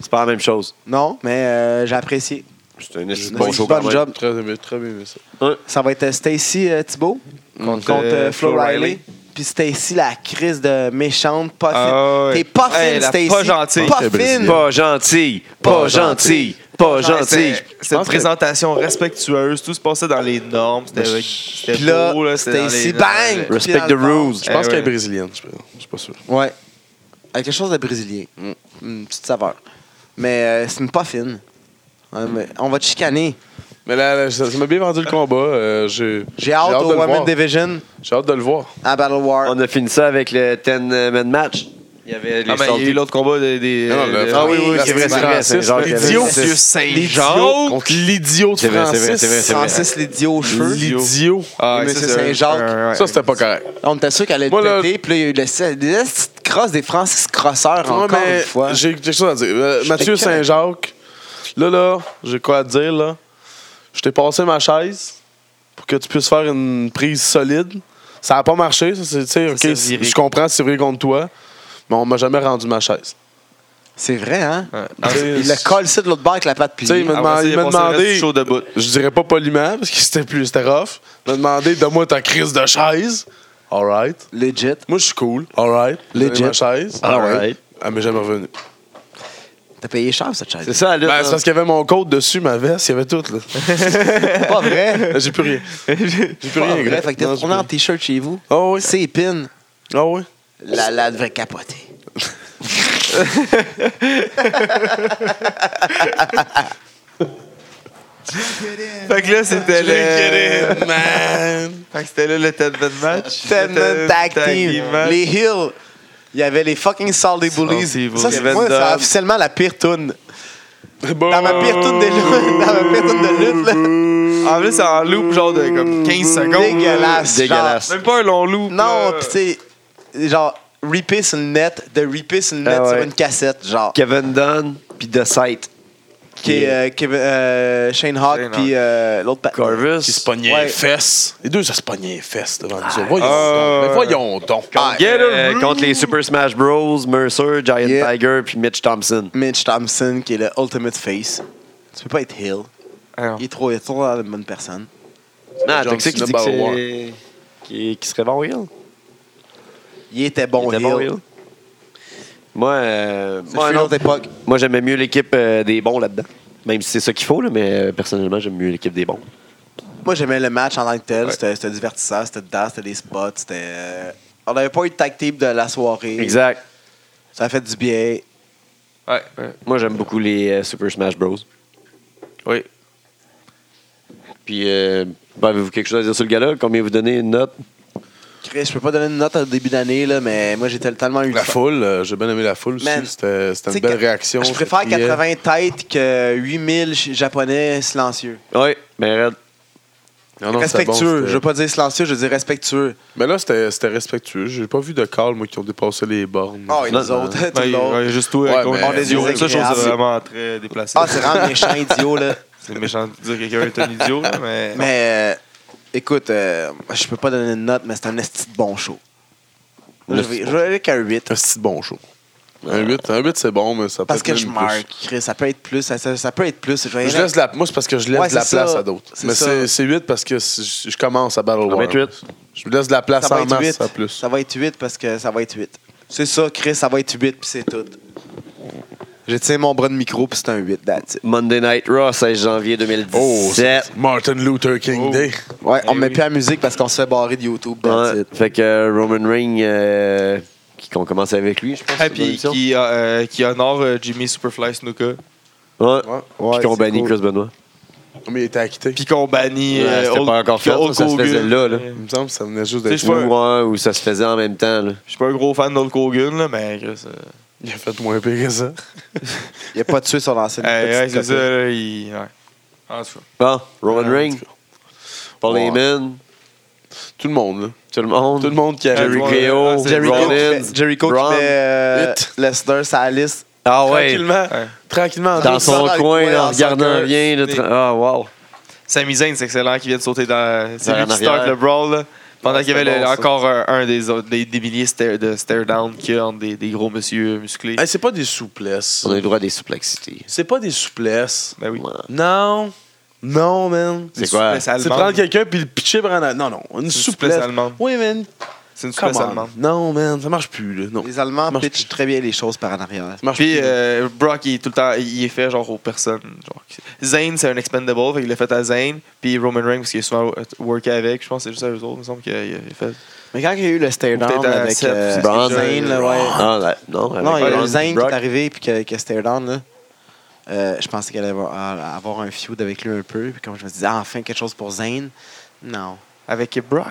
[SPEAKER 1] C'est pas la même chose.
[SPEAKER 3] Non, mais euh, j'ai apprécié.
[SPEAKER 1] C'est un esti de
[SPEAKER 3] Bon
[SPEAKER 1] bon show quand même.
[SPEAKER 3] job. Eh
[SPEAKER 4] Très bien, très bien aimé ça.
[SPEAKER 3] Ça va être Stacy euh, Thibault contre, euh, Flo Riley. Puis Stacy, la crise de méchante, pas fine.
[SPEAKER 2] Ah ouais.
[SPEAKER 3] T'es pas fine,
[SPEAKER 2] Hey, la
[SPEAKER 3] Stacy.
[SPEAKER 2] pas gentille.
[SPEAKER 3] Pas
[SPEAKER 4] Très
[SPEAKER 3] fine.
[SPEAKER 4] brésilienne.
[SPEAKER 1] Pas gentil, pas gentil, pas
[SPEAKER 2] Ouais,
[SPEAKER 1] gentil.
[SPEAKER 2] c'est- C'est une
[SPEAKER 4] pense que-
[SPEAKER 2] présentation respectueuse. Tout se passait dans les normes. C'était
[SPEAKER 3] Puis
[SPEAKER 2] c'était
[SPEAKER 3] là,
[SPEAKER 2] beau. là, c'était dans
[SPEAKER 3] Stacy,
[SPEAKER 2] les-
[SPEAKER 3] bang!
[SPEAKER 1] Respect the
[SPEAKER 3] Puis dans le
[SPEAKER 1] rules.
[SPEAKER 4] Je pense
[SPEAKER 2] Eh
[SPEAKER 4] qu'elle
[SPEAKER 2] ouais.
[SPEAKER 4] est brésilienne, je pense. Je suis pas sûr.
[SPEAKER 3] Ouais. Avec quelque chose de brésilien. Une petite saveur. Mais euh, c'est une pas fine. Ouais, mais on va te chicaner.
[SPEAKER 4] Mais là, là, ça ça m'a bien vendu le combat. euh, j'ai
[SPEAKER 3] J'ai hâte,
[SPEAKER 4] de
[SPEAKER 3] au
[SPEAKER 4] le
[SPEAKER 3] Women
[SPEAKER 4] voir.
[SPEAKER 3] Division
[SPEAKER 4] J'ai hâte de le voir.
[SPEAKER 3] à Battle War.
[SPEAKER 1] On a fini ça avec le 10-man match. Il y avait les
[SPEAKER 2] Ah, mais il y a eu l'autre combat des. des-
[SPEAKER 4] Non, non,
[SPEAKER 2] euh,
[SPEAKER 4] le-
[SPEAKER 2] de-
[SPEAKER 1] Ah oui, oui,
[SPEAKER 4] La
[SPEAKER 1] c'est vrai, c'est
[SPEAKER 4] Francis,
[SPEAKER 1] vrai. c'est Jacques qui avait-
[SPEAKER 4] l'idiot.
[SPEAKER 2] Monsieur
[SPEAKER 3] L'idiot.
[SPEAKER 2] Saint-Jean.
[SPEAKER 4] Contre l'idiot de
[SPEAKER 1] C'est vrai, c'est vrai,
[SPEAKER 4] Francis.
[SPEAKER 1] c'est vrai, c'est vrai.
[SPEAKER 3] Francis l'idiot aux cheveux.
[SPEAKER 4] L'idiot.
[SPEAKER 2] Ah,
[SPEAKER 3] Et
[SPEAKER 2] ça,
[SPEAKER 3] Monsieur
[SPEAKER 2] c'est un-
[SPEAKER 3] Saint-Jacques.
[SPEAKER 2] un- ouais.
[SPEAKER 4] Ça, c'était pas correct.
[SPEAKER 3] On était sûr qu'elle allait
[SPEAKER 4] Moi,
[SPEAKER 3] le
[SPEAKER 4] là-
[SPEAKER 3] péter, puis là, il y a eu le- des petites crosses des Francis Crosseurs
[SPEAKER 4] Ouais,
[SPEAKER 3] encore
[SPEAKER 4] mais
[SPEAKER 3] une fois.
[SPEAKER 4] J'ai quelque chose à dire. Euh,
[SPEAKER 3] Je
[SPEAKER 4] Mathieu
[SPEAKER 3] t'ai correct.
[SPEAKER 4] Saint-Jacques, là, là, j'ai quoi à te dire, là. Je t'ai passé ma chaise pour que tu puisses faire une prise solide. Ça n'a pas marché. ça, c'est- tu sais,
[SPEAKER 2] s'est
[SPEAKER 4] OK, c-
[SPEAKER 2] viré.
[SPEAKER 4] je comprends, c'est vrai contre toi, mais on m'a jamais rendu ma chaise.
[SPEAKER 3] C'est vrai, hein?
[SPEAKER 2] Ouais.
[SPEAKER 3] Il le colle ça de l'autre bord avec la patte
[SPEAKER 4] Tu sais,
[SPEAKER 3] pliée.
[SPEAKER 4] il m'a
[SPEAKER 2] Après
[SPEAKER 4] demandé-
[SPEAKER 2] ça,
[SPEAKER 4] il m'a
[SPEAKER 2] passé le reste
[SPEAKER 4] demandé,
[SPEAKER 2] du show debout.
[SPEAKER 4] je dirais pas poliment, parce que c'était plus, c'était rough. Il m'a demandé, donne-moi ta crise de chaise. All right.
[SPEAKER 3] Legit.
[SPEAKER 4] Moi, je suis cool. All right.
[SPEAKER 3] Legit.
[SPEAKER 4] Donne-moi Ma chaise.
[SPEAKER 1] All right.
[SPEAKER 4] Elle m'est jamais revenue.
[SPEAKER 3] T'as payé cher cette chaise.
[SPEAKER 1] C'est ça,
[SPEAKER 4] Ben,
[SPEAKER 1] là.
[SPEAKER 4] c'est parce qu'il y avait mon code dessus, ma veste, il y avait tout, là.
[SPEAKER 3] [laughs] C'est pas
[SPEAKER 4] [laughs]
[SPEAKER 3] vrai.
[SPEAKER 4] J'ai plus rien. J'ai plus rien, gars.
[SPEAKER 3] Bref, fait que t'es
[SPEAKER 4] Non, j'ai
[SPEAKER 3] retourné
[SPEAKER 4] plus
[SPEAKER 3] en t-shirt chez vous.
[SPEAKER 4] rien. Ah oui.
[SPEAKER 3] C'est épine.
[SPEAKER 4] Ah oui.
[SPEAKER 3] La, la devrait capoter.
[SPEAKER 2] Fait que là, c'était le.
[SPEAKER 4] Get it, man.
[SPEAKER 2] [laughs] Fait que c'était là le Ted Bed Match.
[SPEAKER 3] Tellement
[SPEAKER 2] Le
[SPEAKER 3] tag team.
[SPEAKER 2] match.
[SPEAKER 3] Les Hills. Il y avait les fucking Salty Bullies.
[SPEAKER 2] Salty Bullies.
[SPEAKER 3] Ça, c'est
[SPEAKER 1] Kevin
[SPEAKER 3] moi, c'est
[SPEAKER 1] Dunn.
[SPEAKER 3] officiellement la pire toune.
[SPEAKER 4] Bon.
[SPEAKER 3] Dans ma pire toune de
[SPEAKER 4] Oh.
[SPEAKER 3] lutte. [laughs] Dans ma pire toune de lutte, là.
[SPEAKER 2] En plus, c'est Ah, en loop, genre de comme 15 secondes.
[SPEAKER 3] Dégueulasse.
[SPEAKER 1] Dégueulasse.
[SPEAKER 2] Même pas un long loop.
[SPEAKER 3] Genre, Non,
[SPEAKER 2] là.
[SPEAKER 1] Euh.
[SPEAKER 3] pis tu sais, genre, repeat sur le net, de repeat sur le net
[SPEAKER 1] Ah ouais.
[SPEAKER 3] sur une cassette, genre.
[SPEAKER 1] Kevin Dunn, puis The Sight.
[SPEAKER 3] Qui est euh, Kevin- euh, Shane Hawk,
[SPEAKER 2] Shane
[SPEAKER 3] puis euh, l'autre pat-
[SPEAKER 1] Corvus.
[SPEAKER 4] Qui se pognaient
[SPEAKER 3] Ouais.
[SPEAKER 4] les fesses. Les deux, ça se pognait les fesses devant nous autres. Voyons
[SPEAKER 2] Ah.
[SPEAKER 4] donc. Mais voyons donc.
[SPEAKER 3] Ah,
[SPEAKER 2] Get
[SPEAKER 1] Euh,
[SPEAKER 2] him.
[SPEAKER 1] contre les Super Smash Bros, Mercer, Giant
[SPEAKER 3] Yeah.
[SPEAKER 1] Tiger, puis Mitch Thompson.
[SPEAKER 3] Mitch Thompson, qui est le ultimate face. Tu peux pas être heel.
[SPEAKER 2] Ah non.
[SPEAKER 3] Il est trop, il est trop la bonne personne.
[SPEAKER 1] Non,
[SPEAKER 4] Johnson,
[SPEAKER 1] Toxic, Ah, qui dit que
[SPEAKER 4] number one.
[SPEAKER 1] c'est... Qui, qui serait bon, Will.
[SPEAKER 3] Il était bon
[SPEAKER 1] Il était
[SPEAKER 3] heel.
[SPEAKER 1] bon, Will. Moi, euh,
[SPEAKER 3] C'est
[SPEAKER 1] moi,
[SPEAKER 3] une
[SPEAKER 1] non.
[SPEAKER 3] autre époque.
[SPEAKER 1] Moi, j'aimais mieux l'équipe euh, des bons là-dedans. Même si c'est ça qu'il faut, là, mais euh, personnellement, j'aime mieux l'équipe des bons.
[SPEAKER 3] Moi, j'aimais le match en tant que tel.
[SPEAKER 2] Ouais.
[SPEAKER 3] C'était c'était divertissant, c'était dedans, c'était des spots, c'était... euh, On n'avait pas eu de tag team de la soirée.
[SPEAKER 1] Exact.
[SPEAKER 3] Ça a fait du bien.
[SPEAKER 2] Ouais, ouais.
[SPEAKER 1] Moi, j'aime beaucoup les euh, Super Smash Bros.
[SPEAKER 2] Oui.
[SPEAKER 1] Puis, euh, ben, avez-vous quelque chose à dire sur le gars-là? Combien vous donnez une note?
[SPEAKER 3] Chris, je peux pas donner une note au début d'année, là, mais moi, j'ai tel- tellement eu de
[SPEAKER 4] La
[SPEAKER 3] fun.
[SPEAKER 4] foule, euh, j'ai bien aimé la foule aussi.
[SPEAKER 3] Man,
[SPEAKER 4] C'était c'était
[SPEAKER 3] T'sais,
[SPEAKER 4] une belle
[SPEAKER 3] que-
[SPEAKER 4] réaction.
[SPEAKER 3] Je préfère
[SPEAKER 4] ça criait.
[SPEAKER 3] 80 têtes que 8000 ch- japonais silencieux.
[SPEAKER 1] Oui, mais Ben, Red.
[SPEAKER 4] Non, non, c'était bon,
[SPEAKER 3] respectueux.
[SPEAKER 4] c'était-
[SPEAKER 3] je veux pas dire silencieux, je veux dire respectueux.
[SPEAKER 4] Mais là, c'était c'était respectueux. J'ai pas vu de calme, moi, qui ont dépassé les bornes.
[SPEAKER 3] Ah, et
[SPEAKER 1] Non,
[SPEAKER 3] nous autres, [laughs] tout
[SPEAKER 2] Ben,
[SPEAKER 3] le long.
[SPEAKER 2] ouais, juste toi,
[SPEAKER 4] Ouais,
[SPEAKER 2] avec
[SPEAKER 4] mais-
[SPEAKER 2] Gordon
[SPEAKER 4] On est
[SPEAKER 2] Idiot. Ça, je trouve ça
[SPEAKER 3] désagréable.
[SPEAKER 2] vraiment très déplacé.
[SPEAKER 3] Ah, c'est vraiment méchant, idiot,
[SPEAKER 4] [laughs]
[SPEAKER 3] là.
[SPEAKER 2] c'est méchant de dire que quelqu'un est un idiot, là, mais.
[SPEAKER 3] Mais euh, écoute, euh, je peux pas donner une note, mais c'est un esti de bon show. Je
[SPEAKER 4] Le
[SPEAKER 3] vais, je vais aller avec un 8.
[SPEAKER 4] Un petit bon show. Un 8, un 8 c'est bon, mais ça peut
[SPEAKER 3] Parce
[SPEAKER 4] être
[SPEAKER 3] que
[SPEAKER 4] même
[SPEAKER 3] je
[SPEAKER 4] plus.
[SPEAKER 3] marque, Chris. Ça peut être plus. Ça, ça- ça peut être plus. Je vais
[SPEAKER 4] Je
[SPEAKER 3] aller-
[SPEAKER 4] laisse de la... Moi, c'est parce que je laisse
[SPEAKER 3] Ouais,
[SPEAKER 4] de la
[SPEAKER 3] c'est
[SPEAKER 4] place
[SPEAKER 3] ça.
[SPEAKER 4] à d'autres.
[SPEAKER 3] C'est
[SPEAKER 4] Mais
[SPEAKER 3] ça.
[SPEAKER 4] c'est c'est 8 parce que si- je commence à Battle
[SPEAKER 1] va
[SPEAKER 4] War.
[SPEAKER 1] être huit.
[SPEAKER 4] Je laisse de la place
[SPEAKER 3] ça va
[SPEAKER 4] en
[SPEAKER 3] être
[SPEAKER 4] masse
[SPEAKER 3] 8.
[SPEAKER 4] à plus.
[SPEAKER 3] Ça va être 8 parce que ça va être 8. C'est ça, Chris, ça va être 8 puis c'est tout. J'ai tiré mon bras de micro puis c'est un 8, that's it.
[SPEAKER 1] Monday Night Raw, 16 janvier
[SPEAKER 4] Oh,
[SPEAKER 1] 2017.
[SPEAKER 4] Martin Luther King
[SPEAKER 2] Oh.
[SPEAKER 4] Day.
[SPEAKER 3] Ouais, on
[SPEAKER 2] Eh
[SPEAKER 3] met
[SPEAKER 2] oui.
[SPEAKER 3] plus la musique parce qu'on se fait barrer de YouTube, that's
[SPEAKER 1] Ouais.
[SPEAKER 3] it.
[SPEAKER 1] Fait que euh, Roman Reigns, euh, qui- qu'on commence avec lui, je pense.
[SPEAKER 2] Ah,
[SPEAKER 1] c'est dans
[SPEAKER 2] puis
[SPEAKER 1] l'émission.
[SPEAKER 2] qui, euh, qui honore euh, Jimmy Superfly Snuka.
[SPEAKER 1] Ouais.
[SPEAKER 4] Ouais.
[SPEAKER 3] Ouais,
[SPEAKER 1] Puis qu'on
[SPEAKER 3] c'est
[SPEAKER 1] bannit
[SPEAKER 3] cool.
[SPEAKER 1] Chris Benoit.
[SPEAKER 4] Oh, Mais il était acquitté.
[SPEAKER 2] Puis qu'on bannit.
[SPEAKER 1] Ouais,
[SPEAKER 2] euh,
[SPEAKER 1] c'était
[SPEAKER 2] Hulk-
[SPEAKER 1] pas encore fait, ça,
[SPEAKER 2] Hulk
[SPEAKER 1] ça se
[SPEAKER 2] Hogan.
[SPEAKER 1] faisait là, là.
[SPEAKER 4] Il me semble que ça venait juste
[SPEAKER 2] Tu sais,
[SPEAKER 4] d'être.
[SPEAKER 2] je suis pas un-
[SPEAKER 1] Ou, ouais, ou ça se faisait en même temps. Là.
[SPEAKER 2] Je suis pas un gros fan d'Hulk Hogan, là, mais. Chris, euh,
[SPEAKER 4] Il a fait moins pire que ça.
[SPEAKER 3] Il a pas tué son [laughs] ancienne
[SPEAKER 2] hey,
[SPEAKER 3] petite
[SPEAKER 2] ouais, c'est
[SPEAKER 3] copine.
[SPEAKER 2] ça, là, il. Ouais. En tout cas.
[SPEAKER 1] Bon, Ah, Roman
[SPEAKER 4] Ouais, en
[SPEAKER 1] Reigns,
[SPEAKER 4] tout
[SPEAKER 1] Paul
[SPEAKER 4] Ouais.
[SPEAKER 1] Heyman,
[SPEAKER 4] Tout le monde, là.
[SPEAKER 1] tout le monde.
[SPEAKER 4] Tout le monde qui a
[SPEAKER 2] Ouais,
[SPEAKER 1] Jerry
[SPEAKER 2] ouais, ouais,
[SPEAKER 1] Geo,
[SPEAKER 2] c'est-
[SPEAKER 1] Jerry
[SPEAKER 3] Jericho qui
[SPEAKER 1] Rollins,
[SPEAKER 3] fait- Jericho qui
[SPEAKER 1] Braun.
[SPEAKER 3] met euh, Lesnar sur la liste.
[SPEAKER 1] Ah ouais,
[SPEAKER 4] Tranquillement.
[SPEAKER 2] Ouais.
[SPEAKER 4] Tranquillement. en
[SPEAKER 1] dans
[SPEAKER 4] douce.
[SPEAKER 1] son
[SPEAKER 3] dans
[SPEAKER 1] coin,
[SPEAKER 3] le coin,
[SPEAKER 1] en
[SPEAKER 3] dans son
[SPEAKER 1] regardant
[SPEAKER 3] cœur.
[SPEAKER 1] bien. le tra- Ah, wow.
[SPEAKER 2] Sami Zayn, c'est excellent, qui vient de sauter dans. C'est
[SPEAKER 1] Dans
[SPEAKER 2] lui
[SPEAKER 1] en
[SPEAKER 2] qui start
[SPEAKER 1] arrière.
[SPEAKER 2] le brawl, là. Pendant
[SPEAKER 1] Ouais,
[SPEAKER 2] qu'il y avait
[SPEAKER 1] c'était
[SPEAKER 2] le-
[SPEAKER 1] bon, ça.
[SPEAKER 2] encore un, un des, autres- des, des milliers stare- de stare-down qu'il y a entre des, des gros monsieur musclés.
[SPEAKER 4] Hey, c'est pas des souplesses.
[SPEAKER 1] On a le droit à des souplexité.
[SPEAKER 4] C'est pas des souplesses.
[SPEAKER 2] Ben oui.
[SPEAKER 1] Ouais.
[SPEAKER 4] Non. Non, man.
[SPEAKER 1] C'est quoi?
[SPEAKER 2] souplesses allemandes.
[SPEAKER 4] Ah, C'est prendre quelqu'un puis le pitcher par en arrière. Non, non. Une
[SPEAKER 2] souplesse
[SPEAKER 4] souplesse.
[SPEAKER 2] allemande.
[SPEAKER 4] Oui, man.
[SPEAKER 2] C'est une
[SPEAKER 4] Come
[SPEAKER 2] souplesse
[SPEAKER 4] on.
[SPEAKER 2] allemande.
[SPEAKER 4] Non, man. Ça marche plus, là. Non.
[SPEAKER 3] Les Allemands
[SPEAKER 4] Marche
[SPEAKER 3] pitchent très bien les choses par en arrière.
[SPEAKER 4] Ça marche
[SPEAKER 2] Puis
[SPEAKER 4] plus.
[SPEAKER 2] euh, Brock, il est tout le temps, il est fait genre aux personnes. Genre. Zane, c'est un expendable, fait il l'a fait à Zane. Puis Roman Reigns, parce qu'il est souvent euh, worké avec, je pense que c'est juste à eux autres, il me semble qu'il a il a fait.
[SPEAKER 3] Mais quand il y a eu le stare-down
[SPEAKER 2] Peut-être à
[SPEAKER 3] avec
[SPEAKER 2] sept,
[SPEAKER 3] euh,
[SPEAKER 2] c'est
[SPEAKER 1] Braun.
[SPEAKER 3] Zayn, là, ouais.
[SPEAKER 1] Ah, là, non, avec
[SPEAKER 3] Non, il y a
[SPEAKER 1] Braun,
[SPEAKER 3] eu Zayn qui
[SPEAKER 1] Brock.
[SPEAKER 3] est arrivé puis que, que stare-down, là. Euh, je pensais qu'elle allait avoir, à- avoir un feud avec lui un peu. Puis comme je me disais, Ah, enfin quelque chose pour Zayn. Non.
[SPEAKER 2] Avec Brock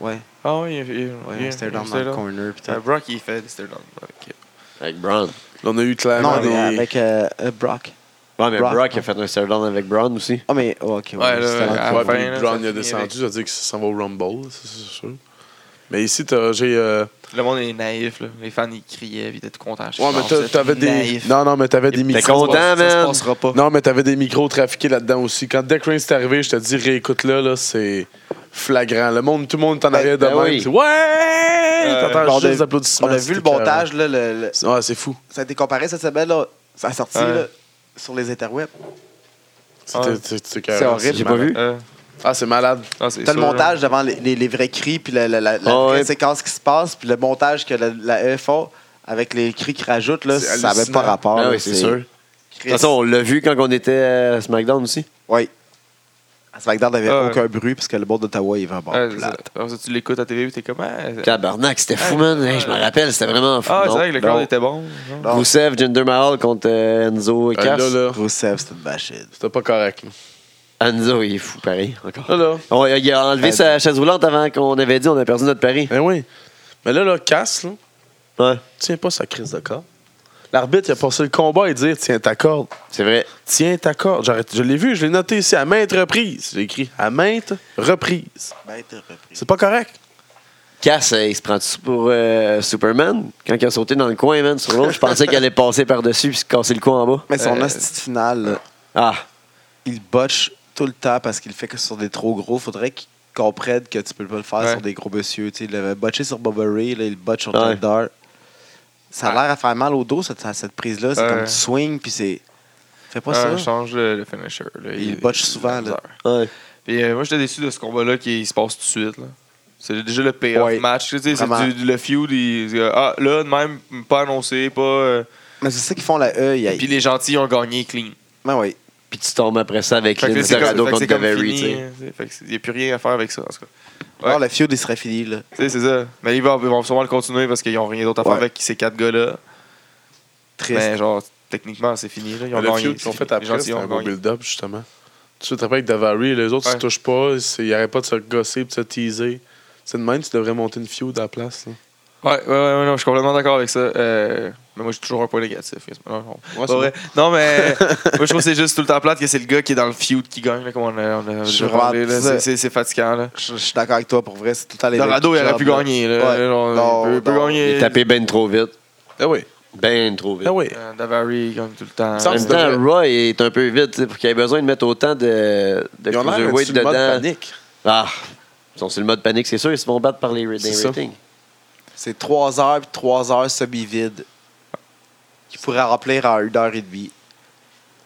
[SPEAKER 3] Ouais,
[SPEAKER 2] Ah oui, il, il,
[SPEAKER 3] ouais,
[SPEAKER 2] il-
[SPEAKER 3] un stare-down
[SPEAKER 2] un
[SPEAKER 3] dans le
[SPEAKER 2] stare-down.
[SPEAKER 3] corner. puis tout.
[SPEAKER 2] Euh, Brock, il fait des stare down avec
[SPEAKER 1] Avec Braun.
[SPEAKER 4] on a eu clairement
[SPEAKER 3] Non, mais
[SPEAKER 4] des.
[SPEAKER 3] avec euh, euh, Brock.
[SPEAKER 1] Ouais, mais
[SPEAKER 3] Brock.
[SPEAKER 1] Brock a fait un stare-down avec Braun aussi.
[SPEAKER 3] Ah, mais oh, ok, ouais.
[SPEAKER 2] Ouais, là,
[SPEAKER 3] c'est avant-
[SPEAKER 2] à la
[SPEAKER 4] Ouais,
[SPEAKER 2] fin,
[SPEAKER 4] puis
[SPEAKER 2] là, ça
[SPEAKER 4] Brown il
[SPEAKER 2] finit
[SPEAKER 4] a
[SPEAKER 2] avec-
[SPEAKER 4] descendu, ça veut dire que ça s'en va au Rumble, ça, c'est sûr. Mais ici, t'as- j'ai. euh,
[SPEAKER 2] Le monde est naïf, là. les fans ils criaient, puis ils étaient contents.
[SPEAKER 4] Ouais, mais t'as- t'avais des. Non, non, mais t'avais des
[SPEAKER 1] T'es
[SPEAKER 4] micros.
[SPEAKER 1] content, man?
[SPEAKER 2] Ça se passera pas.
[SPEAKER 4] Non, mais t'avais des micros trafiqués là-dedans aussi. Quand Deck Rain est arrivé, je te dis, réécoute-le, là, c'est flagrant. Le monde, tout le monde est en
[SPEAKER 1] Ben,
[SPEAKER 4] arrière de
[SPEAKER 1] ben
[SPEAKER 4] même.
[SPEAKER 1] oui.
[SPEAKER 4] C'est, Ouais!
[SPEAKER 2] Euh,
[SPEAKER 4] T'entends
[SPEAKER 3] ben, on
[SPEAKER 4] juste
[SPEAKER 3] a-
[SPEAKER 4] des applaudissements.
[SPEAKER 3] On a vu
[SPEAKER 4] c'est
[SPEAKER 3] le montage, là, le- le-
[SPEAKER 4] écœurant. Ouais, c'est fou.
[SPEAKER 3] ça a été comparé cette semaine, là. Ça a sorti
[SPEAKER 2] Ouais.
[SPEAKER 3] là, sur les interwebs.
[SPEAKER 4] C'est
[SPEAKER 2] Ouais.
[SPEAKER 4] c'est- c'est
[SPEAKER 1] Ah, C'est
[SPEAKER 4] écœurant,
[SPEAKER 1] horrible.
[SPEAKER 4] c'est
[SPEAKER 1] J'ai pas
[SPEAKER 4] malade.
[SPEAKER 1] vu.
[SPEAKER 2] Euh,
[SPEAKER 4] Ah, c'est malade.
[SPEAKER 2] ah, c'est
[SPEAKER 3] T'as le
[SPEAKER 2] sûr,
[SPEAKER 3] montage devant les, les- les vrais cris, puis la, la- la- la
[SPEAKER 1] hein. Ah
[SPEAKER 3] vraie
[SPEAKER 1] ouais.
[SPEAKER 3] séquence qui se passe, puis le montage que la, la E font avec les cris qu'ils rajoutent, là,
[SPEAKER 4] C'est
[SPEAKER 3] ça n'avait
[SPEAKER 4] hallucinant.
[SPEAKER 3] pas rapport.
[SPEAKER 1] Ah
[SPEAKER 3] là,
[SPEAKER 1] oui, c'est sûr. De
[SPEAKER 3] Chris.
[SPEAKER 1] toute façon, on l'a vu quand on était à SmackDown aussi.
[SPEAKER 3] Oui. À SmackDown, n'avait
[SPEAKER 2] Ah ouais.
[SPEAKER 3] aucun bruit, parce que le bord d'Ottawa, il va
[SPEAKER 2] ouais.
[SPEAKER 3] bon.
[SPEAKER 2] Ouais,
[SPEAKER 3] plate.
[SPEAKER 2] c'est- alors, ça, tu l'écoutes à TV et t'es comme. Ah, c'est-
[SPEAKER 1] Tabarnak, c'était fou, man. Hey, je me rappelle, c'était vraiment fou.
[SPEAKER 2] ah, c'est
[SPEAKER 1] Non.
[SPEAKER 2] vrai que le crowd
[SPEAKER 1] Non.
[SPEAKER 2] était bon. non?
[SPEAKER 3] Non,
[SPEAKER 1] Rousseff, Jinder Mahal contre euh, Enzo et
[SPEAKER 4] Euh,
[SPEAKER 1] Cass.
[SPEAKER 4] là, là,
[SPEAKER 3] Rousseff, c'est une machine.
[SPEAKER 4] c'était pas correct.
[SPEAKER 1] Enzo, il est fou, pareil, encore.
[SPEAKER 4] Là, là.
[SPEAKER 1] On- euh, il a enlevé
[SPEAKER 3] Ben,
[SPEAKER 1] sa chaise roulante avant qu'on avait dit on a perdu notre pari.
[SPEAKER 4] Ben oui. Mais là, là, casse, là.
[SPEAKER 1] Ouais,
[SPEAKER 4] Tiens pas sa crise de corps. L'arbitre, il a passé le combat et dire Tiens ta corde.
[SPEAKER 1] c'est vrai.
[SPEAKER 4] Tiens ta corde. J'arrête- Je l'ai vu, je l'ai noté ici à maintes reprises. J'ai écrit à maintes reprises.
[SPEAKER 3] Maintes reprises.
[SPEAKER 4] C'est pas correct.
[SPEAKER 1] Cass, euh, il se prend dessus pour euh, Superman. Quand il a sauté dans le coin, man, sur l'autre, je pensais qu'il allait passer par-dessus puis se casser le coin en bas.
[SPEAKER 3] Mais son
[SPEAKER 2] Euh,
[SPEAKER 3] hostie de finale, là,
[SPEAKER 1] Ah,
[SPEAKER 3] il botche tout le temps parce qu'il fait que sur des trop gros. Faudrait qu'il comprenne que tu peux pas le faire
[SPEAKER 2] Ouais.
[SPEAKER 3] sur des gros messieurs. Tu sais, il l'avait botché sur Bobby Ray, là, il le botche sur
[SPEAKER 1] Ouais.
[SPEAKER 3] Jack Dar. Ça a l'air à faire mal au dos, cette, cette prise-là. C'est
[SPEAKER 2] Ouais.
[SPEAKER 3] comme tu swings, puis c'est. Fais pas
[SPEAKER 2] Ah,
[SPEAKER 3] ça.
[SPEAKER 2] change le, le finisher. là.
[SPEAKER 3] Il botche souvent, là.
[SPEAKER 1] ouais.
[SPEAKER 2] Puis, euh, moi, j'étais déçu de ce combat-là qui se passe tout de suite. là. C'est déjà le payoff
[SPEAKER 3] Ouais.
[SPEAKER 2] match. tu sais,
[SPEAKER 3] Vraiment.
[SPEAKER 2] C'est du- du- le feud. il- il- ah, là, de même, pas annoncé, pas. euh,
[SPEAKER 3] Mais c'est ça qu'ils font la E. Il y a...
[SPEAKER 2] Puis les gentils ont gagné clean.
[SPEAKER 3] Ben oui.
[SPEAKER 1] Puis tu tombes après ça avec
[SPEAKER 2] Fait que là,
[SPEAKER 1] Lince
[SPEAKER 2] c'est comme,
[SPEAKER 1] Dorado
[SPEAKER 2] fait que
[SPEAKER 1] contre
[SPEAKER 2] c'est comme
[SPEAKER 1] Avery, tu
[SPEAKER 2] fini.
[SPEAKER 1] sais.
[SPEAKER 2] euh, fait que c'est- y a plus rien à faire avec ça, en tout cas. Ouais.
[SPEAKER 3] Alors, le feud, il serait fini, là.
[SPEAKER 2] Tu sais, c'est ça. Mais ils vont, ils vont sûrement le continuer parce qu'ils n'ont rien d'autre à faire
[SPEAKER 3] Ouais.
[SPEAKER 2] avec ces quatre gars-là.
[SPEAKER 3] Triste.
[SPEAKER 2] Mais genre, techniquement, c'est fini. Là. Ils ont
[SPEAKER 4] le
[SPEAKER 2] gagné.
[SPEAKER 4] feud qu'ils ont fait après,
[SPEAKER 2] ils
[SPEAKER 4] c'était
[SPEAKER 2] ont
[SPEAKER 4] un beau
[SPEAKER 2] gagné.
[SPEAKER 4] build-up, justement. Tu sais, t'as pas avec Davari, les autres, ils se
[SPEAKER 2] Ouais.
[SPEAKER 4] touchent pas, c'est- ils arrêtent pas de se gosser, de se teaser. C'est de même, tu devrais monter une feud à la place. là.
[SPEAKER 2] Ouais, ouais, ouais, ouais, non, je suis complètement d'accord avec ça. Euh, mais moi, j'ai toujours un point négatif. Non, non, pas
[SPEAKER 4] Ouais, c'est
[SPEAKER 2] vrai. non
[SPEAKER 3] [laughs]
[SPEAKER 2] mais moi, je trouve que c'est juste tout le temps plate que c'est le gars qui est dans le feud qui gagne, là, comme on a, on a
[SPEAKER 3] Je
[SPEAKER 2] déjà
[SPEAKER 3] suis
[SPEAKER 2] parlé,
[SPEAKER 3] vraiment-
[SPEAKER 2] là. C'est-
[SPEAKER 3] c'est-
[SPEAKER 2] C'est c'est fatigant, là.
[SPEAKER 3] Je, je suis d'accord avec toi, pour vrai. C'est tout le temps les
[SPEAKER 2] Dorado, il
[SPEAKER 3] mêmes
[SPEAKER 2] aurait
[SPEAKER 3] jobs,
[SPEAKER 2] pu
[SPEAKER 3] là.
[SPEAKER 2] gagner. Là.
[SPEAKER 3] Ouais.
[SPEAKER 2] Genre,
[SPEAKER 3] Non,
[SPEAKER 2] il peut- il peut
[SPEAKER 3] non.
[SPEAKER 1] Il est
[SPEAKER 2] gagner.
[SPEAKER 1] tapé ben trop vite.
[SPEAKER 4] Ah oui.
[SPEAKER 1] Ben trop vite.
[SPEAKER 4] Ah oui.
[SPEAKER 2] Euh, Davari gagne tout le temps.
[SPEAKER 4] Ça,
[SPEAKER 1] En même
[SPEAKER 4] c'est
[SPEAKER 1] temps,
[SPEAKER 4] vrai.
[SPEAKER 1] Roy est un peu vite tu sais, pour qu'il ait besoin de mettre autant de, de
[SPEAKER 4] Ils ont
[SPEAKER 2] Ben
[SPEAKER 4] l'air
[SPEAKER 1] cruiserweight
[SPEAKER 4] d'être sur le mode
[SPEAKER 1] dedans.
[SPEAKER 4] panique.
[SPEAKER 1] Ah, ils sont sur le mode panique, c'est sûr. Ils se font battre par les ra-
[SPEAKER 4] C'est
[SPEAKER 1] des
[SPEAKER 4] ça.
[SPEAKER 1] ratings.
[SPEAKER 3] C'est 3 heures puis 3 heures semi-vides qui pourraient remplir en 1 heure et demie.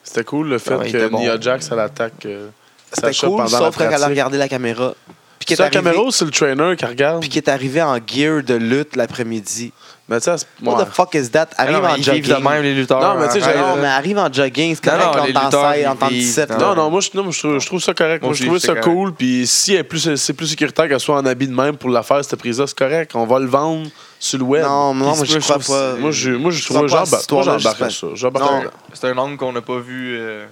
[SPEAKER 4] C'était cool le fait
[SPEAKER 2] Ah, il
[SPEAKER 4] que
[SPEAKER 2] était bon.
[SPEAKER 4] Nia Jax, elle attaque euh,
[SPEAKER 3] C'était
[SPEAKER 4] Sacha
[SPEAKER 3] cool,
[SPEAKER 4] pendant la
[SPEAKER 3] sauf quand elle a
[SPEAKER 4] pratique.
[SPEAKER 3] regardé la caméra. Puis qui
[SPEAKER 4] C'est
[SPEAKER 3] est,
[SPEAKER 4] la
[SPEAKER 3] arrivé,
[SPEAKER 4] caméra ou c'est le trainer qui regarde?
[SPEAKER 3] puis qui est arrivé en gear de lutte l'après-midi.
[SPEAKER 4] Mais tu sais, elle se-
[SPEAKER 3] What
[SPEAKER 4] ouais.
[SPEAKER 3] the fuck is that?
[SPEAKER 2] Ah non,
[SPEAKER 3] Arrive
[SPEAKER 2] mais
[SPEAKER 3] en
[SPEAKER 2] ils
[SPEAKER 3] jogging. Ah
[SPEAKER 2] vivent de même, les lutteurs. hein.
[SPEAKER 4] Non, mais tu sais,
[SPEAKER 2] Arrête,
[SPEAKER 4] j'ai-
[SPEAKER 3] non,
[SPEAKER 2] là.
[SPEAKER 3] mais arrive en jogging, c'est
[SPEAKER 2] Non,
[SPEAKER 3] correct,
[SPEAKER 2] non,
[SPEAKER 3] on
[SPEAKER 2] les
[SPEAKER 3] t'en
[SPEAKER 2] lutteurs,
[SPEAKER 3] sait, on
[SPEAKER 2] ils
[SPEAKER 3] t'en
[SPEAKER 2] vivent
[SPEAKER 3] 17.
[SPEAKER 2] dans-
[SPEAKER 4] Non, non, moi, je, non, moi, je trouve, je trouve ça correct.
[SPEAKER 2] Moi,
[SPEAKER 4] Moi,
[SPEAKER 2] je
[SPEAKER 4] je trouvais
[SPEAKER 2] dis,
[SPEAKER 4] ça
[SPEAKER 2] c'est correct.
[SPEAKER 4] cool. Puis si elle est plus, c'est plus sécuritaire qu'elle soit en habit de même pour la faire, cette prise-là, c'est correct. On va le vendre sur le web.
[SPEAKER 3] Non, non,
[SPEAKER 2] Puis
[SPEAKER 3] moi,
[SPEAKER 2] moi,
[SPEAKER 3] je
[SPEAKER 2] je
[SPEAKER 3] crois
[SPEAKER 2] trouve
[SPEAKER 3] pas.
[SPEAKER 2] c'est-
[SPEAKER 4] Moi, je, moi, je
[SPEAKER 3] Je crois
[SPEAKER 4] trouve
[SPEAKER 3] pas à
[SPEAKER 4] j'embarque
[SPEAKER 3] cette histoire-là,
[SPEAKER 4] j'embarque à ça.
[SPEAKER 3] justement.
[SPEAKER 4] J'embarque
[SPEAKER 3] Non.
[SPEAKER 4] là.
[SPEAKER 2] C'est un angle qu'on n'a pas vu. euh,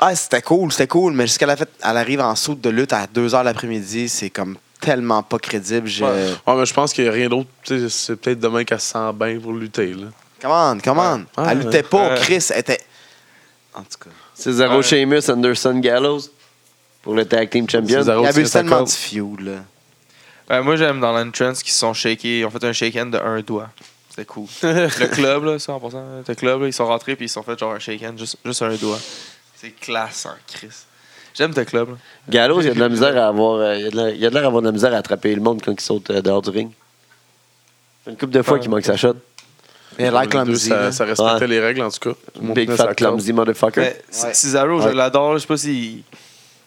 [SPEAKER 3] Ah, c'était cool, c'était cool, mais jusqu'à la fête, elle arrive en saut de lutte à 2 heures l'après-midi, c'est comme tellement pas crédible. Je...
[SPEAKER 4] Ouais. Ouais, Ah, mais je pense qu'il n'y a rien d'autre. Tu sais, C'est peut-être demain qu'elle se sent bien pour lutter. Là.
[SPEAKER 3] Come on, come on.
[SPEAKER 4] Ouais.
[SPEAKER 3] Elle luttait pas,
[SPEAKER 2] Ouais.
[SPEAKER 3] Chris, elle était... En tout cas...
[SPEAKER 1] Cesaro
[SPEAKER 2] Ouais.
[SPEAKER 1] Sheamus, Anderson Gallows pour le Tag Team Champion.
[SPEAKER 4] Cesaro.
[SPEAKER 3] Il
[SPEAKER 4] Road,
[SPEAKER 3] abuse
[SPEAKER 4] Oh, c'est
[SPEAKER 3] tellement
[SPEAKER 4] encore-
[SPEAKER 3] du feud, là.
[SPEAKER 2] ben, moi, j'aime dans l'entrance qu'ils se sont shakés. Ils ont fait un shake-hand de un
[SPEAKER 3] [laughs]
[SPEAKER 2] doigt. C'était cool. le club, là, 100%. Le club, là, ils sont rentrés puis ils se sont fait genre un shake-hand, juste, juste un doigt. C'est classe, hein, Chris. J'aime ce club. là.
[SPEAKER 1] Gallows, il a de la misère à avoir. euh, Il a de la- il a de l'air à avoir de la misère à attraper le monde quand il saute euh, dehors du ring. Une couple de fois
[SPEAKER 2] Ouais.
[SPEAKER 1] qu'il manque sa shot.
[SPEAKER 3] Mais like
[SPEAKER 4] Les deux,
[SPEAKER 3] clumsy, là.
[SPEAKER 4] Ça, ça respectait
[SPEAKER 1] Ouais.
[SPEAKER 4] les règles, en tout cas. Tout le monde
[SPEAKER 1] Big
[SPEAKER 4] tenait
[SPEAKER 1] fat
[SPEAKER 4] sa corde.
[SPEAKER 1] clumsy motherfucker.
[SPEAKER 2] Mais C-
[SPEAKER 3] Ouais.
[SPEAKER 2] Cesaro, je
[SPEAKER 1] Ouais.
[SPEAKER 2] l'adore. là. Je sais pas s'il.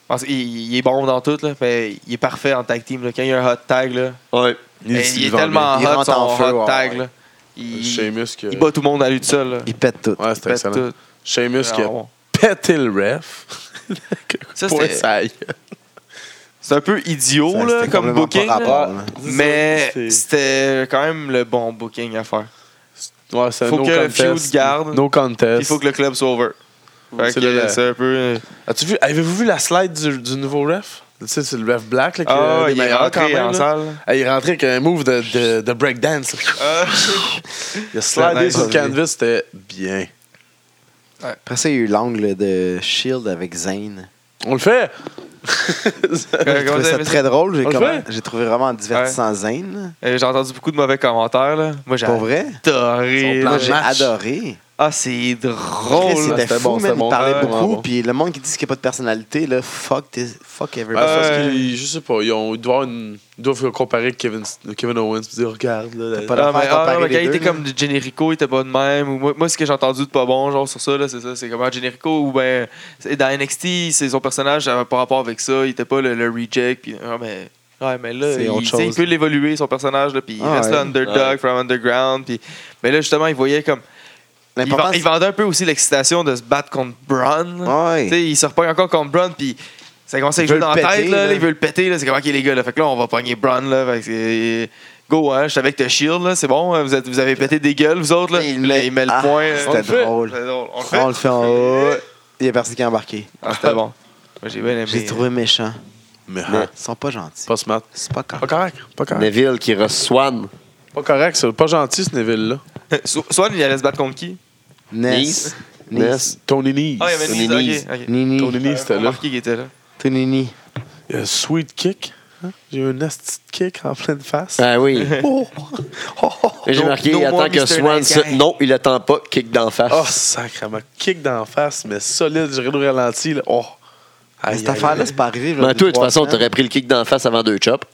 [SPEAKER 2] parce qu'il- il est bon dans tout, là, mais il est parfait en tag team. là. Quand il y a un hot tag, là,
[SPEAKER 1] Ouais.
[SPEAKER 2] il,
[SPEAKER 4] s'y
[SPEAKER 2] est
[SPEAKER 4] vend
[SPEAKER 2] tellement
[SPEAKER 3] bien. Il
[SPEAKER 2] hot
[SPEAKER 3] rentre
[SPEAKER 2] son
[SPEAKER 3] en feu,
[SPEAKER 2] hot
[SPEAKER 3] ouais,
[SPEAKER 2] tag.
[SPEAKER 3] ouais.
[SPEAKER 2] là.
[SPEAKER 4] bien.
[SPEAKER 2] Il,
[SPEAKER 4] Sheamus qui.
[SPEAKER 2] il bat tout le monde à lui tout seul. là.
[SPEAKER 3] Il pète tout.
[SPEAKER 4] Ouais, c'était
[SPEAKER 2] pète
[SPEAKER 4] excellent.
[SPEAKER 2] tout.
[SPEAKER 4] Sheamus qui a
[SPEAKER 2] Ah, ouais.
[SPEAKER 4] pété le ref.
[SPEAKER 2] Ça,
[SPEAKER 4] Point
[SPEAKER 2] c'était-
[SPEAKER 4] ça y est.
[SPEAKER 2] C'est un peu idiot
[SPEAKER 3] Ça,
[SPEAKER 2] là,
[SPEAKER 3] c'était
[SPEAKER 2] comme
[SPEAKER 3] complètement
[SPEAKER 2] booking.
[SPEAKER 3] pas
[SPEAKER 2] là.
[SPEAKER 3] rapport, là.
[SPEAKER 2] Mais
[SPEAKER 4] C'est-
[SPEAKER 2] c'était quand même le bon booking à faire.
[SPEAKER 4] Ouais, c'est un
[SPEAKER 2] Faut
[SPEAKER 4] no
[SPEAKER 2] que le
[SPEAKER 4] contest.
[SPEAKER 2] feud garde.
[SPEAKER 4] No contest.
[SPEAKER 2] Il faut que le club soit over. Fait
[SPEAKER 4] C'est
[SPEAKER 2] que,
[SPEAKER 4] le-
[SPEAKER 2] C'est un peu. euh,
[SPEAKER 4] As-tu vu, avez-vous vu la slide du, du nouveau ref? Tu sais, c'est le ref black, là, qui
[SPEAKER 2] Ah,
[SPEAKER 4] a euh, des
[SPEAKER 2] il est
[SPEAKER 4] meilleurs quand
[SPEAKER 2] rentré
[SPEAKER 4] même,
[SPEAKER 2] en
[SPEAKER 4] là. [laughs]
[SPEAKER 2] salle.
[SPEAKER 4] Ah, il est rentré avec un move de, de, de breakdance. là.
[SPEAKER 2] Ah.
[SPEAKER 4] Il a slidé
[SPEAKER 2] nice,
[SPEAKER 4] sur le
[SPEAKER 2] ça,
[SPEAKER 4] canvas, c'était bien.
[SPEAKER 3] Après ça, il y a eu l'angle de Shield avec Zane.
[SPEAKER 4] On
[SPEAKER 2] [laughs]
[SPEAKER 4] le fait!
[SPEAKER 3] J'ai trouvé
[SPEAKER 2] Comment
[SPEAKER 3] ça
[SPEAKER 2] t'as
[SPEAKER 3] très drôle. J'ai
[SPEAKER 4] On le
[SPEAKER 3] comment-
[SPEAKER 4] fait?
[SPEAKER 3] j'ai trouvé vraiment divertissant Zane.
[SPEAKER 2] Euh, J'ai entendu beaucoup de mauvais commentaires. Là. Moi, j'ai
[SPEAKER 3] Pour vrai?
[SPEAKER 2] adoré.
[SPEAKER 3] Moi,
[SPEAKER 2] là.
[SPEAKER 3] J'ai adoré.
[SPEAKER 2] Ah, c'est drôle.
[SPEAKER 3] Chris, C'était
[SPEAKER 4] c'était
[SPEAKER 3] fou,
[SPEAKER 4] bon,
[SPEAKER 3] man.
[SPEAKER 4] c'était bon.
[SPEAKER 3] Il parlait
[SPEAKER 2] Ouais,
[SPEAKER 3] beaucoup.
[SPEAKER 4] ouais, ouais.
[SPEAKER 3] Puis le monde qui dit qu'il n'y a pas de personnalité, là, fuck, tes- fuck everybody.
[SPEAKER 4] Ben, c'est parce
[SPEAKER 2] Ouais.
[SPEAKER 4] qu'ils, je sais pas, ils, ont, ils doivent avoir une- ils doivent comparer Kevin, Kevin Owens et dire regarde là,
[SPEAKER 3] T'as
[SPEAKER 4] là,
[SPEAKER 3] pas
[SPEAKER 2] Ah,
[SPEAKER 3] d'affaire
[SPEAKER 2] mais,
[SPEAKER 3] à
[SPEAKER 2] ah, non,
[SPEAKER 3] comparer
[SPEAKER 2] mais quand il
[SPEAKER 3] les deux,
[SPEAKER 2] était
[SPEAKER 3] là.
[SPEAKER 2] comme Generico, il était pas de même. Ou moi, moi, ce que j'ai entendu de pas bon, genre sur ça, là, c'est ça. C'est comme ah, Generico, ou ben, c'est- dans NXT, c'est son personnage ça avait pas rapport avec ça. Il était pas le, le reject. Puis, ah, mais, ouais, mais là,
[SPEAKER 3] C'est
[SPEAKER 2] il,
[SPEAKER 3] autre
[SPEAKER 2] tu sais, il
[SPEAKER 3] chose.
[SPEAKER 2] peut l'évoluer, son personnage. Là, puis il
[SPEAKER 3] Ah,
[SPEAKER 2] reste
[SPEAKER 3] ouais.
[SPEAKER 2] là, underdog, from underground. Puis, mais là, justement, il voyait comme. Il,
[SPEAKER 3] L'important,
[SPEAKER 2] vend- il vendait un peu aussi l'excitation de se battre contre Braun. là.
[SPEAKER 3] Ouais.
[SPEAKER 2] Tu sais, il se repogne encore contre Braun, puis ça commence à
[SPEAKER 3] Il
[SPEAKER 2] jouer
[SPEAKER 3] veut
[SPEAKER 2] dans
[SPEAKER 3] le
[SPEAKER 2] la
[SPEAKER 3] péter,
[SPEAKER 2] tête, là,
[SPEAKER 3] là.
[SPEAKER 2] là, il veut le péter, là, c'est comme, ok les gars, là, fait que là, on va pogner Braun, là, fait que c'est- Go, hein, je suis avec The Shield, là, c'est bon, hein, vous, êtes- vous avez pété des gueules, vous autres, là.
[SPEAKER 3] Il
[SPEAKER 2] Puis là,
[SPEAKER 3] met-
[SPEAKER 2] il met le
[SPEAKER 3] Ah,
[SPEAKER 2] point. là.
[SPEAKER 3] c'était
[SPEAKER 2] On le fait.
[SPEAKER 3] drôle.
[SPEAKER 2] C'est drôle. On le fait.
[SPEAKER 3] On le fait en haut. Il y a personne qui est embarqué.
[SPEAKER 2] Ah, c'était bon. Moi, j'ai bien aimé.
[SPEAKER 3] J'ai trouvé méchant. Ah,
[SPEAKER 4] mais hein,
[SPEAKER 3] Ils sont pas gentils.
[SPEAKER 4] pas smart.
[SPEAKER 3] C'est pas quand.
[SPEAKER 4] Pas correct, pas correct.
[SPEAKER 1] Neville qui reçoit Swan.
[SPEAKER 4] Pas correct, c'est pas gentil ce Neville là.
[SPEAKER 2] [laughs] So- Swan, il allait se battre contre qui
[SPEAKER 3] Ness. Ness.
[SPEAKER 1] Ness.
[SPEAKER 4] Tony Nese.
[SPEAKER 2] Ah, il y avait
[SPEAKER 1] Tony
[SPEAKER 2] Nisa,
[SPEAKER 1] Nise.
[SPEAKER 2] ok, ok.
[SPEAKER 3] Nini.
[SPEAKER 4] Tony Nese
[SPEAKER 2] J'ai
[SPEAKER 4] était là.
[SPEAKER 2] remarqué qu'il était là.
[SPEAKER 3] Tonini.
[SPEAKER 4] Ah, Il y a un sweet kick. hein? J'ai eu un nasty kick en pleine face.
[SPEAKER 1] Ah oui.
[SPEAKER 4] [laughs] Oh, oh, oh.
[SPEAKER 1] Et J'ai
[SPEAKER 2] No-
[SPEAKER 1] marqué,
[SPEAKER 2] no
[SPEAKER 1] il
[SPEAKER 2] more
[SPEAKER 1] attend que
[SPEAKER 2] Mr.
[SPEAKER 1] Swan
[SPEAKER 2] Nice
[SPEAKER 1] se...
[SPEAKER 2] Guy.
[SPEAKER 1] Non, il attend pas, kick d'en face.
[SPEAKER 3] Ah,
[SPEAKER 4] Oh, sacrément. Kick d'en face, mais solide. J'ai regardé au ralenti. Là. Oh.
[SPEAKER 3] Mais
[SPEAKER 4] Aïe,
[SPEAKER 3] Cette
[SPEAKER 4] aïe,
[SPEAKER 3] affaire-là,
[SPEAKER 4] aïe.
[SPEAKER 3] c'est pas arrivé.
[SPEAKER 1] Mais
[SPEAKER 3] là,
[SPEAKER 1] toi,
[SPEAKER 3] deux,
[SPEAKER 1] de toute
[SPEAKER 3] trois
[SPEAKER 1] façon,
[SPEAKER 3] semaines.
[SPEAKER 1] t'aurais pris le kick d'en face avant deux chops.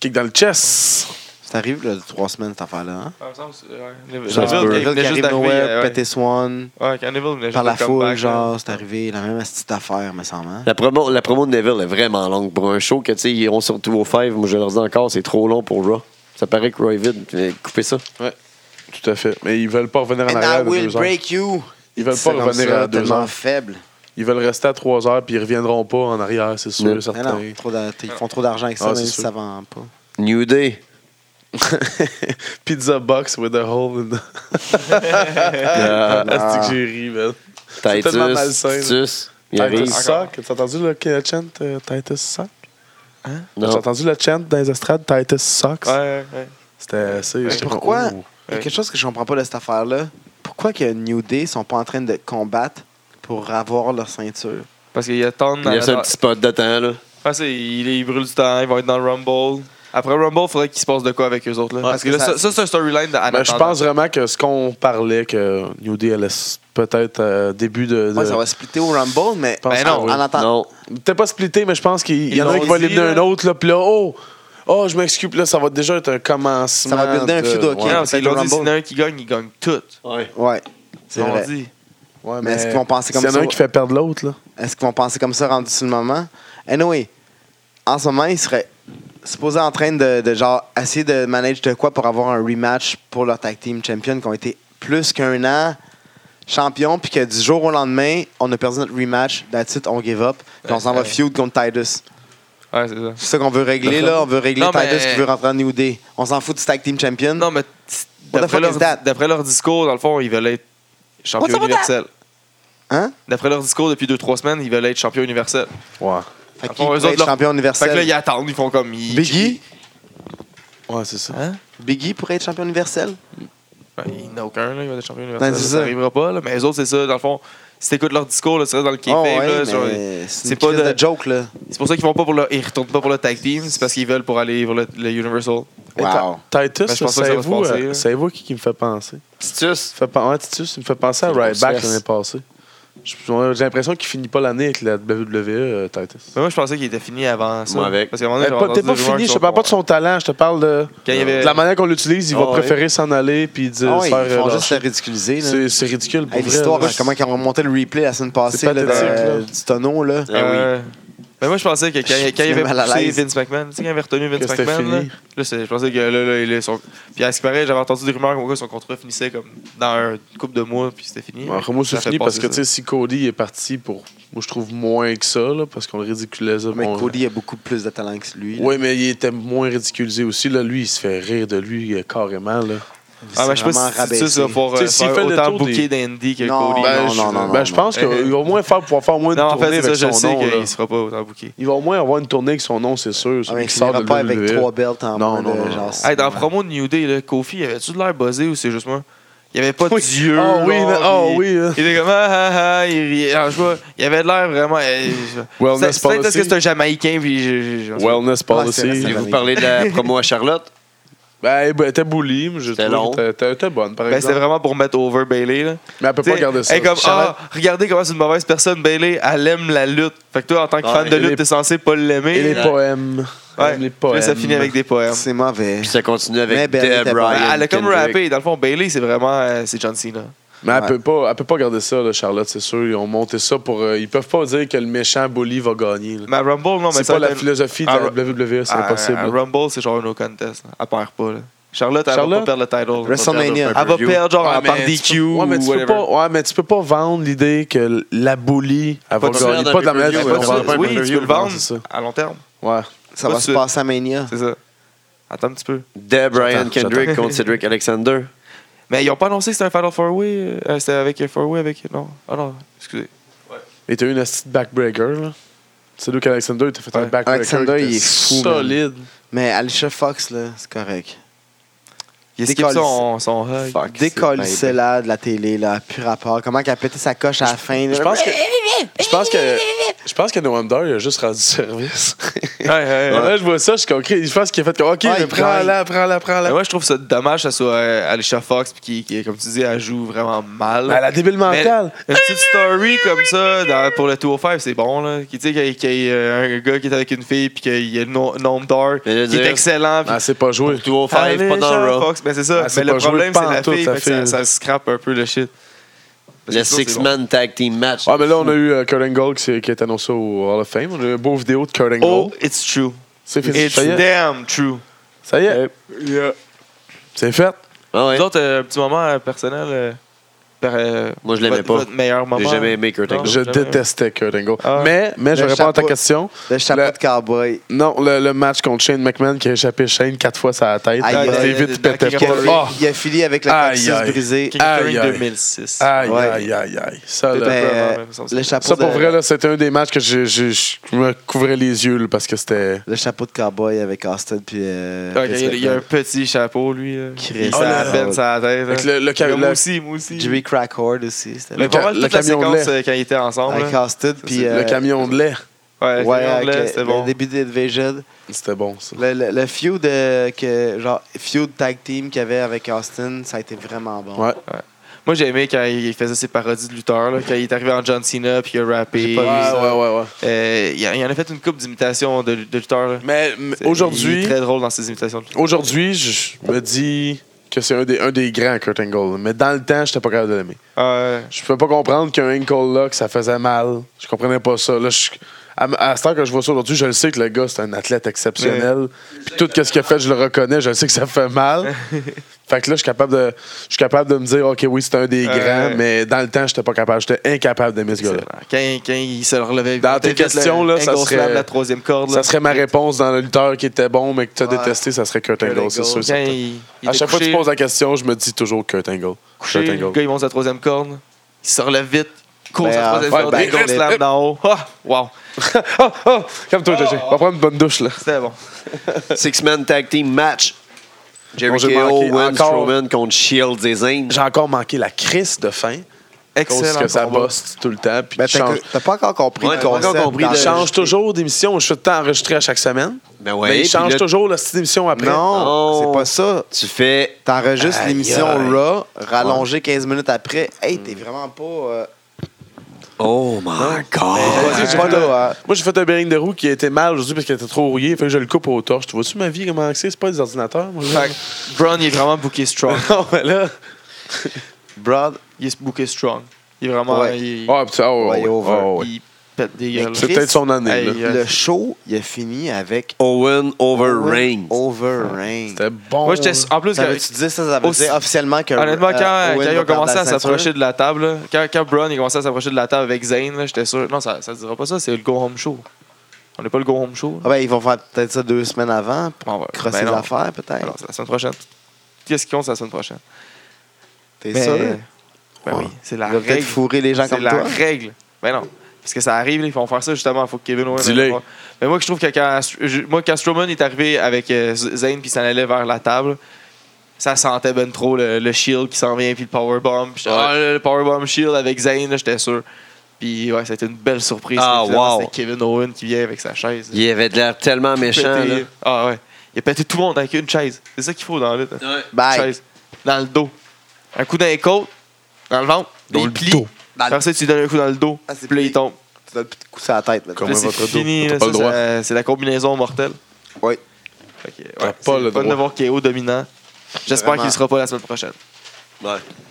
[SPEAKER 4] Kick dans le chest.
[SPEAKER 3] C'est arrivé là, de trois semaines, cette affaire-là. Hein?
[SPEAKER 2] Ah, il me semble, c'est- ouais. Neville,
[SPEAKER 1] Ça se peut.
[SPEAKER 2] il
[SPEAKER 3] Neville
[SPEAKER 2] venait
[SPEAKER 3] qui
[SPEAKER 2] juste
[SPEAKER 3] arrive
[SPEAKER 2] d'arriver.
[SPEAKER 3] nowhere,
[SPEAKER 2] ouais.
[SPEAKER 3] pété Swan,
[SPEAKER 2] Ouais, quand Neville venait juste
[SPEAKER 3] par la
[SPEAKER 2] de comeback,
[SPEAKER 3] foule,
[SPEAKER 2] là.
[SPEAKER 3] genre, c'est arrivé. La même petite affaire, me semble. hein?
[SPEAKER 1] La promo, la promo de Neville est vraiment longue pour un show que, tu sais, ils iront sur au 5. Moi, je leur dis encore, c'est trop long pour Raw. Ça paraît que Raw est vide. Mais Coupez ça.
[SPEAKER 4] Tout à fait. Mais ils veulent pas revenir en arrière à deux heures.
[SPEAKER 3] you.
[SPEAKER 4] Ils veulent
[SPEAKER 3] C'est
[SPEAKER 4] pas
[SPEAKER 3] comme
[SPEAKER 4] revenir
[SPEAKER 3] ça,
[SPEAKER 4] à deux
[SPEAKER 3] tellement
[SPEAKER 4] heures.
[SPEAKER 3] faible.
[SPEAKER 4] Ils veulent rester à trois heures, puis ils reviendront pas en arrière, c'est sûr,
[SPEAKER 1] Non.
[SPEAKER 3] Mais
[SPEAKER 4] certain.
[SPEAKER 3] non, trop d'a- ils font trop d'argent avec ça,
[SPEAKER 4] Ah,
[SPEAKER 3] même
[SPEAKER 4] c'est
[SPEAKER 3] si
[SPEAKER 4] sûr.
[SPEAKER 3] ça vend pas.
[SPEAKER 1] New Day.
[SPEAKER 4] Pizza box with a hole in the...
[SPEAKER 3] [laughs]
[SPEAKER 1] Euh,
[SPEAKER 4] Ah, c'est que j'ai ri, man. C'est tellement
[SPEAKER 1] Titus.
[SPEAKER 4] malsain, là.
[SPEAKER 1] Titus. Il
[SPEAKER 4] Titus
[SPEAKER 1] arrive.
[SPEAKER 4] Sock. T'as entendu le le chant euh, Titus Sock? T'as
[SPEAKER 1] Non.
[SPEAKER 4] entendu le chant dans les estrades Titus Socks?
[SPEAKER 2] Ouais, ouais.
[SPEAKER 4] C'était assez... j'étais comme,
[SPEAKER 3] pourquoi?
[SPEAKER 4] oh.
[SPEAKER 3] Il y a
[SPEAKER 2] Ouais.
[SPEAKER 3] quelque chose que je comprends pas de cette affaire-là. Pourquoi que New Day sont pas en train de combattre pour avoir leur ceinture?
[SPEAKER 2] Parce qu'il attend.
[SPEAKER 1] Il laisse un petit spot de temps, là.
[SPEAKER 2] Ah, c'est, il, il brûle du temps, ils vont être dans le Rumble. Après Rumble, il faudrait qu'il se passe de quoi avec eux autres. Là. parce que,
[SPEAKER 3] que
[SPEAKER 2] là, ça,
[SPEAKER 3] ça-
[SPEAKER 2] ça, c'est un storyline de
[SPEAKER 4] Ben, je pense vraiment que ce qu'on parlait, que New Day allait s- peut-être euh, début de. de-
[SPEAKER 3] Ouais, ça va splitter au Rumble, mais
[SPEAKER 4] pense
[SPEAKER 2] Ben
[SPEAKER 4] que
[SPEAKER 2] non,
[SPEAKER 4] oui.
[SPEAKER 3] en attendant.
[SPEAKER 1] Non.
[SPEAKER 4] Peut-être pas splitté, mais je pense qu'il
[SPEAKER 2] Ils
[SPEAKER 4] y en a un
[SPEAKER 2] l'ont
[SPEAKER 4] qui va
[SPEAKER 2] dit,
[SPEAKER 4] éliminer
[SPEAKER 2] là.
[SPEAKER 4] un autre, là, puis là, oh, oh, je m'excuse, puis là, ça va déjà être un
[SPEAKER 3] Ça
[SPEAKER 4] commencement.
[SPEAKER 3] va builder un
[SPEAKER 4] de-
[SPEAKER 3] feud hockey.
[SPEAKER 2] Non,
[SPEAKER 4] Ouais,
[SPEAKER 2] parce qu'ils
[SPEAKER 3] peut-être
[SPEAKER 2] l'ont
[SPEAKER 3] au
[SPEAKER 2] dit, s'il y en
[SPEAKER 3] Rumble.
[SPEAKER 2] a un qui gagne, il gagne tout.
[SPEAKER 1] Ouais.
[SPEAKER 3] Ouais, c'est
[SPEAKER 2] Ils l'ont
[SPEAKER 3] vrai.
[SPEAKER 2] dit.
[SPEAKER 4] ouais,
[SPEAKER 3] Mais est-ce qu'ils vont penser comme
[SPEAKER 4] S'il y en a
[SPEAKER 3] ça?
[SPEAKER 4] un qui fait perdre l'autre, là.
[SPEAKER 3] Est-ce qu'ils vont penser comme ça rendu sur le moment? Anyway, en ce moment, ils seraient supposés en train de, de genre essayer de manager de quoi pour avoir un rematch pour leur tag team champion qui ont été plus qu'un an champion puis que du jour au lendemain, on a perdu notre rematch, that's it, on give up, puis on s'en va
[SPEAKER 2] Ouais.
[SPEAKER 3] feud contre Titus.
[SPEAKER 2] Ouais, c'est ça.
[SPEAKER 3] C'est ça qu'on veut régler, là. On veut régler
[SPEAKER 2] Non,
[SPEAKER 3] Titus
[SPEAKER 2] mais-
[SPEAKER 3] qui veut rentrer en New Day. On s'en fout du Tag Team Champion.
[SPEAKER 2] Non, mais t-
[SPEAKER 3] What the
[SPEAKER 2] d'après
[SPEAKER 3] fuck
[SPEAKER 2] leur,
[SPEAKER 3] is that?
[SPEAKER 2] d'après leur discours, dans le fond, ils veulent être champion
[SPEAKER 3] What's up with that?
[SPEAKER 2] universel.
[SPEAKER 3] Hein?
[SPEAKER 2] D'après leur discours, depuis 2-3 semaines, ils veulent être champion universel.
[SPEAKER 4] Ouais.
[SPEAKER 3] Fait
[SPEAKER 2] Ils
[SPEAKER 3] qu'il
[SPEAKER 2] font
[SPEAKER 3] peut
[SPEAKER 2] eux autres
[SPEAKER 3] être
[SPEAKER 2] leur-
[SPEAKER 3] champion universel.
[SPEAKER 2] Fait que là, ils attendent, ils font comme. Ils...
[SPEAKER 3] Biggie?
[SPEAKER 4] Ouais, c'est ça.
[SPEAKER 2] Hein?
[SPEAKER 3] Biggie pourrait être champion universel.
[SPEAKER 2] Ben, il n'y en a aucun, là, il va être champion universel.
[SPEAKER 3] Non, Ben, c'est
[SPEAKER 2] ça
[SPEAKER 3] ça.
[SPEAKER 2] n'arrivera pas, là. Mais eux autres, c'est ça, dans le fond. Si t'écoutes leur discours, là, c'est vrai dans le k
[SPEAKER 3] Oh, ouais,
[SPEAKER 2] là,
[SPEAKER 3] mais
[SPEAKER 2] genre,
[SPEAKER 3] c'est
[SPEAKER 2] c'est
[SPEAKER 3] une
[SPEAKER 2] pas
[SPEAKER 3] crise
[SPEAKER 2] de-
[SPEAKER 3] de joke, là.
[SPEAKER 2] C'est pour ça qu'ils vont pas pour le, ils retournent pas pour le tag team, c'est parce qu'ils veulent pour aller pour le, le Universal.
[SPEAKER 4] Et
[SPEAKER 3] Wow.
[SPEAKER 4] Ta-
[SPEAKER 2] Ben,
[SPEAKER 4] Titus,
[SPEAKER 2] je pense pas que ça va se
[SPEAKER 4] savez-vous
[SPEAKER 2] passer,
[SPEAKER 4] euh,
[SPEAKER 2] là.
[SPEAKER 4] savez-vous qui, qui me fait penser?
[SPEAKER 1] Titus.
[SPEAKER 4] Fait pen- ouais, Titus, il me fait penser à
[SPEAKER 1] C'est une
[SPEAKER 4] Ryback
[SPEAKER 1] grossesse.
[SPEAKER 4] l'année passée. J'ai j'ai l'impression qu'il finit pas l'année avec la WWE, euh, Titus.
[SPEAKER 2] Mais moi, je pensais qu'il était fini avant ça.
[SPEAKER 1] Moi avec.
[SPEAKER 2] Parce qu'à un moment
[SPEAKER 4] Mais
[SPEAKER 2] donné, j'avais
[SPEAKER 4] Eh, pas-
[SPEAKER 2] entendu
[SPEAKER 4] T'es pas
[SPEAKER 2] des rumeurs
[SPEAKER 4] fini, je
[SPEAKER 2] qui
[SPEAKER 4] te
[SPEAKER 2] sont
[SPEAKER 4] parle pas de
[SPEAKER 2] pour-
[SPEAKER 4] son talent, je te parle de,
[SPEAKER 2] Quand il y avait-
[SPEAKER 4] de la manière qu'on l'utilise. Il
[SPEAKER 1] Ah
[SPEAKER 4] va
[SPEAKER 1] ouais.
[SPEAKER 4] préférer s'en aller puis dire
[SPEAKER 3] Ah ouais,
[SPEAKER 4] se faire,
[SPEAKER 3] ils font
[SPEAKER 4] euh,
[SPEAKER 3] juste se ridiculiser, là.
[SPEAKER 4] C'est c'est ridicule pour
[SPEAKER 3] Hey,
[SPEAKER 4] vrai,
[SPEAKER 3] L'histoire,
[SPEAKER 4] là.
[SPEAKER 3] hein, comment ils ont remonté le replay la semaine passée
[SPEAKER 4] C'est
[SPEAKER 3] là, de-
[SPEAKER 4] pathétique, là.
[SPEAKER 3] du tonneau, là.
[SPEAKER 1] Ah oui.
[SPEAKER 2] Euh, Mais moi, je pensais que quand,
[SPEAKER 3] Je suis
[SPEAKER 2] quand il avait
[SPEAKER 3] mal à
[SPEAKER 2] poussé
[SPEAKER 3] l'aise.
[SPEAKER 2] Vince McMahon, tu sais, quand il avait retenu
[SPEAKER 4] Que
[SPEAKER 2] Vince
[SPEAKER 4] c'était
[SPEAKER 2] McMahon, là,
[SPEAKER 4] fini.
[SPEAKER 2] là, c'est- je pensais que là, là, il est son- Puis à ce qui paraît, j'avais entendu des rumeurs comme quoi son contrat finissait comme dans une couple de mois, puis c'était fini.
[SPEAKER 4] Ouais, Moi,
[SPEAKER 2] Ça
[SPEAKER 4] c'est
[SPEAKER 2] fait
[SPEAKER 4] fini parce
[SPEAKER 2] passer
[SPEAKER 4] que tu
[SPEAKER 2] ça.
[SPEAKER 4] sais, si Cody est parti pour. Moi, je trouve moins que ça, là, parce qu'on le ridiculisait.
[SPEAKER 3] Mais
[SPEAKER 4] on-
[SPEAKER 3] Cody a beaucoup plus de talent que lui. là.
[SPEAKER 4] Oui, mais il était moins ridiculisé aussi. Là. Lui, il se fait rire de lui euh, carrément. Là.
[SPEAKER 2] Ah, mais je sais
[SPEAKER 3] C'est
[SPEAKER 2] pas si
[SPEAKER 3] vraiment
[SPEAKER 2] Titus va
[SPEAKER 3] rabaissé.
[SPEAKER 2] pouvoir
[SPEAKER 4] Tu sais,
[SPEAKER 2] euh,
[SPEAKER 4] s'il
[SPEAKER 2] faire
[SPEAKER 4] fait le
[SPEAKER 2] autant
[SPEAKER 4] tour des-
[SPEAKER 2] booker d'Andy que
[SPEAKER 3] Non,
[SPEAKER 2] Cody.
[SPEAKER 3] ben,
[SPEAKER 2] là.
[SPEAKER 3] non, non, non,
[SPEAKER 4] Ben, je
[SPEAKER 3] non.
[SPEAKER 4] pense qu'il
[SPEAKER 2] Eh, eh.
[SPEAKER 4] va au moins faire, pouvoir faire au moins une
[SPEAKER 2] Non, en
[SPEAKER 4] tournée
[SPEAKER 2] fait, ça,
[SPEAKER 4] avec
[SPEAKER 2] je le
[SPEAKER 4] son
[SPEAKER 2] sais
[SPEAKER 4] nom. là.
[SPEAKER 2] qu'il se fera pas autant booker.
[SPEAKER 4] Il va au moins avoir une tournée avec son nom, c'est sûr.
[SPEAKER 3] Ah,
[SPEAKER 4] celui
[SPEAKER 3] mais il
[SPEAKER 4] qui sort
[SPEAKER 3] finira
[SPEAKER 4] de E.
[SPEAKER 3] pas avec
[SPEAKER 4] WWE.
[SPEAKER 3] trois belts en
[SPEAKER 4] Non,
[SPEAKER 3] main
[SPEAKER 4] non,
[SPEAKER 3] de
[SPEAKER 4] non, non.
[SPEAKER 3] genre,
[SPEAKER 2] Hey, dans la
[SPEAKER 3] ouais.
[SPEAKER 2] promo de New Day, là, Kofi, avait-tu de l'air buzzé ou c'est juste moi? Il avait pas de yeux.
[SPEAKER 4] Ah oui,
[SPEAKER 2] genre,
[SPEAKER 4] mais- ah
[SPEAKER 2] il-
[SPEAKER 4] oui, hein.
[SPEAKER 2] Il était comme ah ah ah, il riait. Alors, je sais pas, il avait de l'air vraiment. euh, je-
[SPEAKER 4] Wellness
[SPEAKER 2] C'est- c'est peut-être parce
[SPEAKER 4] policy.
[SPEAKER 2] que c'est un Jamaïcain puis je- je- je-
[SPEAKER 4] Wellness
[SPEAKER 3] Ah, c'est
[SPEAKER 4] policy.
[SPEAKER 3] vrai, c'est
[SPEAKER 1] Voulez-vous parler de la promo à Charlotte?
[SPEAKER 4] Ben, elle était bully, mais j'ai
[SPEAKER 1] C'était
[SPEAKER 4] trouvé
[SPEAKER 1] long.
[SPEAKER 4] que t'es- t'es- t'es bonne, par
[SPEAKER 2] Ben, c'était
[SPEAKER 4] exemple.
[SPEAKER 2] vraiment pour mettre over Bailey. Là.
[SPEAKER 4] Mais elle peut pas
[SPEAKER 2] T'sais,
[SPEAKER 4] garder ça.
[SPEAKER 2] elle est comme,
[SPEAKER 4] Je savais-
[SPEAKER 2] ah, regardez comment c'est une mauvaise personne, Bailey. Elle aime la lutte. Fait que toi, en tant que
[SPEAKER 1] Ouais,
[SPEAKER 2] fan de
[SPEAKER 1] et
[SPEAKER 4] les-
[SPEAKER 2] lutte, t'es censé pas l'aimer.
[SPEAKER 4] Et les
[SPEAKER 2] Ouais.
[SPEAKER 4] poèmes.
[SPEAKER 2] Ouais.
[SPEAKER 4] Les
[SPEAKER 2] Puis
[SPEAKER 4] poèmes.
[SPEAKER 2] là, ça finit avec des poèmes.
[SPEAKER 3] C'est mauvais.
[SPEAKER 1] Puis ça continue avec
[SPEAKER 3] Mais Bailey
[SPEAKER 1] Deb
[SPEAKER 3] était bonne.
[SPEAKER 1] Ryan.
[SPEAKER 2] Ah, elle a comme
[SPEAKER 1] Kendrick.
[SPEAKER 2] rappé. Dans le fond, Bailey, c'est vraiment euh, c'est John Cena.
[SPEAKER 4] Mais elle,
[SPEAKER 3] Ouais.
[SPEAKER 4] peut pas, elle peut pas garder ça, là, Charlotte, c'est sûr. Ils ont monté ça pour. euh, ils peuvent pas dire que le méchant bully va gagner. là.
[SPEAKER 2] Mais à Rumble, non, mais
[SPEAKER 4] C'est
[SPEAKER 2] ça,
[SPEAKER 4] pas la
[SPEAKER 2] elle-
[SPEAKER 4] philosophie de la
[SPEAKER 2] Ah,
[SPEAKER 4] WWE, c'est
[SPEAKER 2] à-
[SPEAKER 4] impossible.
[SPEAKER 2] à
[SPEAKER 4] là.
[SPEAKER 2] Rumble, c'est genre un no contest. Elle perd pas. Là. Charlotte, elle
[SPEAKER 4] Charlotte?
[SPEAKER 2] va pas perdre le title.
[SPEAKER 3] WrestleMania.
[SPEAKER 2] Elle va
[SPEAKER 1] Review.
[SPEAKER 2] perdre genre
[SPEAKER 4] Ouais,
[SPEAKER 2] en
[SPEAKER 4] mais
[SPEAKER 2] par
[SPEAKER 4] tu
[SPEAKER 2] DQ
[SPEAKER 4] peux- ouais, mais
[SPEAKER 2] ou
[SPEAKER 4] tu peux
[SPEAKER 2] whatever.
[SPEAKER 4] pas, ouais, mais tu peux pas vendre l'idée que l- la bully, elle va
[SPEAKER 2] Pas de faire
[SPEAKER 4] gagner.
[SPEAKER 1] dans
[SPEAKER 4] Pas de la
[SPEAKER 1] le
[SPEAKER 4] manière
[SPEAKER 1] pay-per-view,
[SPEAKER 4] qu'on
[SPEAKER 1] ouais,
[SPEAKER 4] vend
[SPEAKER 1] c'est pas
[SPEAKER 4] le
[SPEAKER 2] oui, tu
[SPEAKER 4] pay-per-view,
[SPEAKER 2] peux le
[SPEAKER 4] c'est
[SPEAKER 2] vendre
[SPEAKER 4] ça.
[SPEAKER 2] à long terme.
[SPEAKER 4] Ouais.
[SPEAKER 3] Ça va
[SPEAKER 2] Pas
[SPEAKER 3] se
[SPEAKER 2] sûr.
[SPEAKER 3] passer à Mania.
[SPEAKER 2] C'est ça. Attends un petit peu.
[SPEAKER 1] Deb Ryan
[SPEAKER 4] J'attends,
[SPEAKER 1] Kendrick contre Cedric Alexander.
[SPEAKER 2] Mais ils ont pas annoncé que c'était un Final Four Way. euh, c'était avec un Four Way avec. Non. Ah non, excusez.
[SPEAKER 4] Et t'as eu une petite backbreaker, là. C'est Luke Alexander, il t'a fait un
[SPEAKER 2] Ouais.
[SPEAKER 4] backbreaker.
[SPEAKER 3] Alexander,
[SPEAKER 4] qui
[SPEAKER 3] il est
[SPEAKER 4] était
[SPEAKER 3] fou, man.
[SPEAKER 4] Solide.
[SPEAKER 3] Mais Alicia Fox, là, c'est correct.
[SPEAKER 2] Il skip
[SPEAKER 3] Décolle-
[SPEAKER 2] son, son hug.
[SPEAKER 4] Ah,
[SPEAKER 1] Fuck.
[SPEAKER 3] décollissez là de la télé, là, plus rapport. Comment qu'elle a pété sa coche à la fin. là.
[SPEAKER 4] Je pense que. Je pense que. Je pense que No Wonder, il a juste rendu service.
[SPEAKER 2] Ouais, ouais, ouais.
[SPEAKER 4] Là, je vois ça, je suis concret. Je pense qu'il a fait comme, OK,
[SPEAKER 3] Ouais,
[SPEAKER 4] mais
[SPEAKER 3] il
[SPEAKER 4] prends-la, prends-la,
[SPEAKER 2] Mais
[SPEAKER 4] prends-la.
[SPEAKER 2] moi, je trouve ça dommage que ce soit euh, Alicia Fox, puis qui, qui, comme tu dis, elle joue vraiment mal.
[SPEAKER 4] Elle a débile
[SPEAKER 2] Mais
[SPEAKER 4] mentale.
[SPEAKER 2] Une petite story comme ça dans- pour le 205, c'est bon. là. Qui, tu sais, qu'il y a- qu'il y a euh, un gars qui est avec une fille, puis qu'il y a le nom nom d'or, qui
[SPEAKER 1] Mais le
[SPEAKER 2] est
[SPEAKER 1] dire-
[SPEAKER 2] excellent. puis-
[SPEAKER 4] Elle s'est Ah, pas jouée.
[SPEAKER 1] Tout au five, pas dans
[SPEAKER 2] Alicia
[SPEAKER 1] Raw.
[SPEAKER 2] Fox, ben c'est ça.
[SPEAKER 4] Ah, c'est
[SPEAKER 2] mais le
[SPEAKER 4] pas joué
[SPEAKER 2] problème, c'est la
[SPEAKER 4] pantoute,
[SPEAKER 2] fille.
[SPEAKER 4] sa
[SPEAKER 2] fait que ça,
[SPEAKER 4] fille.
[SPEAKER 2] ça scrape un peu le shit. Parce
[SPEAKER 1] Le
[SPEAKER 2] que sinon, c'est bon.
[SPEAKER 1] six-man tag team match.
[SPEAKER 4] Ah, mais là, on a eu euh, Kurt Angle qui, s'est- qui est annoncé au Hall of Fame. On a eu une beau vidéo de Kurt Angle.
[SPEAKER 2] Oh, it's true.
[SPEAKER 4] c'est fait.
[SPEAKER 2] It's
[SPEAKER 4] Ça y est.
[SPEAKER 2] damn true.
[SPEAKER 4] Ça y est. C'est fait.
[SPEAKER 1] Ah ouais.
[SPEAKER 2] Vous autres, euh, un petit moment euh, personnel. euh, par- euh,
[SPEAKER 1] Moi, je l'aimais
[SPEAKER 2] votre-
[SPEAKER 1] pas.
[SPEAKER 2] Votre meilleur moment.
[SPEAKER 1] J'ai jamais aimé Kurt
[SPEAKER 2] Non.
[SPEAKER 1] Angle.
[SPEAKER 4] Je
[SPEAKER 2] jamais.
[SPEAKER 4] détestais Kurt Angle.
[SPEAKER 2] euh, Ah.
[SPEAKER 4] Mais, mais je
[SPEAKER 3] Le
[SPEAKER 4] réponds à ta
[SPEAKER 3] chapeau.
[SPEAKER 4] question.
[SPEAKER 3] Le chapeau
[SPEAKER 4] Le-
[SPEAKER 3] de cowboy.
[SPEAKER 4] Non, le, le match contre Shane McMahon qui a échappé Shane quatre fois sa
[SPEAKER 3] Aïe,
[SPEAKER 4] tête. David
[SPEAKER 2] aïe, aïe,
[SPEAKER 4] pétait
[SPEAKER 2] aïe,
[SPEAKER 4] pas.
[SPEAKER 2] aïe,
[SPEAKER 4] Ah.
[SPEAKER 3] Il a fini avec la
[SPEAKER 4] Aïe,
[SPEAKER 3] coccyx
[SPEAKER 4] aïe.
[SPEAKER 3] brisée.
[SPEAKER 2] King of the Ring
[SPEAKER 4] Aïe, aïe.
[SPEAKER 2] 2006.
[SPEAKER 4] Aïe,
[SPEAKER 3] Ouais.
[SPEAKER 4] aïe, aïe, aïe. Ça, là,
[SPEAKER 2] Ben,
[SPEAKER 3] Mais, euh,
[SPEAKER 2] ouais, ouais,
[SPEAKER 3] le chapeau
[SPEAKER 4] ça pour
[SPEAKER 3] de-
[SPEAKER 4] vrai, là, c'était un des matchs que j'ai- j'ai- je me couvrais les yeux là, parce que c'était.
[SPEAKER 3] Le chapeau de cowboy avec Austin puis. euh,
[SPEAKER 2] Ouais,
[SPEAKER 3] Chris
[SPEAKER 2] il, y a, il y a un
[SPEAKER 3] Benoit.
[SPEAKER 2] petit chapeau, lui. là.
[SPEAKER 3] Chris.
[SPEAKER 2] Il ça
[SPEAKER 4] Oh,
[SPEAKER 2] à
[SPEAKER 4] le-
[SPEAKER 2] peine sa tête. là.
[SPEAKER 4] Fait que le- le-
[SPEAKER 2] Comme
[SPEAKER 4] le-
[SPEAKER 2] Moi aussi, moi aussi.
[SPEAKER 3] Jerry Crackhord aussi. c'était
[SPEAKER 2] Mais
[SPEAKER 3] là.
[SPEAKER 2] pas
[SPEAKER 4] ca-
[SPEAKER 2] mal
[SPEAKER 4] le
[SPEAKER 2] toute la
[SPEAKER 4] camion de
[SPEAKER 2] séquence
[SPEAKER 4] lait.
[SPEAKER 2] euh, quand ils étaient ensemble.
[SPEAKER 3] Avec
[SPEAKER 2] là.
[SPEAKER 3] Austin puis. euh,
[SPEAKER 4] le camion de lait.
[SPEAKER 2] Ouais,
[SPEAKER 3] Ouais,
[SPEAKER 2] le camion de
[SPEAKER 3] avec
[SPEAKER 2] lait,
[SPEAKER 3] le-
[SPEAKER 2] c'était bon.
[SPEAKER 3] le début de Division.
[SPEAKER 4] C'était bon, ça.
[SPEAKER 3] Le, le, le feud, euh, que, genre, feud tag team qu'il y avait avec Austin, ça a été vraiment bon.
[SPEAKER 4] Ouais.
[SPEAKER 2] Moi, j'ai aimé quand il faisait ses parodies de lutteurs. là, quand il est arrivé en John Cena puis il a rappé.
[SPEAKER 4] Ouais, ouais,
[SPEAKER 2] Ah,
[SPEAKER 4] ouais, ouais.
[SPEAKER 2] Euh, il, y en a fait une coupe d'imitations de, de lutteurs. là.
[SPEAKER 4] Mais mais
[SPEAKER 2] C'est- il est
[SPEAKER 4] aujourd'hui,
[SPEAKER 2] très drôle dans ses imitations. de lutteurs.
[SPEAKER 4] aujourd'hui, je me dis que c'est un des, un des grands Kurt Angle. Mais dans le temps, j'étais pas capable de l'aimer.
[SPEAKER 2] Ah, Ouais.
[SPEAKER 4] Je peux pas comprendre qu'un ankle lock, ça faisait mal. Je comprenais pas ça. Là, je- à, à cette heure que je vois ça aujourd'hui, je le sais que le gars, c'est un athlète exceptionnel. Puis tout ce qu'il a fait, je le reconnais. Je le sais que ça
[SPEAKER 2] [laughs]
[SPEAKER 4] fait mal. fait que là, je suis capable de, je suis capable de me dire, OK, oui, c'est un des
[SPEAKER 2] Ouais.
[SPEAKER 4] grands, mais dans le temps, j'étais pas capable. J'étais incapable d'aimer ce gars-là.
[SPEAKER 2] Excellent. Quand, quand il se le relevait.
[SPEAKER 4] Dans tes
[SPEAKER 2] vite, le
[SPEAKER 4] questions, là, ça
[SPEAKER 2] angle
[SPEAKER 4] serait-
[SPEAKER 2] slam, la troisième corde. là.
[SPEAKER 4] Ça serait ma réponse dans le lutteur qui était bon, mais que tu as
[SPEAKER 3] Ouais.
[SPEAKER 4] détesté, ça serait Kurt
[SPEAKER 3] Kurt
[SPEAKER 4] Angle, c'est
[SPEAKER 3] Angle.
[SPEAKER 4] sûr.
[SPEAKER 2] Quand
[SPEAKER 4] certain.
[SPEAKER 2] il, il
[SPEAKER 4] À
[SPEAKER 2] était
[SPEAKER 4] chaque fois que tu
[SPEAKER 2] couché-
[SPEAKER 4] poses la question, je me dis toujours Kurt Angle.
[SPEAKER 2] couché,
[SPEAKER 4] Kurt
[SPEAKER 2] le
[SPEAKER 4] Angle.
[SPEAKER 2] gars il monte sa troisième corne, il se relève vite, court
[SPEAKER 3] Ben, Oh,
[SPEAKER 2] sa troisième
[SPEAKER 4] ouais,
[SPEAKER 2] corde,
[SPEAKER 4] ben,
[SPEAKER 2] il gros
[SPEAKER 4] ben,
[SPEAKER 2] slam
[SPEAKER 4] ben,
[SPEAKER 2] d'en haut. Ah,
[SPEAKER 3] [laughs]
[SPEAKER 2] wow,
[SPEAKER 4] Ah, ah, Calme-toi,
[SPEAKER 2] Oh.
[SPEAKER 4] Jacques. On va prendre une bonne douche, là.
[SPEAKER 2] c'était bon.
[SPEAKER 1] Six-man tag team match. Jerry
[SPEAKER 4] Bon, j'ai
[SPEAKER 1] Jericho,
[SPEAKER 4] manqué
[SPEAKER 1] Owens,
[SPEAKER 4] encore.
[SPEAKER 1] Strowman contre Shields et Zayn.
[SPEAKER 4] J'ai encore manqué la crise de fin. Parce
[SPEAKER 2] Excellent.
[SPEAKER 4] que ça
[SPEAKER 2] combat.
[SPEAKER 4] bosse tout le temps. Puis
[SPEAKER 3] Ben,
[SPEAKER 4] tu
[SPEAKER 3] t'as
[SPEAKER 4] changes,
[SPEAKER 3] t'as pas encore compris
[SPEAKER 1] Ouais,
[SPEAKER 3] le
[SPEAKER 1] t'as pas
[SPEAKER 3] concept.
[SPEAKER 1] encore compris
[SPEAKER 3] dans
[SPEAKER 1] le-
[SPEAKER 3] le-
[SPEAKER 4] change toujours d'émission. Je suis tout le temps enregistré à chaque semaine.
[SPEAKER 1] Ben ouais,
[SPEAKER 4] mais
[SPEAKER 1] puis
[SPEAKER 4] il change
[SPEAKER 1] là,
[SPEAKER 4] toujours la petite émission après.
[SPEAKER 3] Non,
[SPEAKER 1] Non.
[SPEAKER 3] c'est pas ça.
[SPEAKER 1] Tu fais
[SPEAKER 3] T'enregistres
[SPEAKER 4] Aïe,
[SPEAKER 3] l'émission
[SPEAKER 4] aïe.
[SPEAKER 3] Raw, rallongée 15 minutes après. Hey, t'es vraiment pas. euh,
[SPEAKER 1] Oh my
[SPEAKER 3] t'es
[SPEAKER 1] god.
[SPEAKER 4] vas-y, je
[SPEAKER 3] pas
[SPEAKER 4] vais
[SPEAKER 3] là, hein.
[SPEAKER 4] Moi, j'ai fait un bearing de roue qui était mal aujourd'hui parce qu'il était trop rouillé. Fait que je le coupe au torche. Tu vois-tu ma vie comment c'est? C'est pas des ordinateurs, moi. là.
[SPEAKER 2] Fait que Braun, il est vraiment booké
[SPEAKER 3] [laughs]
[SPEAKER 2] strong.
[SPEAKER 4] non, mais là.
[SPEAKER 3] Brad,
[SPEAKER 2] Il est booké strong. Il est vraiment.
[SPEAKER 3] Ouais.
[SPEAKER 2] Il,
[SPEAKER 4] Ah, putain, oh,
[SPEAKER 3] Ouais,
[SPEAKER 4] ouais,
[SPEAKER 3] over.
[SPEAKER 4] oh, ouais.
[SPEAKER 2] il pète des
[SPEAKER 3] Mais
[SPEAKER 2] gueules.
[SPEAKER 4] C'est
[SPEAKER 3] Chris,
[SPEAKER 4] peut-être son année.
[SPEAKER 2] Hey,
[SPEAKER 4] là.
[SPEAKER 2] euh,
[SPEAKER 3] le show, il a fini avec.
[SPEAKER 1] Owen over Reigns.
[SPEAKER 3] Over Reigns.
[SPEAKER 4] C'était bon.
[SPEAKER 2] Moi, j'étais. En plus,
[SPEAKER 3] Ça
[SPEAKER 2] quand-
[SPEAKER 3] veut-tu dire ça? Ça veut
[SPEAKER 2] Aussi-
[SPEAKER 3] dire officiellement que.
[SPEAKER 2] Honnêtement,
[SPEAKER 3] euh,
[SPEAKER 2] quand, quand
[SPEAKER 3] Owen
[SPEAKER 2] ils
[SPEAKER 3] va
[SPEAKER 2] ont
[SPEAKER 3] perdre
[SPEAKER 2] commencé
[SPEAKER 3] la
[SPEAKER 2] à
[SPEAKER 3] ceinture?
[SPEAKER 2] s'approcher de la table, là, quand, quand Braun il a commencé à s'approcher de la table avec Zayn, là, j'étais sûr. Non, ça ne dira pas ça, c'est le Go Home Show. On n'est pas le Go Home Show. là.
[SPEAKER 3] Ah ben, ils vont faire peut-être ça deux semaines avant pour
[SPEAKER 2] On va-
[SPEAKER 3] crosser
[SPEAKER 2] ben non.
[SPEAKER 3] l'affaire,
[SPEAKER 2] Ben non,
[SPEAKER 3] peut-être.
[SPEAKER 2] c'est la semaine prochaine. Qu'est-ce qui compte, c'est la semaine prochaine?
[SPEAKER 3] T'es
[SPEAKER 2] Mais-
[SPEAKER 3] sûr?
[SPEAKER 2] Ben
[SPEAKER 3] Ouais.
[SPEAKER 2] oui, c'est la
[SPEAKER 3] Ils veulent peut-être
[SPEAKER 2] règle.
[SPEAKER 3] fourrer les gens
[SPEAKER 2] C'est
[SPEAKER 3] comme
[SPEAKER 2] la
[SPEAKER 3] toi.
[SPEAKER 2] règle. Mais non. Parce que ça arrive, là, ils font faire ça justement. Il faut que Kevin Owens.
[SPEAKER 4] Dis-le.
[SPEAKER 2] Mais moi, je trouve que quand, je- moi, quand Strowman est arrivé avec euh, Zayn puis s'en allait vers la table, ça sentait ben trop le, le shield qui s'en vient puis le powerbomb. Puis j'étais, Ah, le powerbomb shield avec Zayn, là, j'étais sûr. Puis ouais, ça a été une belle surprise.
[SPEAKER 1] Ah,
[SPEAKER 2] Finalement,
[SPEAKER 1] wow.
[SPEAKER 2] C'était Kevin Owens qui vient avec sa chaise.
[SPEAKER 1] Il avait de l'air tellement méchant.
[SPEAKER 2] Pété.
[SPEAKER 1] Là.
[SPEAKER 2] Ah ouais. Il a pété tout le monde avec une chaise. C'est ça qu'il faut dans la lutte. hein. Une
[SPEAKER 3] Bye.
[SPEAKER 2] chaise. Dans le dos. Un coup dans les côtes, dans le ventre,
[SPEAKER 4] Dans
[SPEAKER 2] des
[SPEAKER 4] le
[SPEAKER 2] plis.
[SPEAKER 4] dos.
[SPEAKER 3] Dans le-
[SPEAKER 2] Après ça, tu lui donnes un coup dans le dos,
[SPEAKER 3] Ah, c'est
[SPEAKER 2] puis là, il
[SPEAKER 3] plié.
[SPEAKER 2] tombe.
[SPEAKER 3] Tu donnes un petit coup sur la tête.
[SPEAKER 4] Comme
[SPEAKER 2] Là,
[SPEAKER 4] un
[SPEAKER 2] c'est
[SPEAKER 4] votre dos.
[SPEAKER 2] fini.
[SPEAKER 4] T'as
[SPEAKER 2] là,
[SPEAKER 4] pas
[SPEAKER 2] ça,
[SPEAKER 4] le droit.
[SPEAKER 2] ça, C'est la combinaison mortelle.
[SPEAKER 3] Oui.
[SPEAKER 2] Fait que, ouais,
[SPEAKER 4] T'as pas
[SPEAKER 2] c'est
[SPEAKER 4] le
[SPEAKER 2] fun
[SPEAKER 4] droit.
[SPEAKER 2] de voir KO dominant. J'espère
[SPEAKER 3] Vraiment.
[SPEAKER 2] qu'il ne sera pas la semaine prochaine.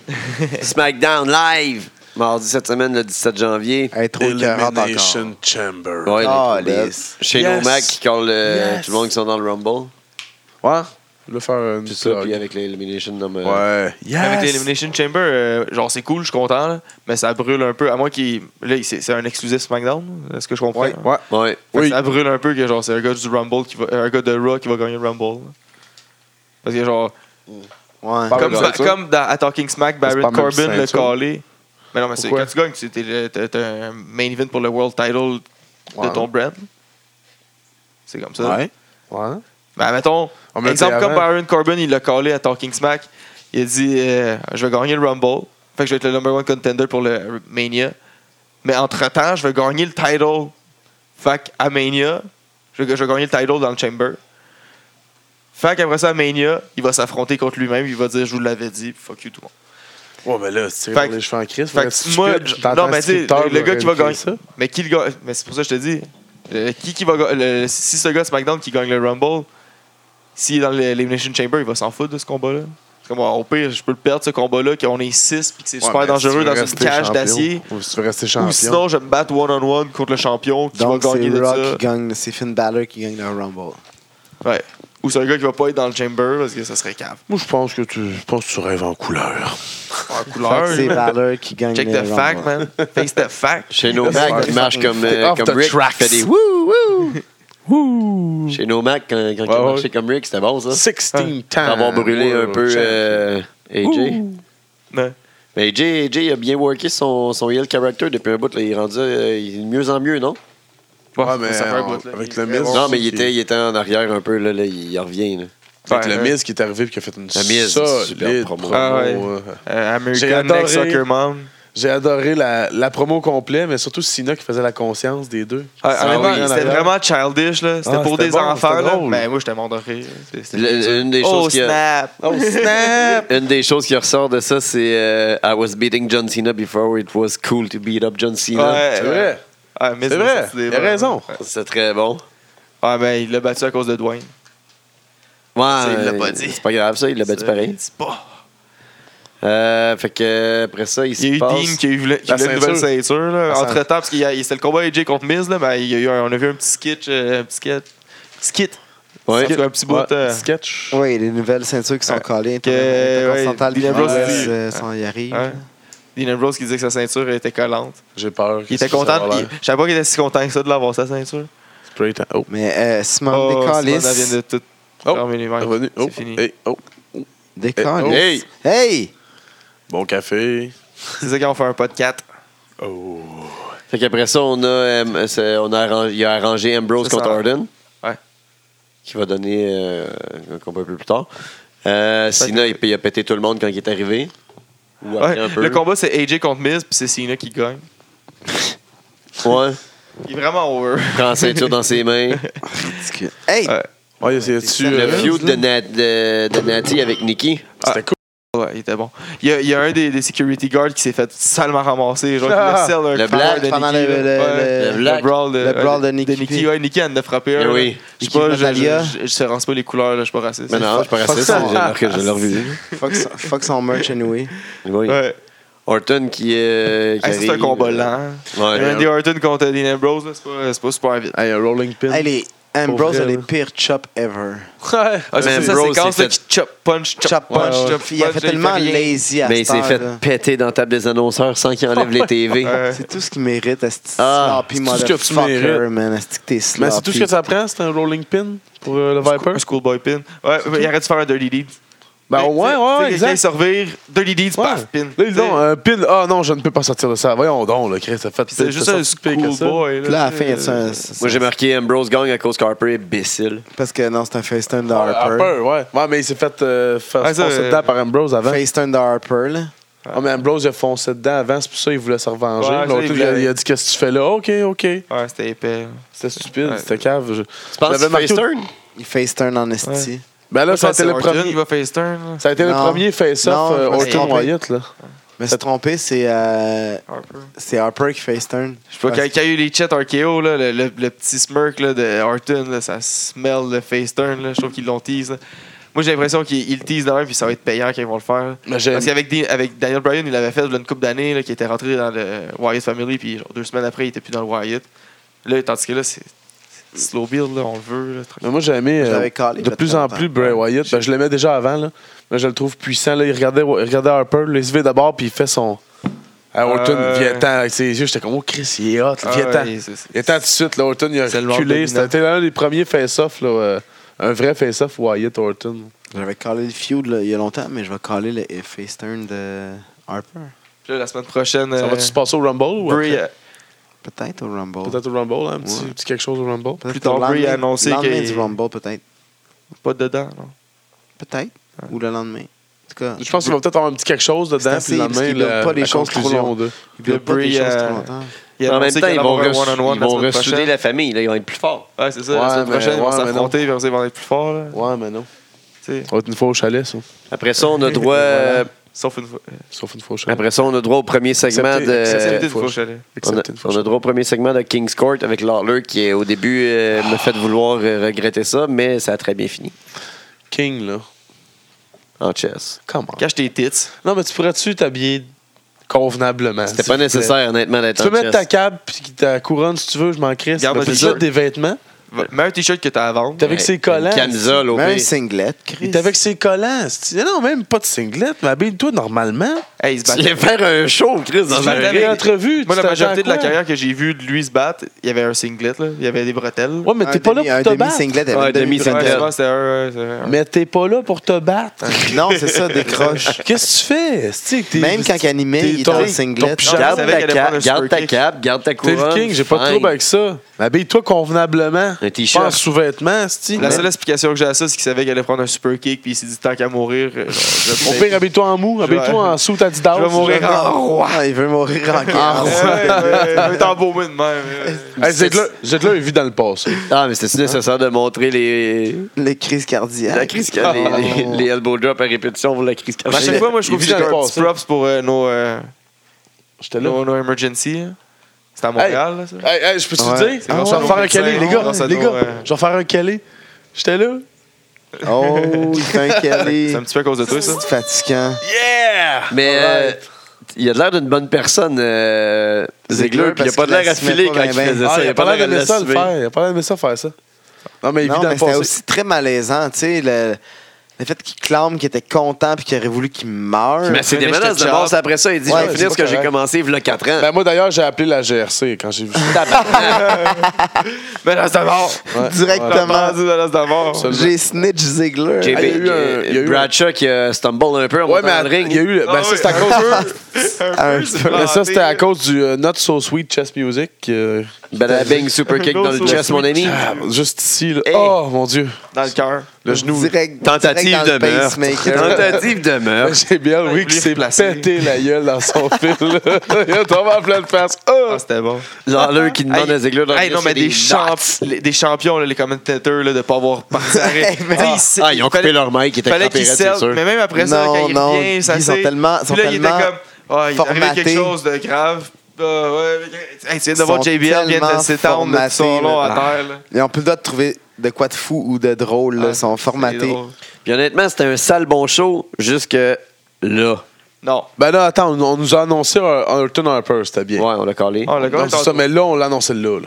[SPEAKER 1] [laughs] SmackDown Live, mardi cette semaine, le 17 janvier.
[SPEAKER 3] Elle est trop écœurante encore.
[SPEAKER 4] Elimination Chamber.
[SPEAKER 1] Ouais,
[SPEAKER 3] Ah,
[SPEAKER 1] les
[SPEAKER 3] les-
[SPEAKER 1] Shane
[SPEAKER 4] Yes.
[SPEAKER 1] O'Mac qui colle euh,
[SPEAKER 4] Yes.
[SPEAKER 1] tout le monde qui sont dans le Rumble.
[SPEAKER 4] Ouais. Je vais faire une
[SPEAKER 1] Puis ça,
[SPEAKER 4] plug.
[SPEAKER 1] puis avec euh, l'Elimination dans ma-
[SPEAKER 4] Ouais. Yes.
[SPEAKER 2] Avec l'Elimination Chamber, euh, genre c'est cool, je suis content, là, mais ça brûle un peu. À moins qu'il. Là, il- c'est c'est un exclusif SmackDown, est-ce que je comprends?
[SPEAKER 4] Ouais. Ouais.
[SPEAKER 1] Ouais.
[SPEAKER 2] Fait que
[SPEAKER 4] Oui.
[SPEAKER 2] Ça brûle un peu que genre c'est un gars du Rumble qui va, un gars de Raw qui va gagner le Rumble. là. Parce que genre
[SPEAKER 3] Ouais.
[SPEAKER 4] Par- Ah,
[SPEAKER 2] comme,
[SPEAKER 4] ouais,
[SPEAKER 2] ça-
[SPEAKER 4] ça.
[SPEAKER 2] comme dans à Talking Smack, Baron
[SPEAKER 4] pas mal
[SPEAKER 2] Corbin
[SPEAKER 4] plus
[SPEAKER 2] le
[SPEAKER 4] ceinture.
[SPEAKER 2] calé. Mais non, mais c'est
[SPEAKER 4] Pourquoi?
[SPEAKER 2] quand tu gagnes, c'est- t'es le- t'es- t'es un main event pour le World Title de
[SPEAKER 4] Ouais.
[SPEAKER 2] ton brand. C'est comme ça.
[SPEAKER 3] Ouais.
[SPEAKER 4] Ouais.
[SPEAKER 2] Ben, mettons,
[SPEAKER 4] On me l'a
[SPEAKER 2] exemple
[SPEAKER 4] dit
[SPEAKER 2] comme
[SPEAKER 4] avant.
[SPEAKER 2] Byron Corbin, il l'a collé à Talking Smack. Il a dit euh, Je vais gagner le Rumble. Fait que je vais être le number one contender pour le Mania. Mais entre-temps, je vais gagner le title. Fait qu'à Mania, je vais, je vais gagner le title dans le Chamber. Fait qu'après ça, à Mania, il va s'affronter contre lui-même. Il va dire Je vous l'avais dit. puis Fuck you, tout le monde.
[SPEAKER 4] Ouais, mais là, c'est
[SPEAKER 2] Fait
[SPEAKER 4] pour
[SPEAKER 2] que-
[SPEAKER 4] les cheveux en crise.
[SPEAKER 2] Fait que moi, je- non, mais tu sais, le, le gars qui va gagner. Mais qui le gagne Mais c'est pour ça que je te dis. euh, qui, qui va ga- le- si ce gars SmackDown qui gagne le Rumble, s'il est dans l'Elimination Chamber, il va s'en foutre de ce combat-là. C'est Comme, au pire, je peux le perdre ce combat-là, qu'on est 6 puis que c'est super dangereux dans une cage d'acier.
[SPEAKER 4] Ou si tu veux rester
[SPEAKER 2] Ou
[SPEAKER 4] champion.
[SPEAKER 2] sinon, je vais me battre one-on-one contre le champion qui
[SPEAKER 3] Donc,
[SPEAKER 2] va gagner
[SPEAKER 3] c'est
[SPEAKER 2] de
[SPEAKER 3] Rock
[SPEAKER 2] ça.
[SPEAKER 3] qui gagne, c'est Finn Balor qui gagne le Rumble.
[SPEAKER 2] Ouais. Ou c'est un gars qui va pas être dans le Chamber parce que ça serait cave.
[SPEAKER 4] Moi, je pense que tu je pense que tu rêves en couleur.
[SPEAKER 2] En
[SPEAKER 3] Fait
[SPEAKER 2] couleur.
[SPEAKER 3] que c'est Balor qui gagne
[SPEAKER 2] Check
[SPEAKER 3] le
[SPEAKER 2] the
[SPEAKER 3] Rumble.
[SPEAKER 2] fact, man. Face the fact.
[SPEAKER 1] Shane O'Mac qui
[SPEAKER 3] Ouais.
[SPEAKER 1] marche comme,
[SPEAKER 4] Fucking
[SPEAKER 1] euh,
[SPEAKER 4] off
[SPEAKER 1] comme
[SPEAKER 4] the
[SPEAKER 1] Rick.
[SPEAKER 4] tracks.
[SPEAKER 1] fait des wouh, [laughs] wouh. Shane O'Mac, quand, quand
[SPEAKER 4] Ouais,
[SPEAKER 1] il
[SPEAKER 4] ouais.
[SPEAKER 1] marchait comme Rick, c'était bon ça.
[SPEAKER 4] 16 times.
[SPEAKER 1] Pour avoir brûlé un peu euh, AJ.
[SPEAKER 2] Ouais.
[SPEAKER 1] Mais AJ, AJ il a bien worké son, son heel character depuis un bout. Là, il est rendu euh, il est de mieux en mieux, non?
[SPEAKER 4] Ouais, mais
[SPEAKER 2] ça fait un
[SPEAKER 4] on-
[SPEAKER 2] bout, là.
[SPEAKER 4] avec
[SPEAKER 2] Il-
[SPEAKER 4] le Miz.
[SPEAKER 1] non, mais il
[SPEAKER 4] qui-
[SPEAKER 1] était, il était en arrière un peu. Là, là, il revient. là.
[SPEAKER 4] Avec
[SPEAKER 2] Ouais,
[SPEAKER 4] le
[SPEAKER 2] ouais.
[SPEAKER 4] Miz qui est arrivé et qui a fait une
[SPEAKER 1] La Miz,
[SPEAKER 4] solide
[SPEAKER 1] superbe
[SPEAKER 4] promo.
[SPEAKER 1] promo.
[SPEAKER 2] Ah ouais. Euh,
[SPEAKER 4] J'ai
[SPEAKER 2] American
[SPEAKER 4] adoré.
[SPEAKER 2] Next Soccer Mom.
[SPEAKER 4] J'ai adoré la, la promo complète, mais surtout Sina qui faisait la conscience des deux.
[SPEAKER 2] Ah,
[SPEAKER 4] Ça,
[SPEAKER 2] honnêtement,
[SPEAKER 4] oui, en
[SPEAKER 2] c'était
[SPEAKER 4] arrière.
[SPEAKER 2] vraiment childish, là. C'était
[SPEAKER 4] Ah,
[SPEAKER 2] pour
[SPEAKER 4] c'était
[SPEAKER 2] des
[SPEAKER 4] bon,
[SPEAKER 2] enfants,
[SPEAKER 4] c'était
[SPEAKER 2] là.
[SPEAKER 4] drôle.
[SPEAKER 2] Mais Ben, moi, j'étais mort de rire. C'était- c'était-
[SPEAKER 1] Le- une des
[SPEAKER 2] Oh,
[SPEAKER 1] choses qui a-
[SPEAKER 2] snap! [laughs]
[SPEAKER 4] Oh, snap!
[SPEAKER 1] Une des choses qui ressort de ça, c'est euh, I was beating John Cena before it was cool to beat up John Cena.
[SPEAKER 2] Ouais.
[SPEAKER 4] C'est vrai.
[SPEAKER 2] Ah, mais
[SPEAKER 4] C'est vrai. Il a raison.
[SPEAKER 1] C'est très bon.
[SPEAKER 2] Ah, ben, il l'a battu à cause de Dwayne.
[SPEAKER 1] Ouais,
[SPEAKER 2] il l'a
[SPEAKER 1] euh,
[SPEAKER 2] pas dit.
[SPEAKER 1] C'est pas grave ça, il l'a battu
[SPEAKER 2] C'est-
[SPEAKER 1] pareil.
[SPEAKER 2] c'est pas.
[SPEAKER 1] Euh, fait que euh, après ça, il,
[SPEAKER 2] Il y a
[SPEAKER 1] se
[SPEAKER 2] eu
[SPEAKER 1] passe.
[SPEAKER 2] Dean qui a eu la,
[SPEAKER 4] La
[SPEAKER 2] une nouvelle ceinture, là.
[SPEAKER 4] La
[SPEAKER 2] Entre temps, parce qu'il y a- c'était le combat AJ contre Miz, là. Ben, il y a eu un- on a vu un petit sketch. euh, un petit skit. Skit.
[SPEAKER 1] Ouais.
[SPEAKER 2] En tout cas, un petit bout.
[SPEAKER 4] Ouais,
[SPEAKER 2] euh,
[SPEAKER 4] sketch.
[SPEAKER 3] Oui, les nouvelles ceintures qui sont
[SPEAKER 2] Ouais.
[SPEAKER 3] collées.
[SPEAKER 2] Que, Euh, ouais,
[SPEAKER 3] Intercontinental puis
[SPEAKER 2] Dean Ambrose
[SPEAKER 3] US,
[SPEAKER 2] dit-
[SPEAKER 3] euh, sont y arrivent.
[SPEAKER 2] hein. Dean Ambrose qui disait que sa ceinture était collante.
[SPEAKER 4] J'ai peur.
[SPEAKER 2] Il était content. de- il- Je savais pas qu'il était si content que ça de l'avoir, sa ceinture.
[SPEAKER 4] Oh,
[SPEAKER 3] Mais euh, Simon
[SPEAKER 2] Oh, c'est bon,
[SPEAKER 3] Décallis.
[SPEAKER 2] elle vient de tout.
[SPEAKER 4] Oh,
[SPEAKER 2] fermer les mains.
[SPEAKER 4] revenu. Oh,
[SPEAKER 2] Ah, C'est fini.
[SPEAKER 4] hey, oh,
[SPEAKER 3] Décallis.
[SPEAKER 1] Hey!
[SPEAKER 3] Hey!
[SPEAKER 4] bon café.
[SPEAKER 2] C'est ça qu'on fait un podcast.
[SPEAKER 4] Oh.
[SPEAKER 1] Fait qu'après ça, on a, euh, c'est- on a arrangé, il a arrangé Ambrose
[SPEAKER 2] Ça, ça-
[SPEAKER 1] contre Arden.
[SPEAKER 2] Ouais.
[SPEAKER 1] Qui va donner euh, un combat un peu plus tard. Euh, Cena, il, il a pété tout le monde quand il est arrivé. Ou après
[SPEAKER 2] Ouais,
[SPEAKER 1] un peu.
[SPEAKER 2] le combat, c'est AJ contre Miz, puis c'est Cena qui gagne.
[SPEAKER 1] Ouais.
[SPEAKER 2] Il est vraiment over.
[SPEAKER 1] Prend la ceinture dans ses
[SPEAKER 2] [laughs]
[SPEAKER 1] mains.
[SPEAKER 3] Ridicule. Hey!
[SPEAKER 2] Ouais.
[SPEAKER 4] Ouais, essayais-tu.
[SPEAKER 1] Le
[SPEAKER 4] euh,
[SPEAKER 1] feud de, Nat- de, de Natty avec Nikki.
[SPEAKER 2] Ah.
[SPEAKER 4] C'était cool.
[SPEAKER 2] Ouais, il était bon. Il y a, il y a un des, des security guards qui s'est fait salement ramasser. Genre, qui le sell un
[SPEAKER 1] Le
[SPEAKER 2] crawl
[SPEAKER 1] black
[SPEAKER 2] de
[SPEAKER 3] pendant
[SPEAKER 2] Nikki, là.
[SPEAKER 3] le- le-
[SPEAKER 2] Ouais,
[SPEAKER 1] le-
[SPEAKER 2] le,
[SPEAKER 1] black.
[SPEAKER 2] brawl de,
[SPEAKER 3] Le brawl de Nikki.
[SPEAKER 2] Ouais, Nikki, elle en a frappé
[SPEAKER 1] Eh
[SPEAKER 2] un.
[SPEAKER 1] oui.
[SPEAKER 2] là. Je sais pas,
[SPEAKER 3] Nikki
[SPEAKER 2] je,
[SPEAKER 3] Natalia.
[SPEAKER 2] je, je, je sais pas les couleurs, là, je suis pas raciste.
[SPEAKER 1] Mais Ben non, je suis pas raciste,
[SPEAKER 3] ça.
[SPEAKER 1] j'ai marqué, je l'ai revu.
[SPEAKER 3] Fuck, son- fuck son merch anyway.
[SPEAKER 1] Oui.
[SPEAKER 2] Ouais.
[SPEAKER 1] Orton qui, euh, qui
[SPEAKER 2] Hey, c'est un
[SPEAKER 1] arrive. euh,
[SPEAKER 2] combat lent.
[SPEAKER 1] Ouais.
[SPEAKER 2] Randy Orton contre Dean Ambrose, là, c'est pas, c'est pas super [laughs] vite.
[SPEAKER 4] Hey, un rolling pin.
[SPEAKER 3] Hey, les Ambrose
[SPEAKER 4] vrai,
[SPEAKER 3] a les
[SPEAKER 4] là.
[SPEAKER 3] pires chops ever.
[SPEAKER 4] Ouais.
[SPEAKER 2] Ah, c'est
[SPEAKER 1] Mais
[SPEAKER 2] ça,
[SPEAKER 1] Ambrose,
[SPEAKER 2] c'est quand
[SPEAKER 1] c'est
[SPEAKER 2] c'est qui chop, punch, chop,
[SPEAKER 3] Chop punch.
[SPEAKER 2] ouais, chop,
[SPEAKER 3] il a fait
[SPEAKER 2] punch,
[SPEAKER 3] tellement
[SPEAKER 2] rien.
[SPEAKER 3] lazy à
[SPEAKER 1] Mais il
[SPEAKER 3] cette
[SPEAKER 1] s'est fait
[SPEAKER 3] heure-là.
[SPEAKER 1] péter dans la table des annonceurs sans qu'il enlève
[SPEAKER 2] [laughs]
[SPEAKER 1] les TV.
[SPEAKER 2] Ouais.
[SPEAKER 3] C'est tout ce qu'il mérite, Asti.
[SPEAKER 1] Ah,
[SPEAKER 3] sloppy
[SPEAKER 4] c'est tout ce que tu
[SPEAKER 3] motherfucker,
[SPEAKER 4] mérites.
[SPEAKER 3] man. Asti que t'es sloppy.
[SPEAKER 4] Mais c'est tout ce que tu apprends, c'est un rolling pin pour euh, le Viper.
[SPEAKER 2] Un schoolboy pin. Ouais, il aurait dû faire un dirty deed.
[SPEAKER 4] Ben ouais, ouais, ouais,
[SPEAKER 2] Quelqu'un
[SPEAKER 4] exact.
[SPEAKER 2] servir, dirty deeds,
[SPEAKER 4] Ouais.
[SPEAKER 2] paf, pin.
[SPEAKER 4] Là, ils ont un pin. Ah non, je ne peux pas sortir de ça. Voyons donc, le Chris, ça fait.
[SPEAKER 2] C'est juste
[SPEAKER 4] ça
[SPEAKER 2] un
[SPEAKER 4] fait pire que ça.
[SPEAKER 2] schoolboy.
[SPEAKER 3] Puis là, à la fin, il y a ça,
[SPEAKER 2] euh,
[SPEAKER 3] un-
[SPEAKER 1] Moi, j'ai marqué Ambrose Gang à cause qu'Harper est imbécile.
[SPEAKER 3] Parce que non, c'est un FaceTime de
[SPEAKER 4] Ouais,
[SPEAKER 3] Harper.
[SPEAKER 4] Harper, ouais. Ouais, mais il s'est fait euh, faire
[SPEAKER 2] Ouais, ça,
[SPEAKER 4] foncer
[SPEAKER 2] euh,
[SPEAKER 4] dedans par Ambrose avant.
[SPEAKER 3] FaceTime de Harper, là.
[SPEAKER 4] Ah, mais Ambrose, il a foncé dedans avant, c'est pour ça qu'il voulait se revenger.
[SPEAKER 2] Ouais, ça,
[SPEAKER 4] L'autre,
[SPEAKER 2] il
[SPEAKER 4] il, a-
[SPEAKER 2] voulait-
[SPEAKER 4] il a dit Qu'est-ce que tu fais là Ok, ok.
[SPEAKER 2] Ouais, c'était épais.
[SPEAKER 4] C'était stupide,
[SPEAKER 2] Ouais.
[SPEAKER 4] c'était cave. Je-
[SPEAKER 1] Tu penses
[SPEAKER 4] J'avais
[SPEAKER 1] que
[SPEAKER 4] marqué
[SPEAKER 1] face
[SPEAKER 4] au-
[SPEAKER 1] turn?
[SPEAKER 3] Il face turn en esti.
[SPEAKER 4] Ben là,
[SPEAKER 2] Moi, je
[SPEAKER 4] ça a
[SPEAKER 2] pense
[SPEAKER 4] été
[SPEAKER 2] que
[SPEAKER 4] le
[SPEAKER 2] Orton,
[SPEAKER 4] premier.
[SPEAKER 2] Il va face turn. là.
[SPEAKER 4] Ça a été le
[SPEAKER 3] Non.
[SPEAKER 4] premier face-off
[SPEAKER 3] Non,
[SPEAKER 4] euh,
[SPEAKER 3] je me suis
[SPEAKER 4] Orton
[SPEAKER 3] trompé.
[SPEAKER 4] Wyatt, là.
[SPEAKER 3] Je me suis trompé, c'est euh,
[SPEAKER 2] Harper.
[SPEAKER 3] c'est Harper qui face turn.
[SPEAKER 2] Je sais pas, quand, quand il y a eu les chats RKO, là, le, le- le petit smirk là, de Orton, là, ça smell le face turn. là. Je trouve qu'ils l'ont tease. là. Moi, j'ai l'impression qu'ils ils le teasent dans un, puis ça va être payant quand ils vont le faire. là.
[SPEAKER 4] Mais j'ai-
[SPEAKER 2] Parce qu'avec des- avec Daniel Bryan, il l'avait fait il y a une couple d'années, là, qu'il était rentré dans le Wyatt Family, puis genre, deux semaines après, il était plus dans le Wyatt. Là, tandis que là, c'est c'est slow build, là, on le veut. là, tranquille.
[SPEAKER 4] Mais moi, j'ai aimé
[SPEAKER 3] Je
[SPEAKER 4] euh,
[SPEAKER 3] l'avais callé, il y
[SPEAKER 4] de
[SPEAKER 3] a
[SPEAKER 4] plus
[SPEAKER 3] très
[SPEAKER 4] en
[SPEAKER 3] longtemps.
[SPEAKER 4] plus Bray Wyatt. Ben, je l'aimais déjà avant. Là. Là, je le trouve puissant. Là, il, regardait, il regardait Harper, là, il se levait d'abord, puis il fait son. À Orton,
[SPEAKER 2] Euh,
[SPEAKER 4] viens-t'en avec ses yeux. J'étais comme, oh Chris, il est hot, là,
[SPEAKER 2] Ah,
[SPEAKER 4] viens-t'en.
[SPEAKER 2] ouais, c'est- c'est-
[SPEAKER 4] Viens-t'en tout de suite. Là, Orton, il a
[SPEAKER 2] C'est le rôle
[SPEAKER 4] reculé.
[SPEAKER 2] dominant.
[SPEAKER 4] C'était l'un des premiers face-off. là, euh, un vrai face-off Wyatt-Orton.
[SPEAKER 3] J'avais callé le feud là, il y a longtemps, mais je vais caller le face turn de Harper.
[SPEAKER 2] Puis là, la semaine prochaine,
[SPEAKER 4] Ça
[SPEAKER 2] euh,
[SPEAKER 4] va-tu se passer au Rumble ou
[SPEAKER 2] Bray, euh,
[SPEAKER 4] après?
[SPEAKER 3] Peut-être au Rumble.
[SPEAKER 4] Peut-être au Rumble, hein, un petit,
[SPEAKER 3] Ouais.
[SPEAKER 4] petit quelque chose au Rumble.
[SPEAKER 3] Peut-être
[SPEAKER 2] plus tard,
[SPEAKER 3] au
[SPEAKER 2] Bray a
[SPEAKER 3] lendemain-
[SPEAKER 2] annoncé
[SPEAKER 3] lendemain
[SPEAKER 2] qu'il-
[SPEAKER 3] du Rumble, peut-être.
[SPEAKER 2] pas dedans. non.
[SPEAKER 3] Peut-être. Ou le lendemain. En tout cas,
[SPEAKER 4] Je pense qu'il va peut-être avoir un petit quelque chose dedans,
[SPEAKER 3] assez-
[SPEAKER 4] puis la
[SPEAKER 3] parce
[SPEAKER 4] main,
[SPEAKER 3] qu'il donne
[SPEAKER 4] la,
[SPEAKER 3] pas des
[SPEAKER 4] la
[SPEAKER 3] choses trop
[SPEAKER 4] conclusion
[SPEAKER 3] longues.
[SPEAKER 4] de-
[SPEAKER 3] il veut pas des
[SPEAKER 2] Bray,
[SPEAKER 3] choses
[SPEAKER 2] euh,
[SPEAKER 3] trop longtemps.
[SPEAKER 2] Il a
[SPEAKER 1] En même temps,
[SPEAKER 2] annoncé qu'il
[SPEAKER 1] ils
[SPEAKER 2] allait
[SPEAKER 1] vont,
[SPEAKER 2] avoir un
[SPEAKER 1] restu- ils
[SPEAKER 2] one-on-one la
[SPEAKER 1] vont
[SPEAKER 2] semaine prochaine.
[SPEAKER 1] ressouder la famille. Là, ils vont être plus forts.
[SPEAKER 2] Ouais, c'est ça.
[SPEAKER 4] Ouais,
[SPEAKER 2] la semaine
[SPEAKER 4] mais-
[SPEAKER 2] prochaine, ils vont
[SPEAKER 4] ouais, mais
[SPEAKER 2] s'affronter, ils vont dire qu'ils vont être plus forts. Là,
[SPEAKER 4] Ouais, mais non.
[SPEAKER 2] tu sais.
[SPEAKER 4] Ça va être une fois au chalet, ça.
[SPEAKER 1] Après ça, on a droit,
[SPEAKER 4] Voilà.
[SPEAKER 2] Sauf une fois.
[SPEAKER 4] Sauf une fois au chalet.
[SPEAKER 1] après ça, on a droit au premier segment
[SPEAKER 4] Accepté-
[SPEAKER 1] de.
[SPEAKER 2] Ça, c'est une
[SPEAKER 4] faut-
[SPEAKER 2] fois, je l'ai.
[SPEAKER 1] On a,
[SPEAKER 4] Excepté une fois
[SPEAKER 1] on
[SPEAKER 4] au
[SPEAKER 1] a droit au premier segment de King's Court avec Lawler qui, euh, au début, euh, me fait vouloir euh, regretter ça, mais ça a très bien fini
[SPEAKER 4] King, là.
[SPEAKER 1] en chess.
[SPEAKER 4] Come on.
[SPEAKER 2] Cache tes tits.
[SPEAKER 4] Non, mais tu pourrais-tu t'habiller convenablement?
[SPEAKER 1] C'était
[SPEAKER 4] s'il vous
[SPEAKER 1] pas
[SPEAKER 4] plaît?
[SPEAKER 1] nécessaire, honnêtement, d'être
[SPEAKER 4] Tu peux
[SPEAKER 1] en
[SPEAKER 4] mettre ta
[SPEAKER 1] chess.
[SPEAKER 4] cape puis ta couronne si tu veux, je m'en crisse.
[SPEAKER 2] Garde
[SPEAKER 4] Mais
[SPEAKER 2] le
[SPEAKER 4] tu
[SPEAKER 2] t-shirt.
[SPEAKER 4] jettes des vêtements.
[SPEAKER 2] Va- Mets un t-shirt que t'as à vendre.
[SPEAKER 4] T'es avec ses collants.
[SPEAKER 1] Une Camisole, au
[SPEAKER 3] Même un
[SPEAKER 1] pire.
[SPEAKER 3] singlet,
[SPEAKER 4] Il
[SPEAKER 3] Chris.
[SPEAKER 4] était avec ses collants. c'est- Non, même pas de singlet, mais habille-toi normalement.
[SPEAKER 2] Hey, il se
[SPEAKER 1] Tu
[SPEAKER 2] battait.
[SPEAKER 1] voulais faire un show, Chris, dans
[SPEAKER 2] Je
[SPEAKER 1] un
[SPEAKER 2] l'avais
[SPEAKER 1] ring.
[SPEAKER 4] Réentrevue.
[SPEAKER 2] Moi,
[SPEAKER 4] tu
[SPEAKER 2] la majorité de
[SPEAKER 4] t'attends à
[SPEAKER 2] la
[SPEAKER 4] quoi?
[SPEAKER 2] carrière que j'ai vue de lui se battre, il y avait un singlet, là. il y avait des bretelles.
[SPEAKER 4] Ouais, mais t'es pas là
[SPEAKER 3] Un
[SPEAKER 4] pour te battre.
[SPEAKER 3] demi-singlet avec
[SPEAKER 1] Ouais,
[SPEAKER 3] une
[SPEAKER 1] demi-
[SPEAKER 3] demi-bretelle.
[SPEAKER 2] Ah, Ouais,
[SPEAKER 1] Singlet.
[SPEAKER 2] souvent, c'était un. ouais, c'était un.
[SPEAKER 4] Mais t'es pas là pour te battre.
[SPEAKER 3] Non, c'est ça, décroche.
[SPEAKER 4] Qu'est-ce que tu fais? C'est-tu que [laughs] t'es-
[SPEAKER 3] Même quand il animait,
[SPEAKER 4] t'es
[SPEAKER 3] il était
[SPEAKER 4] ton-
[SPEAKER 3] en singlet.
[SPEAKER 4] ton pyjama.
[SPEAKER 1] Garde
[SPEAKER 2] Non, je savais
[SPEAKER 1] ta
[SPEAKER 2] qu'elle allait
[SPEAKER 1] cape,
[SPEAKER 2] prendre un
[SPEAKER 1] garde ta
[SPEAKER 2] super
[SPEAKER 1] cape, garde ta
[SPEAKER 4] T'es
[SPEAKER 1] couronne.
[SPEAKER 4] le king, j'ai pas de
[SPEAKER 1] fine.
[SPEAKER 4] trouble avec ça. Mais Habille-toi convenablement.
[SPEAKER 1] Un t-shirt.
[SPEAKER 4] Pas en sous-vêtements, c'ti.
[SPEAKER 2] La seule explication que j'ai à ça, c'est qu'il savait qu'elle allait prendre un super kick, puis il s'est dit tant qu'à mourir. euh, je- je-
[SPEAKER 4] Au pire, habille-toi en mou, habille-toi en sous, t'as dit
[SPEAKER 2] Je vais mourir en roi.
[SPEAKER 3] Ah, il veut mourir en
[SPEAKER 4] En
[SPEAKER 3] guerre.
[SPEAKER 2] Ouais, ouais, ouais, Il est embaumé de même.
[SPEAKER 4] Hey, c'est là, j'ai là, il vit dans le passé.
[SPEAKER 1] Ah, mais c'était nécessaire de montrer les.
[SPEAKER 3] Les crises cardiaques.
[SPEAKER 1] La crise, car- les, les, les elbow drops à répétition pour la crise
[SPEAKER 2] Ah. À
[SPEAKER 1] cardiaque.
[SPEAKER 2] chaque fois, moi, je
[SPEAKER 4] Il
[SPEAKER 2] trouve que
[SPEAKER 4] vit
[SPEAKER 2] c'est
[SPEAKER 4] dans le
[SPEAKER 2] un
[SPEAKER 4] passé.
[SPEAKER 2] petit props pour euh, nos, euh,
[SPEAKER 4] J'étais là.
[SPEAKER 2] nos, nos emergency. hein. C'était à Montréal, là, ça.
[SPEAKER 4] Hey, hey, je peux te
[SPEAKER 3] Ouais.
[SPEAKER 4] dire?
[SPEAKER 2] Ah
[SPEAKER 4] je vais
[SPEAKER 2] ouais.
[SPEAKER 4] refaire un calé, les gars.
[SPEAKER 2] Grâce à
[SPEAKER 4] Les
[SPEAKER 2] nos,
[SPEAKER 4] gars,
[SPEAKER 2] euh,
[SPEAKER 4] je vais refaire un calé. J'étais là.
[SPEAKER 3] Oh, il fait un
[SPEAKER 2] C'est
[SPEAKER 3] calé.
[SPEAKER 2] un petit peu à cause de toi, ça.
[SPEAKER 3] C'est fatigant.
[SPEAKER 4] Yeah!
[SPEAKER 1] Mais euh,
[SPEAKER 4] Alright.
[SPEAKER 1] il a de l'air d'une bonne personne, euh, Ziegler,
[SPEAKER 3] Ziegler,
[SPEAKER 1] puis il a
[SPEAKER 3] parce
[SPEAKER 1] pas de l'air
[SPEAKER 3] qu'il assumait
[SPEAKER 1] affilé
[SPEAKER 3] pas
[SPEAKER 1] quand
[SPEAKER 3] bien,
[SPEAKER 1] il
[SPEAKER 3] bien.
[SPEAKER 1] faisait
[SPEAKER 4] Ah,
[SPEAKER 1] ça.
[SPEAKER 4] il a pas l'air d'aimer ça le
[SPEAKER 1] l'assumer.
[SPEAKER 4] faire. Il a pas l'air d'aimer ça faire ça. Non, mais il vit
[SPEAKER 3] Non,
[SPEAKER 4] dans le
[SPEAKER 3] mais c'était
[SPEAKER 4] passé.
[SPEAKER 3] aussi très malaisant, tu sais, le, le fait qu'il clame qu'il était content puis qu'il aurait voulu qu'il meure.
[SPEAKER 1] Mais c'est des
[SPEAKER 2] Prenez
[SPEAKER 1] menaces
[SPEAKER 2] ce
[SPEAKER 1] de
[SPEAKER 2] job.
[SPEAKER 1] mort. c'est Après ça, il dit Je
[SPEAKER 4] Ouais,
[SPEAKER 1] vais
[SPEAKER 4] c'est
[SPEAKER 1] finir
[SPEAKER 4] pas
[SPEAKER 1] ce que j'ai
[SPEAKER 4] correct.
[SPEAKER 1] commencé il y a 4 ans.
[SPEAKER 4] Ben, moi, d'ailleurs, j'ai appelé la GRC quand j'ai vu ça.
[SPEAKER 2] Menace de mort.
[SPEAKER 4] Ouais.
[SPEAKER 3] Directement.
[SPEAKER 2] T'as dit menace de mort.
[SPEAKER 4] Absolument.
[SPEAKER 3] J'ai snitch Ziegler.
[SPEAKER 1] J'ai euh,
[SPEAKER 4] Ah, il y a eu un- il y a eu un-
[SPEAKER 1] Bradshaw qui euh, stumble un peu en
[SPEAKER 4] Ouais,
[SPEAKER 1] montant dans le
[SPEAKER 4] mais il y a
[SPEAKER 1] ring.
[SPEAKER 4] eu. Ben,
[SPEAKER 2] Ah
[SPEAKER 4] ça,
[SPEAKER 2] oui,
[SPEAKER 4] c'était à
[SPEAKER 2] un
[SPEAKER 4] cause. Ah,
[SPEAKER 2] peu. [laughs] Un peu, c'est
[SPEAKER 4] Mais ça, c'était à
[SPEAKER 2] planté.
[SPEAKER 4] cause du euh, Not So Sweet Chess Music. euh,
[SPEAKER 1] Bada bing, Ben, super kick dans le
[SPEAKER 2] Grosse
[SPEAKER 1] chest, mon ami.
[SPEAKER 4] ah, juste ici, là.
[SPEAKER 1] Hey.
[SPEAKER 4] Oh, mon Dieu.
[SPEAKER 2] Dans le cœur.
[SPEAKER 4] Le genou.
[SPEAKER 3] Direct,
[SPEAKER 1] Tentative
[SPEAKER 3] direct
[SPEAKER 1] de
[SPEAKER 3] dans le
[SPEAKER 1] meurtre. [laughs]
[SPEAKER 3] pacemaker.
[SPEAKER 1] Tentative de
[SPEAKER 4] [laughs]
[SPEAKER 1] meurtre.
[SPEAKER 4] J'ai bien
[SPEAKER 2] Ouais,
[SPEAKER 4] oui
[SPEAKER 2] il
[SPEAKER 4] qu'il
[SPEAKER 2] voulait
[SPEAKER 4] s'est
[SPEAKER 2] replacer.
[SPEAKER 4] pété la gueule dans [laughs] son fil. là. Il a tombé en pleine face. Oh!
[SPEAKER 2] Ah, c'était bon.
[SPEAKER 1] Lawler qui demande
[SPEAKER 2] Hey,
[SPEAKER 1] à Ziegler de
[SPEAKER 2] hey, non, mais des, champ-
[SPEAKER 1] champs.
[SPEAKER 2] les- des champions, là, les commentateurs, là, de pas avoir parti à rien.
[SPEAKER 3] Hey, mais-
[SPEAKER 2] Tu sais, il-
[SPEAKER 1] Ah, ils ont coupé
[SPEAKER 2] fallait-
[SPEAKER 1] leur mic, ils étaient
[SPEAKER 2] fallait
[SPEAKER 1] crampés,
[SPEAKER 2] qu'ils
[SPEAKER 1] c'est
[SPEAKER 2] servent,
[SPEAKER 1] sûr.
[SPEAKER 2] mais même après ça,
[SPEAKER 3] Non,
[SPEAKER 2] quand il
[SPEAKER 3] non,
[SPEAKER 2] revient, ça
[SPEAKER 3] ils sont
[SPEAKER 2] c'est-
[SPEAKER 3] tellement-
[SPEAKER 2] Puis
[SPEAKER 3] sont
[SPEAKER 2] là, il était
[SPEAKER 3] tellement
[SPEAKER 2] comme, ah, il est arrivé
[SPEAKER 3] formatés.
[SPEAKER 2] quelque chose de grave. Ah, ouais, hey, tu viens de
[SPEAKER 3] Ils
[SPEAKER 2] voir
[SPEAKER 3] sont
[SPEAKER 2] JBL vient
[SPEAKER 3] tellement
[SPEAKER 2] de s'étendre de son
[SPEAKER 3] formatés,
[SPEAKER 2] long à
[SPEAKER 3] là.
[SPEAKER 2] terre. là.
[SPEAKER 3] Ils ont plus le droit de trouver de quoi de fou ou de drôle. là.
[SPEAKER 2] Ah,
[SPEAKER 3] Ils sont
[SPEAKER 2] c'est
[SPEAKER 3] formatés.
[SPEAKER 2] drôle.
[SPEAKER 1] Puis honnêtement, c'était un sale bon show jusque là.
[SPEAKER 2] Non.
[SPEAKER 4] Ben là, attends, on, on nous a annoncé un un Orton Harper, c'était bien.
[SPEAKER 1] Ouais, on l'a collé.
[SPEAKER 2] Ah, le gars,
[SPEAKER 4] Non, c'est ça, mais là, on l'a annoncé là. là.
[SPEAKER 1] Ouais,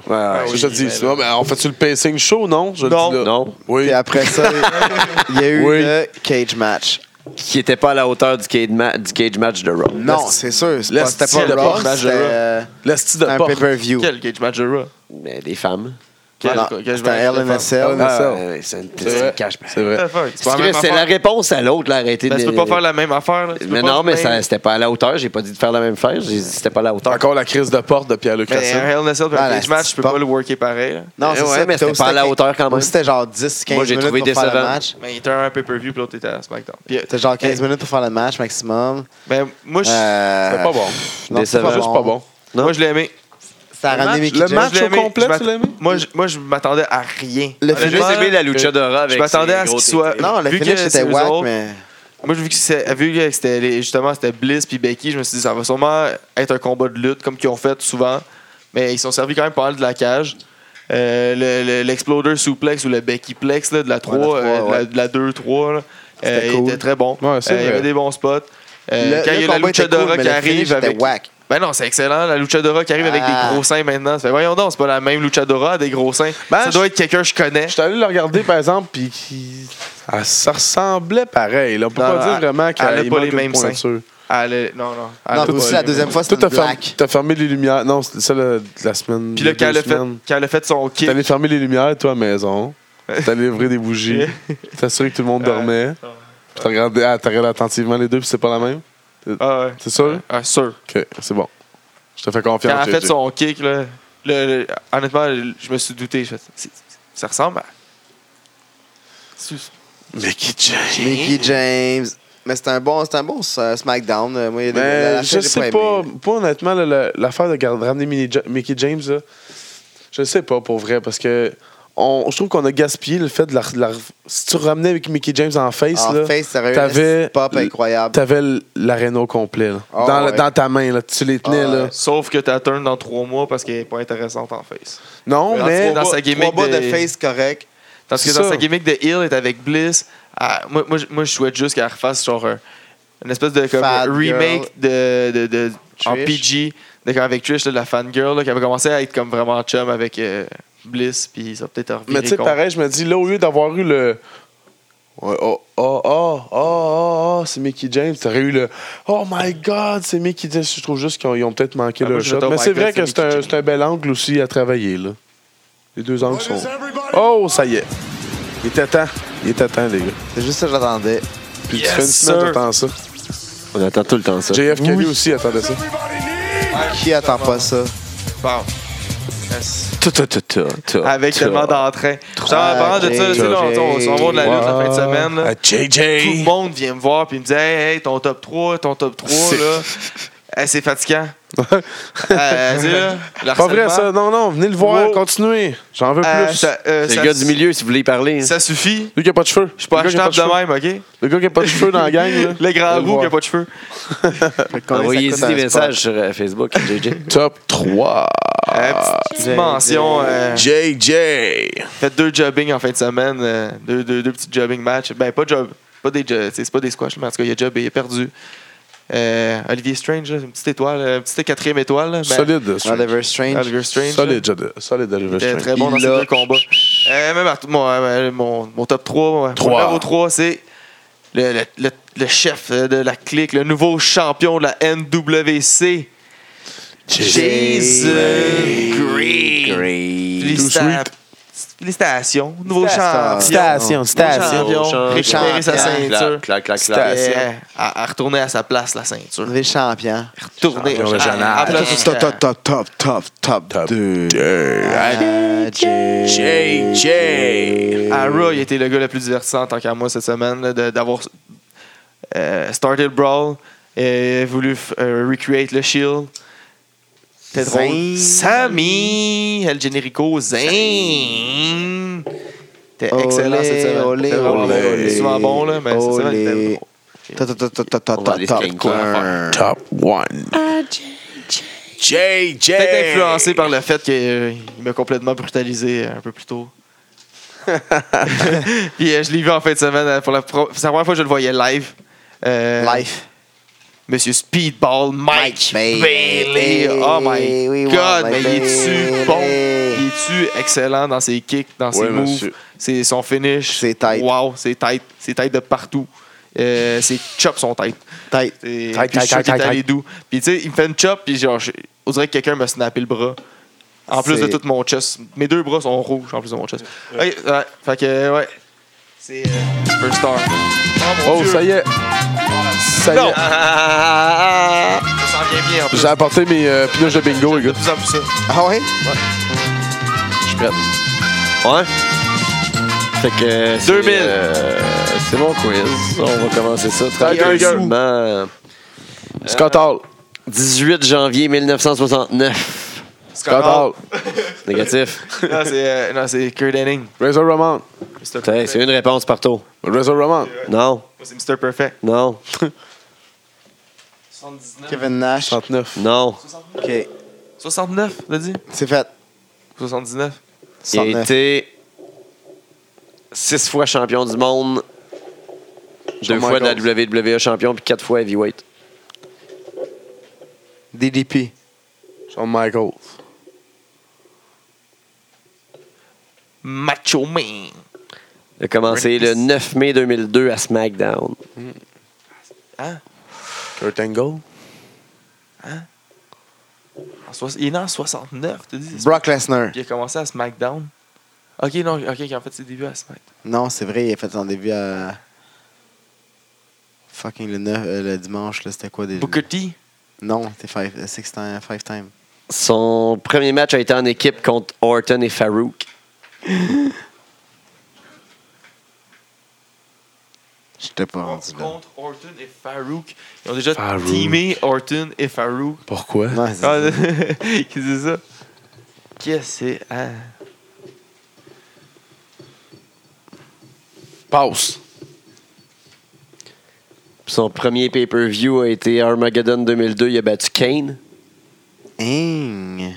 [SPEAKER 4] C'est
[SPEAKER 2] oui,
[SPEAKER 4] ça que je te
[SPEAKER 2] mais
[SPEAKER 4] dis. c'est- ouais, mais on fait-tu le pacing show, non? Je le
[SPEAKER 2] Non.
[SPEAKER 4] dis là.
[SPEAKER 1] Non.
[SPEAKER 4] Oui.
[SPEAKER 3] Puis après ça, il y a eu
[SPEAKER 4] Oui.
[SPEAKER 3] le cage match.
[SPEAKER 1] Qui était pas à la hauteur du cage, ma- du cage match de Raw.
[SPEAKER 3] Non, c'est sûr. c'est pas-
[SPEAKER 4] C'était
[SPEAKER 3] C'était
[SPEAKER 2] le
[SPEAKER 3] pas
[SPEAKER 2] porte
[SPEAKER 3] Raw,
[SPEAKER 2] match de
[SPEAKER 3] c'était
[SPEAKER 2] Raw.
[SPEAKER 3] euh,
[SPEAKER 4] L'esti
[SPEAKER 3] c'était
[SPEAKER 4] de
[SPEAKER 3] un
[SPEAKER 4] porte.
[SPEAKER 3] pay-per-view.
[SPEAKER 2] Quel Gage Match de Raw?
[SPEAKER 1] Mais des femmes.
[SPEAKER 2] Quel-
[SPEAKER 3] Non,
[SPEAKER 2] quel-
[SPEAKER 3] C'était un
[SPEAKER 2] quel-
[SPEAKER 3] LNSL.
[SPEAKER 4] Ah, ça.
[SPEAKER 1] Ouais, c'est une
[SPEAKER 4] C'est vrai.
[SPEAKER 1] petite cage match.
[SPEAKER 4] C'est vrai.
[SPEAKER 2] What the fuck?
[SPEAKER 1] C'est
[SPEAKER 2] pas la même
[SPEAKER 1] c'est la
[SPEAKER 2] affaire.
[SPEAKER 1] réponse à l'autre, là, arrêtez
[SPEAKER 2] Ben,
[SPEAKER 1] de.
[SPEAKER 2] tu peux pas faire la même affaire. là. Tu peux
[SPEAKER 1] Mais
[SPEAKER 2] pas
[SPEAKER 1] non, mais
[SPEAKER 2] même-
[SPEAKER 1] ça- c'était pas à la hauteur. J'ai pas dit de faire la même affaire. J'ai dit c'était pas à la
[SPEAKER 4] T'as
[SPEAKER 1] hauteur.
[SPEAKER 4] encore la crise de porte de Pierre-Luc
[SPEAKER 2] Mais
[SPEAKER 4] Racine.
[SPEAKER 2] un Hell in a Cell puis
[SPEAKER 3] Ah,
[SPEAKER 2] un
[SPEAKER 3] la
[SPEAKER 2] cage match, tu peux
[SPEAKER 3] petite
[SPEAKER 2] pas le worker pareil. là.
[SPEAKER 3] Non, c'est
[SPEAKER 1] Eh ouais,
[SPEAKER 3] ça.
[SPEAKER 1] mais c'était
[SPEAKER 3] Puis
[SPEAKER 1] pas à la
[SPEAKER 3] c'était-
[SPEAKER 1] hauteur quand même.
[SPEAKER 3] C'était genre 10, 15
[SPEAKER 1] Moi, j'ai
[SPEAKER 3] minutes
[SPEAKER 1] trouvé
[SPEAKER 3] pour faire le
[SPEAKER 1] décevant.
[SPEAKER 3] match.
[SPEAKER 2] Mais il était à un pay-per-view, puis l'autre était à SmackDown. Puis,
[SPEAKER 3] C'était genre 15
[SPEAKER 2] Eh.
[SPEAKER 3] minutes pour faire le match maximum.
[SPEAKER 2] ben, moi, je
[SPEAKER 3] Euh,
[SPEAKER 4] C'était pas bon.
[SPEAKER 3] non,
[SPEAKER 1] Décevant.
[SPEAKER 3] c'est
[SPEAKER 4] Juste pas bon.
[SPEAKER 2] moi, je l'ai aimé.
[SPEAKER 3] Ça a ramené Mickey
[SPEAKER 4] Le
[SPEAKER 3] James.
[SPEAKER 4] match
[SPEAKER 2] Je l'ai
[SPEAKER 4] au
[SPEAKER 2] aimé.
[SPEAKER 4] complet,
[SPEAKER 2] Je m'att-
[SPEAKER 4] tu l'as aimé?
[SPEAKER 2] Moi, je, moi, je m'attendais à rien.
[SPEAKER 3] Le
[SPEAKER 1] J'ai
[SPEAKER 2] Honnêtement,
[SPEAKER 1] juste aimé la luchadora avec
[SPEAKER 2] je m'attendais
[SPEAKER 1] ses
[SPEAKER 2] à ce
[SPEAKER 1] gros
[SPEAKER 2] qu'il soit.
[SPEAKER 1] tétés.
[SPEAKER 3] Non, le
[SPEAKER 2] Vu que
[SPEAKER 3] finish
[SPEAKER 2] c'est
[SPEAKER 3] c'était
[SPEAKER 2] eux
[SPEAKER 3] whack,
[SPEAKER 2] autres,
[SPEAKER 3] mais.
[SPEAKER 2] Moi, j'ai vu que, c'est- vu que c'était les- justement c'était Bliss puis Becky, je me suis dit ça va sûrement être un combat de lutte comme qu'ils ont fait souvent, mais ils sont servis quand même pas mal de la cage. Euh, le- le- L'exploder suplex ou le Becky plex là, de la 3,
[SPEAKER 3] Ouais, la trois,
[SPEAKER 2] euh, de la- de la 2-3, là, euh,
[SPEAKER 3] C'était
[SPEAKER 2] il
[SPEAKER 3] cool.
[SPEAKER 2] était très bon.
[SPEAKER 4] Ouais, c'est
[SPEAKER 2] Euh, il y avait
[SPEAKER 4] vrai.
[SPEAKER 2] des bons spots. Euh, quand
[SPEAKER 3] Le- le
[SPEAKER 2] il y a la
[SPEAKER 3] combat était
[SPEAKER 2] luchadora
[SPEAKER 3] cool,
[SPEAKER 2] qui
[SPEAKER 3] mais le finish
[SPEAKER 2] arrive
[SPEAKER 3] était
[SPEAKER 2] avec.
[SPEAKER 3] whack.
[SPEAKER 2] Ben non, c'est excellent, la luchadora qui arrive avec
[SPEAKER 3] Ah.
[SPEAKER 2] des gros seins maintenant. Ça fait, voyons donc, c'est pas la même luchadora, des gros seins.
[SPEAKER 4] Ben,
[SPEAKER 2] ça
[SPEAKER 4] je-
[SPEAKER 2] doit être quelqu'un que je connais.
[SPEAKER 4] Je suis allé le regarder, par exemple, puis qui- ah, ça ressemblait pareil. là. On peut
[SPEAKER 2] Non,
[SPEAKER 4] pas
[SPEAKER 2] non,
[SPEAKER 4] dire
[SPEAKER 2] elle-
[SPEAKER 4] vraiment qu'elle
[SPEAKER 2] elle a
[SPEAKER 4] il
[SPEAKER 2] pas
[SPEAKER 4] manque
[SPEAKER 2] les
[SPEAKER 4] une
[SPEAKER 2] mêmes seins.
[SPEAKER 4] pointure.
[SPEAKER 2] Ah, le- non, non. ah,
[SPEAKER 3] Non,
[SPEAKER 2] le-
[SPEAKER 3] aussi
[SPEAKER 2] pas-
[SPEAKER 3] la deuxième fois,
[SPEAKER 4] Toi,
[SPEAKER 3] c'était
[SPEAKER 4] t'as
[SPEAKER 3] une
[SPEAKER 4] fermé,
[SPEAKER 3] black.
[SPEAKER 4] t'as fermé les lumières. Non, c'est celle de la semaine.
[SPEAKER 2] Puis là,
[SPEAKER 4] il y a
[SPEAKER 2] quand elle,
[SPEAKER 4] deux
[SPEAKER 2] a fait,
[SPEAKER 4] semaines.
[SPEAKER 2] quand elle a fait son kick,
[SPEAKER 4] T'allais fermer les lumières, toi, à la maison. T'allais ouvrir des bougies. T'as assuré que tout le monde
[SPEAKER 2] Ouais.
[SPEAKER 4] dormait.
[SPEAKER 2] Ouais.
[SPEAKER 4] Puis T'as regardé, ah, t'as regardé attentivement les deux, puis c'est pas la même.
[SPEAKER 2] Ah ouais.
[SPEAKER 4] C'est sûr?
[SPEAKER 2] Ah, sûr.
[SPEAKER 4] Ok, c'est bon. Je te fais
[SPEAKER 2] Quand
[SPEAKER 4] confiance.
[SPEAKER 2] elle a fait
[SPEAKER 4] JJ.
[SPEAKER 2] son kick, là, le- le- honnêtement, je me suis douté. Je fais, C'est- ça ressemble à.
[SPEAKER 4] Mickey James.
[SPEAKER 1] Hein?
[SPEAKER 3] Mickey James. Mais c'était un bon, c'était un bon euh, SmackDown. Euh, Moi, il y a des- la-
[SPEAKER 4] Mais
[SPEAKER 3] la
[SPEAKER 4] je
[SPEAKER 3] fin, j'ai
[SPEAKER 4] sais
[SPEAKER 3] pas
[SPEAKER 4] pas.
[SPEAKER 3] aimé.
[SPEAKER 4] Pas honnêtement, là, la- l'affaire de garder- ramener Mini- Ja- Mickey James, là, je sais pas pour vrai, parce que on, je trouve qu'on a gaspillé le fait de la, de la- Si tu ramenais avec Mickey James en face,
[SPEAKER 3] En
[SPEAKER 4] là,
[SPEAKER 3] face, sérieux,
[SPEAKER 4] t'avais-
[SPEAKER 3] un pop incroyable.
[SPEAKER 4] t'avais l- l'aréna au complet. là.
[SPEAKER 3] Ah
[SPEAKER 4] dans, la-
[SPEAKER 3] ouais.
[SPEAKER 4] dans ta main, là, tu les tenais.
[SPEAKER 3] Ah
[SPEAKER 4] là.
[SPEAKER 3] ouais.
[SPEAKER 2] Euh, Sauf que t'as turn dans trois mois parce qu'elle est pas intéressante en face.
[SPEAKER 4] Non,
[SPEAKER 2] Dans-
[SPEAKER 4] mais.
[SPEAKER 2] dans sa gimmick
[SPEAKER 3] Trois bas de
[SPEAKER 2] de-
[SPEAKER 3] face correct.
[SPEAKER 2] Parce que
[SPEAKER 4] C'est
[SPEAKER 2] dans
[SPEAKER 4] ça.
[SPEAKER 2] sa gimmick de Hill est avec Bliss, ah, moi, moi, je- moi, je souhaite juste qu'elle refasse genre un- une espèce de comme,
[SPEAKER 3] Fat
[SPEAKER 2] remake de, de, de- en
[SPEAKER 3] Trish.
[SPEAKER 2] PG de, quand- avec Trish, là, de la fangirl, là, qui avait commencé à être comme vraiment chum avec euh, Bliss, puis ça va peut-être revenir.
[SPEAKER 4] Mais tu sais, pareil, je me dis, là, au lieu d'avoir eu le. Ouais, oh, oh, oh, oh, oh, oh, c'est Mickey James. T'aurais eu le. Oh my God, c'est Mickey James. Je trouve juste qu'ils ont- ils ont peut-être manqué
[SPEAKER 2] Ah,
[SPEAKER 4] leur
[SPEAKER 2] moi, je
[SPEAKER 4] shot.
[SPEAKER 2] mettrais,
[SPEAKER 4] Mais
[SPEAKER 2] oh my
[SPEAKER 4] c'est
[SPEAKER 2] God,
[SPEAKER 4] vrai
[SPEAKER 2] c'est
[SPEAKER 4] que c'est un,
[SPEAKER 2] Mickey
[SPEAKER 4] c'est un bel angle aussi à travailler, là. Les deux angles sont. Oh, ça y est. Il était temps. Il était temps, les gars.
[SPEAKER 3] C'est juste ça que j'attendais.
[SPEAKER 4] Puis
[SPEAKER 2] Yes,
[SPEAKER 4] tu fais une semaine,
[SPEAKER 2] sir.
[SPEAKER 4] t'attends ça.
[SPEAKER 1] On attend tout le temps ça.
[SPEAKER 4] JF Kelly aussi attendait ça.
[SPEAKER 3] Qui attend pas ça?
[SPEAKER 2] Wow.
[SPEAKER 1] Tout, tout, tout, tout, tout,
[SPEAKER 2] Avec
[SPEAKER 1] tout.
[SPEAKER 2] tellement d'entrain. Genre,
[SPEAKER 3] Ah,
[SPEAKER 2] avant de ça,
[SPEAKER 3] JJ.
[SPEAKER 2] tu sais, là, on- on s'en va de la lutte la fin de semaine. là.
[SPEAKER 4] Ah,
[SPEAKER 2] Tout le
[SPEAKER 4] JJ.
[SPEAKER 2] monde vient me voir puis me dit Hey, hey, ton top 3, ton top 3,
[SPEAKER 4] C'est-
[SPEAKER 2] là. Hey, c'est fatigant. Euh, tu sais, là,
[SPEAKER 4] Pas vrai,
[SPEAKER 2] l'harcèlement,
[SPEAKER 4] ça. Non, non, venez le voir.
[SPEAKER 2] Wow.
[SPEAKER 4] Continuez. J'en veux
[SPEAKER 2] Oh. euh,
[SPEAKER 4] plus.
[SPEAKER 2] ça- euh,
[SPEAKER 1] C'est
[SPEAKER 2] ça-
[SPEAKER 1] le gars du milieu, si vous voulez y parler. hein.
[SPEAKER 2] Ça suffit.
[SPEAKER 4] Lui qui a pas de cheveux.
[SPEAKER 2] Je suis pas
[SPEAKER 4] Le gars qui a
[SPEAKER 2] achetable
[SPEAKER 4] de cheveux.
[SPEAKER 2] de même, OK?
[SPEAKER 4] Le gars qui a pas de cheveux dans la gang, là.
[SPEAKER 2] [laughs] Le grand
[SPEAKER 4] Allez
[SPEAKER 2] roux qui a
[SPEAKER 4] voir.
[SPEAKER 2] pas de cheveux.
[SPEAKER 1] Envoyez-y
[SPEAKER 3] ça coûte
[SPEAKER 1] des
[SPEAKER 3] un spot?
[SPEAKER 1] messages sur euh, Facebook, JJ.
[SPEAKER 4] Top 3.
[SPEAKER 2] Euh, ben. petite petite
[SPEAKER 3] JJ.
[SPEAKER 2] mention. euh,
[SPEAKER 4] JJ.
[SPEAKER 2] fait deux jobbing en fin de semaine, euh, deux, deux, deux petits jobbing matchs. Ben, pas job, pas des jo- t'sais, c'est pas des squash, mais en tout cas, il y a job et il est perdu. Euh, Olivier Strange, là, une petite étoile, euh, une petite quatrième étoile. là. Ben,
[SPEAKER 4] Solide. Strange.
[SPEAKER 3] Oliver Strange.
[SPEAKER 2] Olivier Strange. là.
[SPEAKER 4] Solide, Jade- solide, Oliver
[SPEAKER 2] C'était
[SPEAKER 4] Strange.
[SPEAKER 2] très bon
[SPEAKER 3] Il
[SPEAKER 2] dans ces
[SPEAKER 3] l'a.
[SPEAKER 2] deux combats. Euh, même à tout- mon, euh, mon, mon top 3,
[SPEAKER 4] Trois.
[SPEAKER 2] mon numéro 3, c'est le, le, le, le chef de la clique, le nouveau champion de la NWC, Jason Green. Félicita- Félicitations, nouveau
[SPEAKER 3] Félicitations.
[SPEAKER 2] champion.
[SPEAKER 4] Station, station.
[SPEAKER 2] Champion, récupérer sa
[SPEAKER 3] Champion.
[SPEAKER 2] ceinture.
[SPEAKER 1] Clac, clac,
[SPEAKER 4] C'était-
[SPEAKER 1] clac.
[SPEAKER 2] Euh, à, à retourner à sa place, la ceinture.
[SPEAKER 3] Les champions.
[SPEAKER 2] Tourner.
[SPEAKER 4] Champion régional.
[SPEAKER 2] à- à place où
[SPEAKER 3] Top,
[SPEAKER 2] c'était-
[SPEAKER 3] top, top, top, top, Ah, top,
[SPEAKER 4] Top
[SPEAKER 3] deux. Ah, Jay.
[SPEAKER 4] JJ.
[SPEAKER 2] À Raw, il était le gars le plus divertissant en tant qu'à moi cette semaine, là, de- d'avoir euh, started Brawl et voulu f- euh, recreate le Shield. C'était drôle.
[SPEAKER 3] Zing.
[SPEAKER 2] Sammy, El Generico, Zing. C'était excellent
[SPEAKER 3] Olé,
[SPEAKER 2] cette semaine.
[SPEAKER 3] olé,
[SPEAKER 2] C'était vraiment
[SPEAKER 4] olé.
[SPEAKER 2] bon. Il est souvent bon, là, mais cette semaine, il était
[SPEAKER 3] Olé.
[SPEAKER 2] bon.
[SPEAKER 3] Top, top, top, top, top,
[SPEAKER 1] On va
[SPEAKER 3] top,
[SPEAKER 1] aller
[SPEAKER 3] top,
[SPEAKER 1] se
[SPEAKER 3] top.
[SPEAKER 1] quelque part.
[SPEAKER 4] Top 1. JJ.
[SPEAKER 2] Peut-être influencé par le fait qu'il euh, m'a complètement brutalisé un peu plus tôt. Puis euh, je l'ai vu en fin de semaine. euh, pour la pro- C'est la première fois que je le voyais live. Euh,
[SPEAKER 3] Life.
[SPEAKER 2] Monsieur Speedball Mike,
[SPEAKER 3] Mike
[SPEAKER 2] Bailey.
[SPEAKER 3] Bailey.
[SPEAKER 2] Oh my
[SPEAKER 3] We
[SPEAKER 2] God,
[SPEAKER 3] want
[SPEAKER 2] mais
[SPEAKER 3] Mike
[SPEAKER 2] il est-tu
[SPEAKER 3] Bailey.
[SPEAKER 2] bon? Il est-tu excellent dans ses kicks, dans ses
[SPEAKER 4] Ouais,
[SPEAKER 2] moves?
[SPEAKER 4] monsieur.
[SPEAKER 2] C'est son finish.
[SPEAKER 3] C'est tight.
[SPEAKER 2] Wow, c'est tight. C'est tight de partout. Euh, ses chops sont tight.
[SPEAKER 3] Tight.
[SPEAKER 2] C'est- puis
[SPEAKER 4] Tight,
[SPEAKER 2] je
[SPEAKER 4] tight,
[SPEAKER 2] suis sûr
[SPEAKER 4] tight,
[SPEAKER 2] qu'il est
[SPEAKER 4] tight,
[SPEAKER 2] allé doux. Puis tu sais, il me fait une chop, puis genre, je- on dirait que quelqu'un m'a snappé le bras. En plus de
[SPEAKER 3] C'est-
[SPEAKER 2] tout mon chest. Mes deux bras sont rouges en plus de mon chest. Ok, ouais. Fait que, ouais. C'est euh, First Star.
[SPEAKER 4] Oh, ça y est. Ça y
[SPEAKER 2] Non!
[SPEAKER 4] est.
[SPEAKER 2] Je sens bien bien en plus.
[SPEAKER 4] J'ai apporté mes euh, pinoches de bingo, les
[SPEAKER 2] De
[SPEAKER 4] gars.
[SPEAKER 2] plus en plus ça.
[SPEAKER 3] Ah ouais?
[SPEAKER 1] Je suis prête. Ouais. Fait que. euh, c'est,
[SPEAKER 2] 2000.
[SPEAKER 1] euh, C'est mon quiz. On va commencer ça
[SPEAKER 4] Euh,
[SPEAKER 1] tranquillement.
[SPEAKER 4] Scott Hall.
[SPEAKER 1] 18 janvier 1969.
[SPEAKER 4] Scott
[SPEAKER 1] [laughs] Négatif.
[SPEAKER 2] Non, c'est euh, non, c'est Kurt Henning.
[SPEAKER 4] Hall. Razor Ramon.
[SPEAKER 1] Putain,
[SPEAKER 2] Mr. Perfect.
[SPEAKER 1] C'est une réponse partout.
[SPEAKER 4] Razor Ramon.
[SPEAKER 1] Non,
[SPEAKER 2] Moi, c'est Mr. Perfect.
[SPEAKER 1] non,
[SPEAKER 2] 79.
[SPEAKER 3] Kevin Nash.
[SPEAKER 4] 39.
[SPEAKER 1] non.
[SPEAKER 3] OK.
[SPEAKER 2] 69, t'as dit?
[SPEAKER 3] C'est fait.
[SPEAKER 2] 79.
[SPEAKER 1] Il a
[SPEAKER 3] 69.
[SPEAKER 1] été six fois champion du monde, deux
[SPEAKER 4] Shawn
[SPEAKER 1] fois de la
[SPEAKER 4] Michaels.
[SPEAKER 1] WWE champion, puis quatre fois heavyweight.
[SPEAKER 3] DDP.
[SPEAKER 4] Shawn Michaels.
[SPEAKER 2] Macho Man.
[SPEAKER 1] Il a commencé le
[SPEAKER 2] René
[SPEAKER 1] 9 mai 2002 à SmackDown.
[SPEAKER 2] Hein?
[SPEAKER 4] Kurt Angle.
[SPEAKER 2] En soix- Il est né en 69, t'as dit?
[SPEAKER 3] Brock Lesnar.
[SPEAKER 2] Puis il a commencé à SmackDown. Ok, non, ok, en fait, ses débuts à SmackDown.
[SPEAKER 3] Non, c'est vrai, il a fait son début à. Fucking le, neuf- euh, le dimanche, là, c'était quoi déjà?
[SPEAKER 2] Booker T.
[SPEAKER 3] Non, c'était five, euh, six time, five time.
[SPEAKER 1] Son premier match a été en équipe contre Orton et Farouk.
[SPEAKER 3] J'étais pas rendu là.
[SPEAKER 2] Contre Orton et Farouk. Ils ont déjà
[SPEAKER 4] Farouk.
[SPEAKER 2] teamé Orton et Farouk.
[SPEAKER 4] Pourquoi?
[SPEAKER 3] Non, c'est
[SPEAKER 2] Ah,
[SPEAKER 3] ça.
[SPEAKER 2] [laughs] Qu'est-ce que c'est ça? Qu'est-ce que c'est? Ah.
[SPEAKER 4] Passe.
[SPEAKER 1] Son premier pay-per-view a été Armageddon 2002. Il a battu Kane.
[SPEAKER 3] Ing. Ing,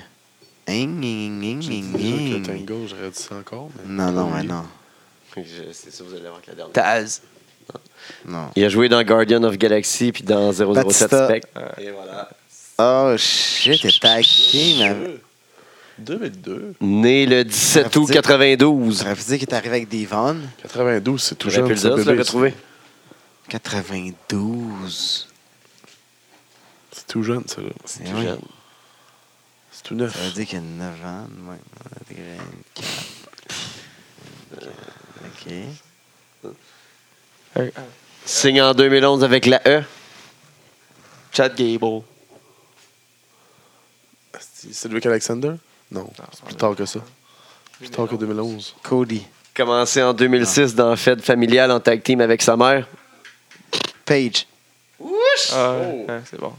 [SPEAKER 3] ing, ing, ing, ing.
[SPEAKER 4] Kurt Angle, j'aurais dit ça encore. mais-
[SPEAKER 3] Non, non, mais non.
[SPEAKER 1] C'est ça, vous allez la dernière.
[SPEAKER 2] Taz.
[SPEAKER 3] Non.
[SPEAKER 1] Il a joué dans Guardian of Galaxy puis dans 007
[SPEAKER 3] Batista.
[SPEAKER 1] Spectre.
[SPEAKER 3] Oh shit, t'es taqué, mais.
[SPEAKER 4] 2002.
[SPEAKER 1] Né le 17 août
[SPEAKER 3] Batista.
[SPEAKER 1] 92.
[SPEAKER 3] J'aurais pu dire qu'il est arrivé avec des vannes.
[SPEAKER 4] 92, c'est tout
[SPEAKER 1] J'aurais
[SPEAKER 4] jeune.
[SPEAKER 1] pu le dire,
[SPEAKER 4] ça,
[SPEAKER 1] tu
[SPEAKER 4] bébé.
[SPEAKER 1] l'aurais trouvé.
[SPEAKER 3] 92.
[SPEAKER 4] C'est tout jeune, ça. là.
[SPEAKER 1] C'est
[SPEAKER 3] Eh
[SPEAKER 1] tout
[SPEAKER 3] oui.
[SPEAKER 1] jeune.
[SPEAKER 4] C'est tout
[SPEAKER 3] Ça veut
[SPEAKER 4] neuf.
[SPEAKER 3] dire qu'il y a 9 ans, ouais. Ouais, t'es grand. Ok.
[SPEAKER 1] Signe en 2011 avec la E.
[SPEAKER 2] Chad Gable.
[SPEAKER 4] C'est Cedric Alexander? Non, c'est plus tard que ça. Plus tard que 2011.
[SPEAKER 3] Cody.
[SPEAKER 1] Commencé en 2006
[SPEAKER 4] Ah.
[SPEAKER 1] dans Fed familial en tag team avec sa mère.
[SPEAKER 3] Page.
[SPEAKER 2] Ah,
[SPEAKER 1] Oh.
[SPEAKER 2] ouais, c'est bon.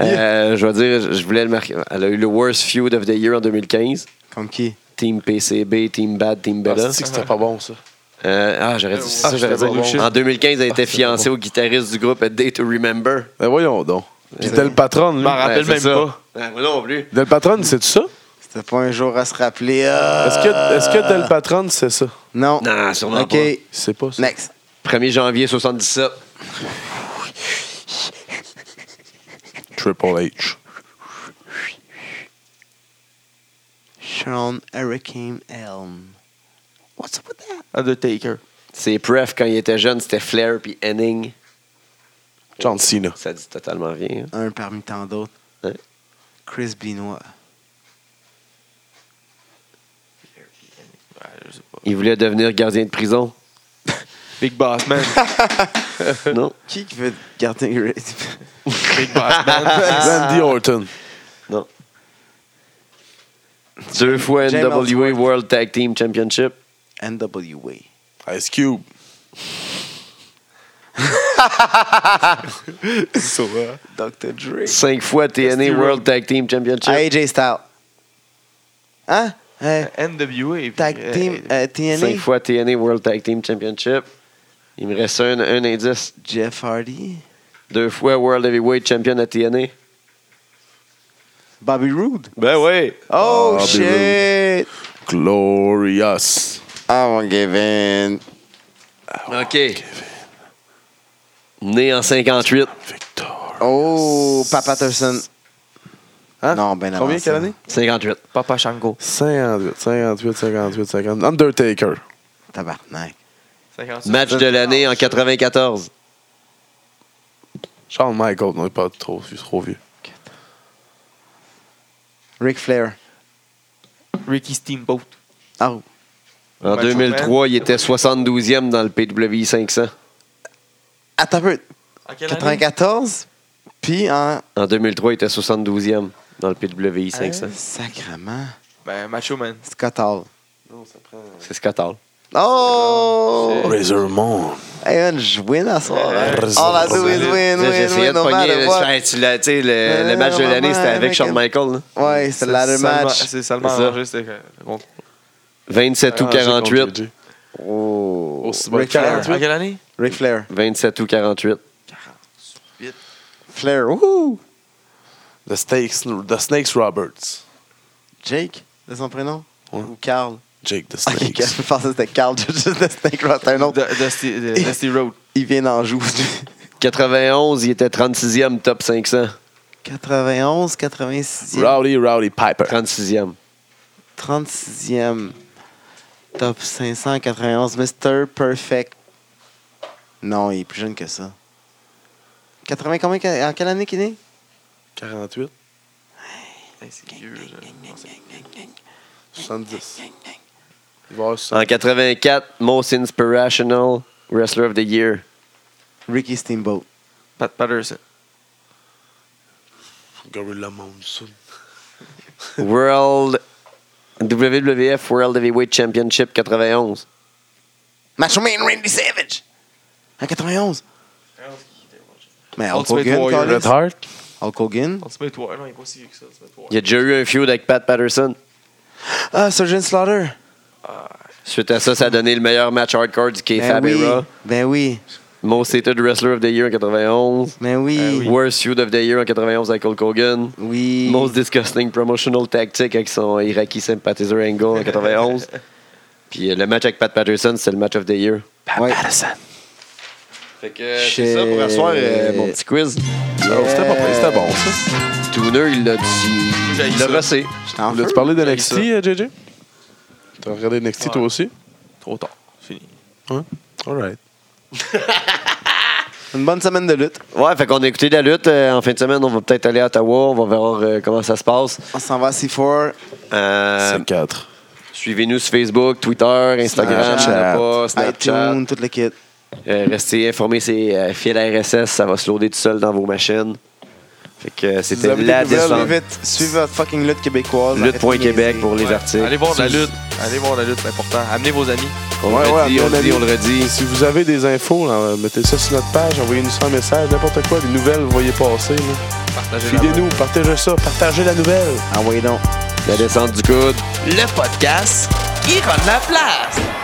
[SPEAKER 1] Euh, je vais dire, je voulais le marquer. Elle a eu le Worst Feud of the Year en 2015.
[SPEAKER 3] Comme qui?
[SPEAKER 1] Team PCB, Team Bad, Team Bella.
[SPEAKER 4] Ah, c'est que c'était pas bon, ça.
[SPEAKER 1] Euh, ah, j'aurais dit ça,
[SPEAKER 2] Ah,
[SPEAKER 1] j'aurais
[SPEAKER 2] c'était
[SPEAKER 1] dit.
[SPEAKER 2] bon.
[SPEAKER 1] En 2015, elle était
[SPEAKER 4] c'était
[SPEAKER 1] fiancée au guitariste du groupe A Day to Remember.
[SPEAKER 4] Ben voyons donc. Puis Del Patron,
[SPEAKER 2] Je m'en
[SPEAKER 4] là.
[SPEAKER 2] rappelle
[SPEAKER 1] c'est
[SPEAKER 2] même
[SPEAKER 1] ça.
[SPEAKER 2] pas.
[SPEAKER 1] Ah, moi non plus.
[SPEAKER 4] Del Patron, c'est-tu ça?
[SPEAKER 3] C'était pas un jour à se rappeler. ah!
[SPEAKER 4] Est-ce que, est-ce que Del Patron, c'est ça?
[SPEAKER 3] Non.
[SPEAKER 1] Non, sûrement
[SPEAKER 3] Ok,
[SPEAKER 4] C'est pas ça.
[SPEAKER 3] next.
[SPEAKER 1] 1er janvier 77.
[SPEAKER 4] Triple H.
[SPEAKER 3] Sean Hurricane Elm. What's up with that?
[SPEAKER 2] Undertaker.
[SPEAKER 1] C'est Pref quand il était jeune, c'était Flair puis Henning.
[SPEAKER 4] John Cena.
[SPEAKER 1] Ça dit totalement rien. hein.
[SPEAKER 3] Un parmi tant d'autres.
[SPEAKER 1] Ouais.
[SPEAKER 3] Chris Benoit.
[SPEAKER 2] Ouais, je sais pas.
[SPEAKER 1] Il voulait devenir gardien de prison.
[SPEAKER 2] Big Boss Man.
[SPEAKER 1] [laughs] non.
[SPEAKER 3] Qui qui veut garder [laughs]
[SPEAKER 2] Big Boss Man.
[SPEAKER 3] Ah.
[SPEAKER 4] Randy Orton.
[SPEAKER 1] Deux fois
[SPEAKER 3] James
[SPEAKER 1] NWA World Tag Team Championship.
[SPEAKER 3] NWA.
[SPEAKER 4] Ice Cube.
[SPEAKER 3] Dr. Dre.
[SPEAKER 1] Cinq fois TNA World Tag Team Championship.
[SPEAKER 3] AJ Ah, Styles. Hein? Euh,
[SPEAKER 2] NWA.
[SPEAKER 3] tag
[SPEAKER 2] puis, euh,
[SPEAKER 3] team euh,
[SPEAKER 1] Cinq
[SPEAKER 3] TNA.
[SPEAKER 1] fois TNA World Tag Team Championship. Il me reste un, un indice.
[SPEAKER 3] Jeff Hardy.
[SPEAKER 1] Deux fois World Heavyweight Champion à TNA.
[SPEAKER 3] Bobby Roode.
[SPEAKER 1] Ben oui.
[SPEAKER 3] Oh,
[SPEAKER 4] Bobby
[SPEAKER 3] shit!
[SPEAKER 4] Glorious.
[SPEAKER 3] I'm gonna give in.
[SPEAKER 1] OK. Né en 58.
[SPEAKER 4] Victor.
[SPEAKER 3] Oh, Pat Patterson.
[SPEAKER 4] Hein?
[SPEAKER 3] Non, ben avant
[SPEAKER 4] Combien,
[SPEAKER 3] ça.
[SPEAKER 4] quelle année?
[SPEAKER 1] 58.
[SPEAKER 2] Papa Shango.
[SPEAKER 4] 58, 58, 58, 50. Undertaker.
[SPEAKER 3] Tabarnak.
[SPEAKER 2] 58.
[SPEAKER 1] Match de l'année en 94.
[SPEAKER 4] Shawn Michaels, non, il est pas trop, vieux, trop vieux.
[SPEAKER 3] Ric Flair.
[SPEAKER 2] Ricky Steamboat.
[SPEAKER 3] Oh.
[SPEAKER 1] En
[SPEAKER 2] Macho
[SPEAKER 1] 2003, il était 72e dans le PWI 500.
[SPEAKER 3] Attends un peu.
[SPEAKER 2] En quelle année?
[SPEAKER 3] 94? Puis en.
[SPEAKER 1] En 2003, il était 72e dans le PWI 500.
[SPEAKER 3] Sacrement.
[SPEAKER 2] Ben, Macho Man.
[SPEAKER 3] Scott Hall.
[SPEAKER 1] C'est Scott Hall.
[SPEAKER 3] Oh!
[SPEAKER 4] Razor Ramon.
[SPEAKER 3] Hey, man, je win à soir.
[SPEAKER 4] Ouais,
[SPEAKER 3] All
[SPEAKER 4] c'est
[SPEAKER 3] I do is
[SPEAKER 4] solide.
[SPEAKER 3] win,
[SPEAKER 1] J'ai
[SPEAKER 3] win,
[SPEAKER 1] essayé
[SPEAKER 3] win,
[SPEAKER 1] de
[SPEAKER 3] no
[SPEAKER 1] pogner.
[SPEAKER 3] matter
[SPEAKER 1] le-
[SPEAKER 3] what.
[SPEAKER 1] ouais, tu l'as- tu sais, le,
[SPEAKER 3] Ouais,
[SPEAKER 1] le match de
[SPEAKER 3] ouais,
[SPEAKER 1] l'année, c'était
[SPEAKER 3] ouais,
[SPEAKER 1] avec
[SPEAKER 3] ouais,
[SPEAKER 1] Shawn Michaels. là.
[SPEAKER 3] Ouais, c'est le ladder
[SPEAKER 2] salement-
[SPEAKER 3] match.
[SPEAKER 2] C'est seulement
[SPEAKER 1] C'est ça.
[SPEAKER 2] arrangé, c'était que- bon.
[SPEAKER 1] 27
[SPEAKER 4] Ah,
[SPEAKER 1] ou 48.
[SPEAKER 3] Oh.
[SPEAKER 4] Aussi bon
[SPEAKER 3] Ric
[SPEAKER 4] que
[SPEAKER 3] Flair.
[SPEAKER 4] quarante-huit.
[SPEAKER 2] À quelle année?
[SPEAKER 3] Ric Flair.
[SPEAKER 1] 27 ou 48.
[SPEAKER 3] Flair. Wouhou!
[SPEAKER 4] The Snakes, the Snakes Roberts.
[SPEAKER 3] Jake, de son prénom?
[SPEAKER 4] Ouais.
[SPEAKER 3] Ou Carl?
[SPEAKER 4] Jake the
[SPEAKER 3] Ok,
[SPEAKER 4] Snake.
[SPEAKER 3] Ah, [laughs] je pensais que c'était Carl, [laughs] juste de Snake Ross. C'est un autre.
[SPEAKER 2] De- Dusty de- Dusty Road.
[SPEAKER 3] Il vient d'en [laughs] jouer.
[SPEAKER 1] 91, il était 36e top 500.
[SPEAKER 3] 91, 86,
[SPEAKER 4] Rowdy Rowdy Piper.
[SPEAKER 1] 36e.
[SPEAKER 3] 36e. Top 591. Mr. Perfect. Non, il est plus jeune que ça. 80, combien, que- en quelle année qu'il est né?
[SPEAKER 4] 48.
[SPEAKER 2] Hey, c'est vieux, je- non, c'est-
[SPEAKER 4] 70. Il va avoir ça.
[SPEAKER 1] En 84, Most Inspirational Wrestler of the Year.
[SPEAKER 3] Ricky Steamboat.
[SPEAKER 2] Pat Patterson.
[SPEAKER 4] Gorilla Monsoon.
[SPEAKER 1] World WWF World Heavyweight Championship 91.
[SPEAKER 3] Macho Man Randy Savage. En 91. Mais Hulk
[SPEAKER 2] Ultimate
[SPEAKER 3] Hogan,
[SPEAKER 2] Warrior. Oh.
[SPEAKER 3] Collins.
[SPEAKER 4] Red Heart.
[SPEAKER 3] Hulk Hogan.
[SPEAKER 2] Ultimate Warrior. Non, il est pas aussi vieux que ça, Ultimate Warrior.
[SPEAKER 1] Il y a déjà eu un feud avec Pat Patterson.
[SPEAKER 3] Ah, Surgeon Slaughter.
[SPEAKER 1] Suite à ça, ça a donné le meilleur match hardcore du
[SPEAKER 3] Ben
[SPEAKER 1] K-Fab
[SPEAKER 3] oui.
[SPEAKER 1] era.
[SPEAKER 3] Ben oui.
[SPEAKER 1] Most Hated Wrestler of the Year en 91.
[SPEAKER 3] Ben oui.
[SPEAKER 1] Worst Feud of the Year en 91 avec Hulk Hogan.
[SPEAKER 3] Oui.
[SPEAKER 1] Most Disgusting Promotional Tactic avec son Iraqi Sympathizer Angle en
[SPEAKER 3] [laughs]
[SPEAKER 1] 91. Puis euh, le match avec Pat Patterson, c'est le match of the year.
[SPEAKER 3] Ouais.
[SPEAKER 1] Fait que
[SPEAKER 3] c'est ça pour asseoir, euh,
[SPEAKER 1] mon
[SPEAKER 3] mon
[SPEAKER 1] petit quiz.
[SPEAKER 4] Non, c'était pas prêt, c'était bon ça.
[SPEAKER 1] Tooner, il l'a dit.
[SPEAKER 2] J'ai
[SPEAKER 1] Il l'a
[SPEAKER 2] ça.
[SPEAKER 1] rossé.
[SPEAKER 3] J'étais en feu.
[SPEAKER 4] Voulais-tu Ah, parler
[SPEAKER 2] J'ai eu
[SPEAKER 4] d'NXT,
[SPEAKER 2] ça.
[SPEAKER 4] euh, JJ? T'as regardé NXT toi
[SPEAKER 2] Ouais.
[SPEAKER 4] aussi? Hein?
[SPEAKER 2] Trop tard. Fini.
[SPEAKER 4] Alright.
[SPEAKER 3] Une bonne semaine de lutte.
[SPEAKER 1] Ouais, fait qu'on a écouté la lutte. Euh, en fin de semaine, on va peut-être aller à Ottawa. On va voir euh, comment ça se passe.
[SPEAKER 3] On s'en va à C4.
[SPEAKER 1] Euh,
[SPEAKER 4] 5-4.
[SPEAKER 1] Suivez-nous sur Facebook, Twitter,
[SPEAKER 3] Euh,
[SPEAKER 1] Instagram,
[SPEAKER 4] Snapchat.
[SPEAKER 1] Snapchat. euh, Snapchat.
[SPEAKER 3] iTunes, toute le kit.
[SPEAKER 1] Euh, restez informés, c'est euh, fil RSS. Ça va se loader tout seul dans vos machines. Fait que euh,
[SPEAKER 3] Si vous
[SPEAKER 1] c'était
[SPEAKER 3] avez
[SPEAKER 1] la
[SPEAKER 3] des nouvelles,
[SPEAKER 1] descente.
[SPEAKER 3] suivez vite- Suivez votre fucking lutte québécoise.
[SPEAKER 1] Lutte.Québec pour les
[SPEAKER 2] Ouais.
[SPEAKER 1] articles.
[SPEAKER 2] Allez voir de la
[SPEAKER 1] Si-
[SPEAKER 2] lutte. Allez voir de la lutte, c'est important. Amenez vos amis.
[SPEAKER 1] On
[SPEAKER 4] Ouais,
[SPEAKER 1] le
[SPEAKER 4] ouais,
[SPEAKER 1] dit, on
[SPEAKER 4] amenez
[SPEAKER 1] le dit,
[SPEAKER 4] vos
[SPEAKER 1] on le redit.
[SPEAKER 4] Si vous avez des infos, là, mettez ça sur notre page, envoyez-nous ça un message, n'importe quoi, des nouvelles, vous voyez passer. là.
[SPEAKER 2] Partagez la
[SPEAKER 4] Filez-nous, partagez ça, partagez la nouvelle.
[SPEAKER 3] Envoyez donc.
[SPEAKER 1] La descente du coude.
[SPEAKER 6] le podcast qui rend la place.